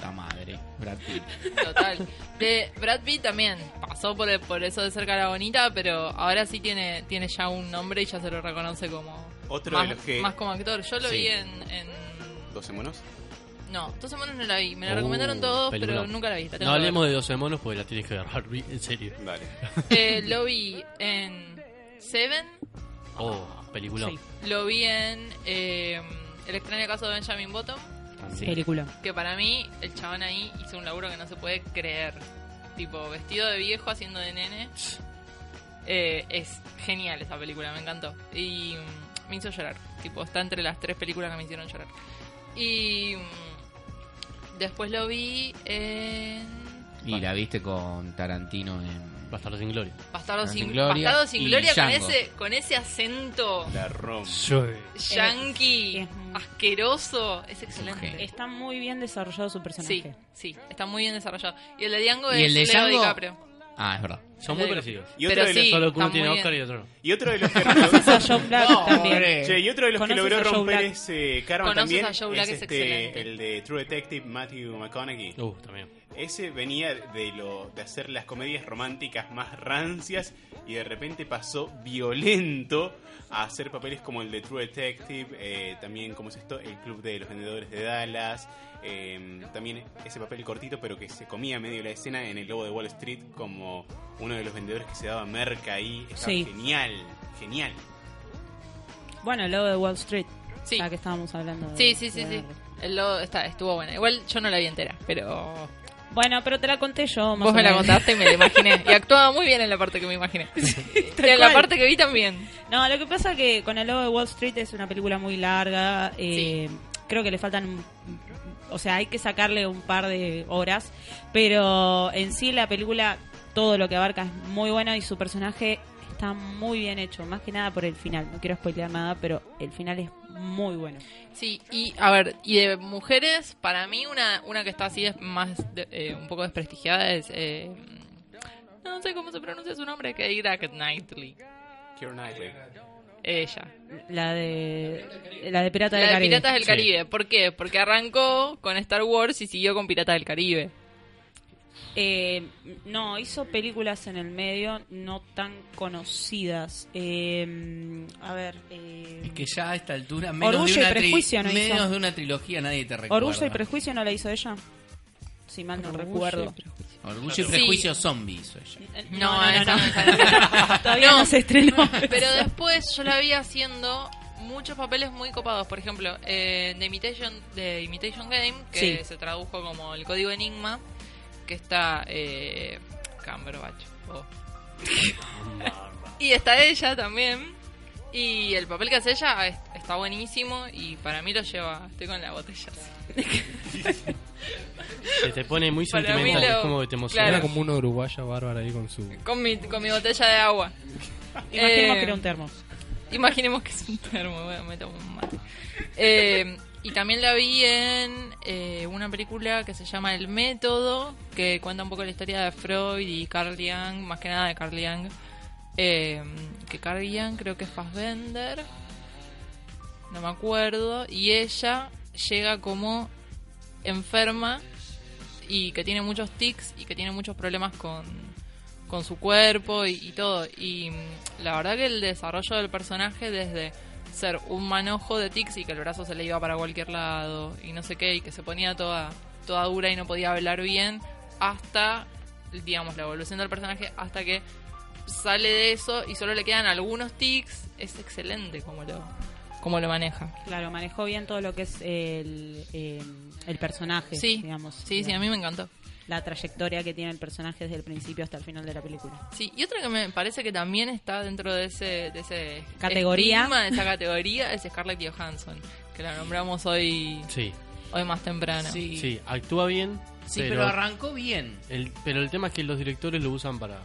La madre. Brad Pitt. Total. De Brad Pitt también pasó por, por eso de ser cara bonita, pero ahora sí tiene, tiene ya un nombre y ya se lo reconoce como. Otro más, de los que- más como actor. Yo lo Sí. vi en. en- ¿12 monos? No, 12 monos no la vi. Me la uh, Oh, recomendaron todos, pero peliculón. nunca la vi. La tengo No que ver. hablemos de 12 monos porque la tienes que agarrar, vi- en serio. Dale. Eh, lo vi en Seven, Oh, película. lo vi en eh, El extraño caso de Benjamin Bottom. Sí. Película. Que para mí, el chabón ahí hizo un laburo que no se puede creer. Tipo, vestido de viejo haciendo de nene. Eh, es genial esa película, me encantó. Y mm, me hizo llorar. Tipo, está entre las tres películas que me hicieron llorar. Y mm, después lo vi en Y la viste con Tarantino en. Bastardo sin Gloria. Bastardo sin, Bastardo sin Gloria con ese, con ese acento La rom. yankee, asqueroso. Es excelente. Está muy bien desarrollado su personaje. Sí, está muy bien desarrollado. Y el de Django es ¿Y el de Leo Django? DiCaprio. Ah, es verdad. Son muy parecidos. Y otro de los- Solo que uno está tiene muy Oscar y bien. otro no. Y otro de los que Conoces a Joe Black No, también. pobre. Che, y otro de los que Conoces logró a Joe romper Black. ese karma Conoces también a Joe Black, es, es este, excelente. el de True Detective Matthew McConaughey. Uh, también. Ese venía de lo de hacer las comedias románticas más rancias y de repente pasó violento a hacer papeles como el de True Detective, eh, también como es esto, el Club de los Vendedores de Dallas, eh, también ese papel cortito pero que se comía medio la escena en el Lobo de Wall Street como uno de los vendedores que se daba merca ahí, estaba Sí. genial, genial. Bueno, el lado de Wall Street. Sí. La que estábamos hablando. de- Sí, sí, sí, de sí. Darwin. El logo está, estuvo buena. Igual yo no la vi entera, pero Bueno, pero te la conté yo. Más vos o me la menos. contaste y me la imaginé. Y actuaba muy bien en la parte que me imaginé. y en la cual. parte que vi también. No, lo que pasa que con el lobo de Wall Street es una película muy larga. eh, Creo que le faltan. un- O sea, hay que sacarle un par de horas. Pero en sí, la película, todo lo que abarca es muy bueno y su personaje está muy bien hecho. Más que nada por el final. No quiero spoilear nada, pero el final es muy bueno. Sí, y a ver, y de mujeres, para mí una, una que está así es más de- eh, un poco desprestigiada es eh, no sé cómo se pronuncia su nombre, que era Knightley. Keira Knightley. Ella. La de. La de Piratas la del de Caribe. Piratas del Caribe. ¿Por qué? Porque arrancó con Star Wars y siguió con Piratas del Caribe. Eh, no, hizo películas en el medio no tan conocidas. Eh, a ver. eh, Es que ya a esta altura, menos, Orgullo y de, una tri- Prejuicio no hizo. menos de una trilogía, nadie te recuerda. Orgullo y Prejuicio no la hizo ella. Si mal no recuerdo. Orgullo Sí. y prejuicio zombie hizo ella. No, no, esa no. me sale. Todavía no se estrenó. Pero después yo la vi haciendo muchos papeles muy copados. Por ejemplo, eh, The, Imitation, The Imitation Game, que Sí. se tradujo como El Código Enigma, que está eh, Cumberbatch. oh. y está ella también. Y el papel que hace ella es- está buenísimo y para mí lo lleva. Estoy con la botella. así. Se te pone muy Para mí sentimental. lo- Es como que te emociona. claro. Era como una uruguaya bárbara ahí con su. con, mi, con mi botella de agua. Imaginemos Eh, que era un termo. Imaginemos que es un termo, bueno, me tomo un mate. Eh, y también la vi en eh, una película que se llama El Método, que cuenta un poco la historia de Freud y Carl Jung, más que nada de Carl Jung. Eh, que Carl Jung creo que es Fassbender, no me acuerdo, y ella llega como enferma y que tiene muchos tics y que tiene muchos problemas con, con su cuerpo y, y todo. Y mm, la verdad que el desarrollo del personaje desde ser un manojo de tics y que el brazo se le iba para cualquier lado y no sé qué, y que se ponía toda, toda dura y no podía hablar bien, hasta, digamos, la evolución del personaje, hasta que sale de eso y solo le quedan algunos tics. Es excelente como lo, como lo maneja. Claro, manejó bien todo lo que es el, eh, el personaje, Sí, digamos. sí, sí, a mí me encantó. La trayectoria que tiene el personaje desde el principio hasta el final de la película. Sí, y otra que me parece que también está dentro de ese, de ese Categoría. estigma, de esa categoría, es Scarlett Johansson, que la nombramos hoy, Sí. hoy más temprano. Sí. actúa bien. Sí, pero arrancó bien. El, pero el tema es que los directores lo usan para.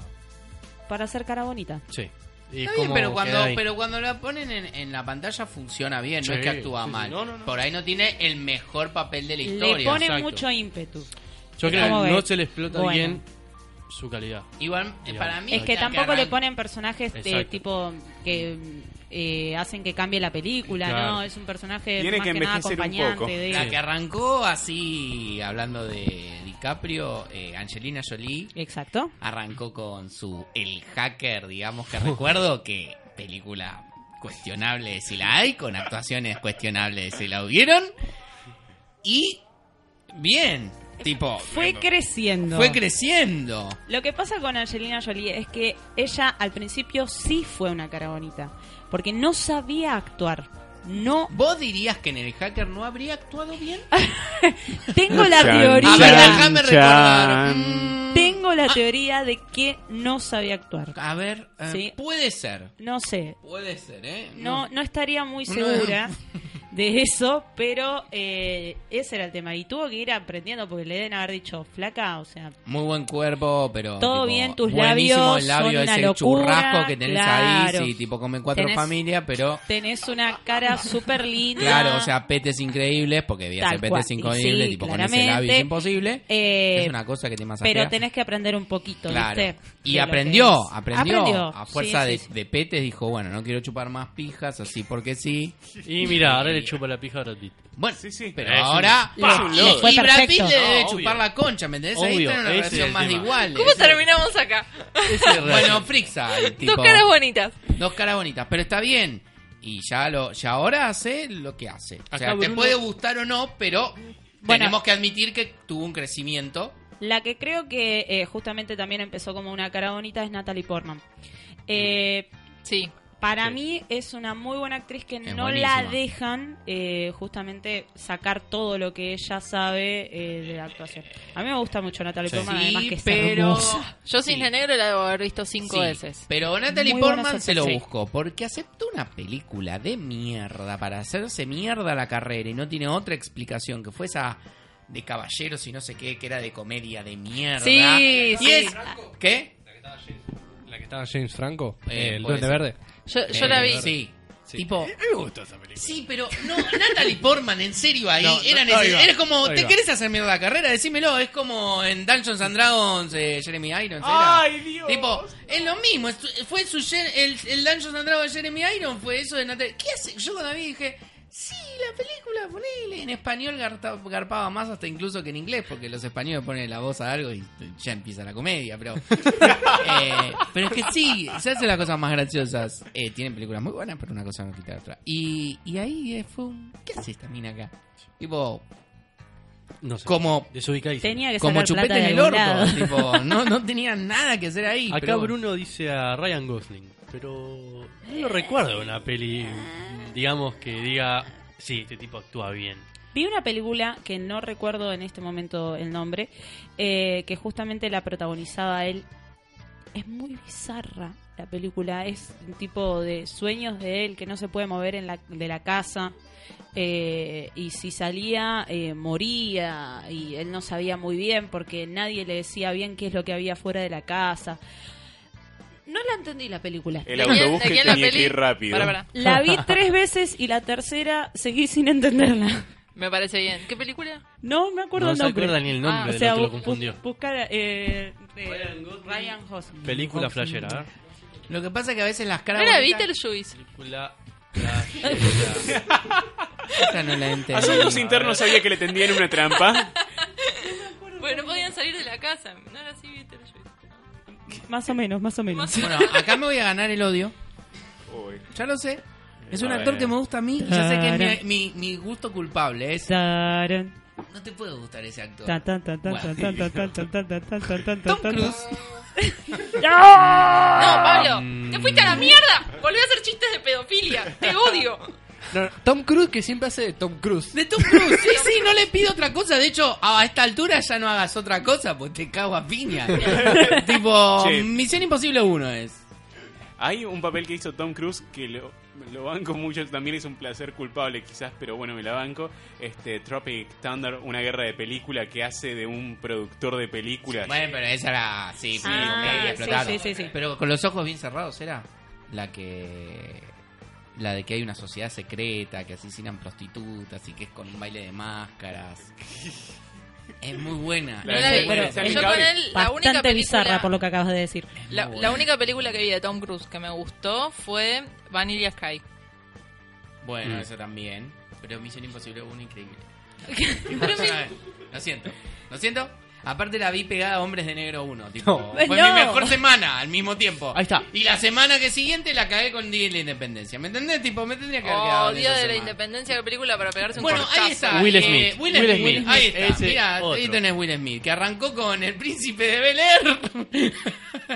Para hacer cara bonita. Sí. Está bien, pero cuando, pero cuando la ponen en, en la pantalla funciona bien, Sí, no es que actúa sí, sí. mal. No, Por ahí no tiene el mejor papel de la historia. Le pone mucho ímpetu. Yo Es creo como que que- no se le explota bueno. bien su calidad. Igual, eh, Digamos. para mí Es que Está tampoco cargando. le ponen personajes de Exacto. tipo que eh, hacen que cambie la película, Claro. ¿no? Es un personaje más que, nada acompañante. De... La que arrancó así, hablando de DiCaprio, eh, Angelina Jolie. Exacto. Arrancó con su El Hacker, digamos que recuerdo que película cuestionable si la hay, con actuaciones cuestionables si la hubieron. Y bien, tipo... eh, Fue creciendo. Fue creciendo. Lo que pasa con Angelina Jolie es que ella al principio sí fue una cara bonita, porque no sabía actuar. No. ¿Vos dirías que en el hacker no habría actuado bien? Tengo la Chan, teoría. A ver, chan, déjame recordar. Mm, Tengo la teoría de que no sabía actuar. A ver, eh, puede ser. No sé. Puede ser, ¿eh? No, no estaría muy No. segura de eso, pero eh, ese era el tema. Y tuvo que ir aprendiendo porque le deben haber dicho flaca, o sea, Muy buen cuerpo, pero. Todo tipo, bien, tus buenísimo labios el labio, son una ese locura, churrasco que tenés claro. ahí, sí, tipo come cuatro Tenés- familias, pero. tenés una cara súper linda. Claro, o sea, petes increíbles, porque debía Tal ser cual. petes Sí, increíbles, tipo con ese claramente. labio es imposible. Eh, es una cosa que te más pero tenés que aprender un poquito, Claro. ¿viste? Y De lo aprendió, que es. aprendió, Aprendió, A sí, fuerza sí, de, sí. de petes dijo, bueno, no quiero chupar más pijas, así porque sí. Y mira, ahora le chupa la pija a Brad Pitt. Bueno, Es pero un- ahora. es un Y- logro. y Brad Pitt No, le debe obvio. chupar la concha, ¿me entendés? Ahí Obvio, está en una ese es relación el más de tema. igual. ¿Cómo terminamos acá? Bueno, Frixa. el tipo- Dos caras bonitas. Dos caras bonitas, pero está bien. Y ya lo ya ahora hace lo que hace. O sea, Acá te Bruno- puede gustar o no, pero tenemos que admitir que tuvo un crecimiento. La que creo que eh, justamente también empezó como una cara bonita es Natalie Portman. Eh, sí. Para mí es una muy buena actriz que no buenísima. la dejan eh, justamente sacar todo lo que ella sabe eh, de la actuación. A mí me gusta mucho Natalie Sí. Portman, Sí, además que es pero- hermosa. Yo sin la negro la debo haber visto cinco Sí, veces. Pero Natalie Muy buenas Portman se lo actuaciones. buscó porque aceptó una película de mierda para hacerse mierda la carrera y no tiene otra explicación que fue esa de caballeros y no sé qué, que era de comedia de mierda. Sí, Y sí. es- ¿Qué? La que estaba James Franco, Eh, el puede Duende ser. Eh, Verde. Yo- Eh, yo la vi. Sí. Tipo, Eh, me gustó esa película. Sí, pero no, Natalie Portman, en serio, ahí No, no, era, ahí neces- va, era como, ahí ¿te va. querés hacer mierda la carrera? Decímelo, es como en Dungeons and Dragons, eh, Jeremy Irons. era. ¡Ay, Dios! Tipo, es lo mismo, es- fue su, Jer- el, el Dungeons and Dragons de Jeremy Irons, fue eso de Natalie. ¿Qué hace? Yo cuando la vi dije, sí, la película, ponele. En español garta- garpaba más hasta incluso que en inglés, porque los españoles ponen la voz a algo y ya empieza la comedia, pero... Eh, pero es que sí, se hacen las cosas más graciosas. Eh, tienen películas muy buenas, pero una cosa no quita la otra. Y, y ahí eh, fue un... ¿Qué hace esta mina acá? Tipo... No sé. Como... Tenía que Como sacar plata chupete de en el algún orto. lado. Tipo, no, no tenía nada que hacer ahí. Acá pero bueno. Bruno dice a Ryan Gosling, pero no lo recuerdo una peli, digamos que diga, sí, este tipo actúa bien. Vi una película que no recuerdo en este momento el nombre, eh, que justamente la protagonizaba él. Es muy bizarra la película, es un tipo de sueños de él que no se puede mover en la, de la casa. eh, y si salía, eh, moría. Y él no sabía muy bien porque nadie le decía bien qué es lo que había fuera de la casa. No la entendí la película. El autobús que tenía que ir rápido. La vi tres veces y la tercera seguí sin entenderla. Me parece bien. ¿Qué película? No me acuerdo No el se nombre. acuerda ni el nombre, Ah, no o sea, te lo bu- confundió. bu- busca eh, eh, Ryan Gosling. Película flashera, ¿eh? a ver. Lo que pasa es que a veces las ¿No caras... era bonitas- Beetlejuice? Película Esta no la entendí. Asuntos internos sabía que le tendían una trampa. Bueno, no podían salir de la casa. No era así, viste. Más o menos, más o menos. Bueno, acá me voy a ganar el odio. Ya lo sé. Es un A actor ver. que me gusta a mí y ya sé que es Tarán. mi, mi- mi gusto culpable. Es... Tarán. No te puede gustar ese actor. Tan, tan, tan, tan, Bueno. tan, tan, tan, tan, tan, tan, tan, tan, tan, Tom tan. Cruise. No, Pablo, Mm. te fuiste a la mierda. Volví a hacer chistes de pedofilia. Te odio. No, no, Tom Cruise que siempre hace de Tom Cruise. De Tom Cruise, sí, sí, no le pido otra cosa. De hecho, a esta altura ya no hagas otra cosa, pues te cago a piña. tipo, Che. Misión Imposible 1 es. Hay un papel que hizo Tom Cruise que lo, lo banco mucho, también es un placer culpable quizás, pero bueno, me la banco. Este Tropic Thunder, una guerra de película que hace de un productor de películas. Bueno, pero esa era. Sí, sí, Ah, ok, sí, explotaron. sí, sí, sí. Pero con los ojos bien cerrados era la que. La de que hay una sociedad secreta, que asesinan prostitutas y que es con un baile de máscaras. Es muy buena. No la vi, Bueno, pero yo con él, la única Bastante película- bizarra por lo que acabas de decir. La, la única película que vi de Tom Cruise que me gustó fue Vanilla Sky. Bueno, Mm. eso también. Pero Misión Imposible 1 increíble. Pero No, no, Lo siento. Lo siento. Aparte la vi pegada a Hombres de Negro 1. Tipo, No. Fue Pues no. mi mejor semana al mismo tiempo. Ahí está. Y la semana que siguiente la cagué con Día de la Independencia. ¿Me entendés? Tipo, me tendría que haber quedado Oh, en Día de esa la semana. Independencia, qué película para pegarse un Bueno, corchazo. ahí está. Will eh, Smith. Will, Will Smith. Smith. Ahí está. Ese Mirá, ahí otro. tenés Will Smith, que arrancó con El Príncipe de Bel Air.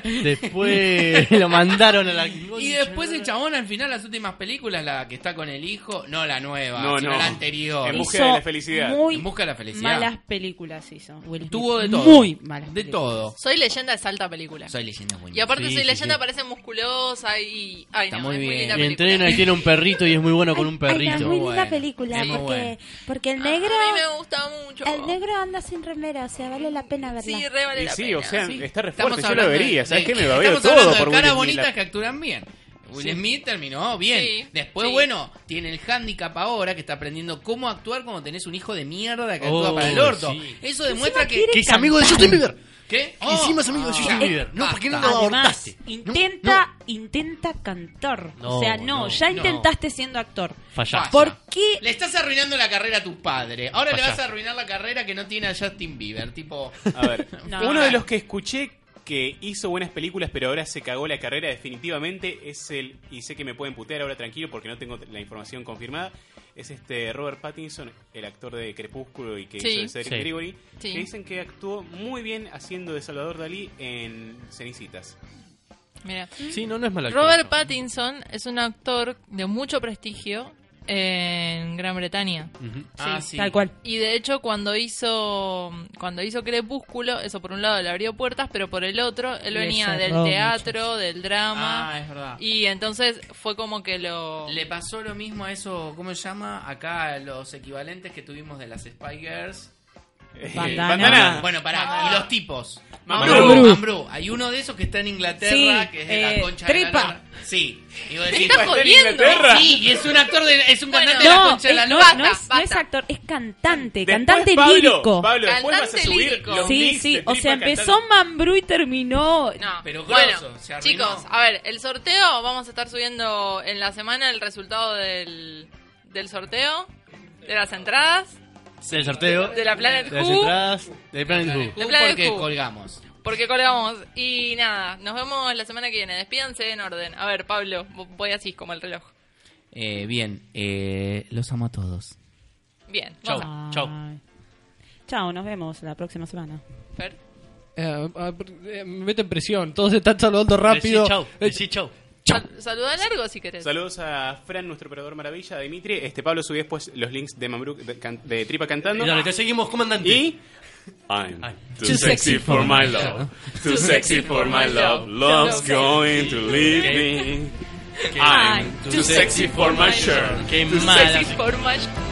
Después lo mandaron a la. Y después el chabón al final las últimas películas, la que está con el hijo, no la nueva, No, sino no. la anterior. En busca Hizo de la felicidad. Muy En busca de la felicidad. Malas películas hizo. Will Smith. Tuvo de todo. Muy malas. De todo. Soy leyenda es alta película. Soy leyenda buena. Y aparte Sí, soy sí, leyenda sí. parece musculosa y... Ay, Está no, muy es bien. linda Y película. entrena y tiene un perrito y es muy bueno con un Ay, no, perrito. es muy linda película porque, porque el negro. Ah, A mí me gusta mucho. El negro anda sin remera, o sea, vale la pena verla. Sí, re vale Y la sí, pena. o sea, sí. está re Estamos fuerte, yo lo hablando vería. de- ¿Sabes de- qué? Me babeo Estamos todo hablando por de caras Will Smith. bonitas La- que actúan bien. Will Sí. Smith terminó bien. Sí, Después, sí. bueno, tiene el hándicap ahora que está aprendiendo cómo actuar cuando tenés un hijo de mierda que actúa Oh, para el orto. sí. Eso demuestra que... Que es amigo de Justin Bieber. ¿Qué? Que encima es amigo de Justin ah, Bieber. No, ¿por qué no lo basta. abortaste? Intenta, intenta cantar. No, o sea, no, no, ya no. intentaste siendo actor. Falla. ¿Por qué? Le estás arruinando la carrera a tu padre. Ahora le Fallá. vas a arruinar la carrera que no tiene a Justin Bieber. Tipo. A ver, No. uno de los que escuché que hizo buenas películas, pero ahora se cagó la carrera definitivamente, es el, y sé que me pueden putear ahora tranquilo porque no tengo la información confirmada, es este Robert Pattinson, el actor de Crepúsculo y que Sí. hizo de Cedric Sí. Diggory, Sí. que dicen que actuó muy bien haciendo de Salvador Dalí en Cenicitas. Mira. Sí, no, no es mala Robert Pattinson es un actor de mucho prestigio en Gran Bretaña. Ah, sí. tal cual. Y de hecho cuando hizo cuando hizo Crepúsculo, eso por un lado le abrió puertas, pero por el otro él Le venía del cerró teatro, del drama. Ah, es verdad. Y entonces fue como que lo Le pasó lo mismo a eso, ¿cómo se llama? Acá los equivalentes que tuvimos de las Spy Girls. Eh, Bandana. Bandana. Bueno, pará, y los tipos. Mambrú. Mambrú. Mambrú. Hay uno de esos que está en Inglaterra, Sí, que es de eh, la concha de la Tripa. lora. Sí. Y vos ¿Me decís, estás "Está en jodiendo? Inglaterra". Sí, y es un actor, de- es un Bueno, cantante de la No, concha de la eh, no, lora. no es, no es actor, es cantante, Después, cantante Pablo, lírico. Pablo, después Cantante vas a subir lírico. los Sí, links sí, de o Tripa sea, empezó cantando. Mambrú y terminó. No. Pero Bueno, grosso, se arruinó. chicos, a ver, el sorteo vamos a estar subiendo en la semana el resultado del del sorteo de las entradas. El sorteo. De la Planet De las Who. entradas. De Planet Who. De Planet porque Who. colgamos. Porque colgamos. Y nada, nos vemos la semana que viene. Despídanse en orden. A ver, Pablo, vo- voy así como el reloj. Eh, bien, eh, los amo a todos. Bien. Chao, vamos a- chao. Chao, nos vemos la próxima semana. Eh, ah, eh, me meto en presión. Todos están saludando rápido. Decí chau, Eh, Sal- saluda largo si querés. Saludos a Fran, nuestro operador maravilla, a Dimitri. Este Pablo subí después los links de Mambrú, de, can- de Tripa cantando. Dale, te seguimos, comandante. Y I'm too sexy for my love. Too sexy for my love. Love's going to leave me. I'm too sexy for my shirt. Qué Too mala. sexy Por más-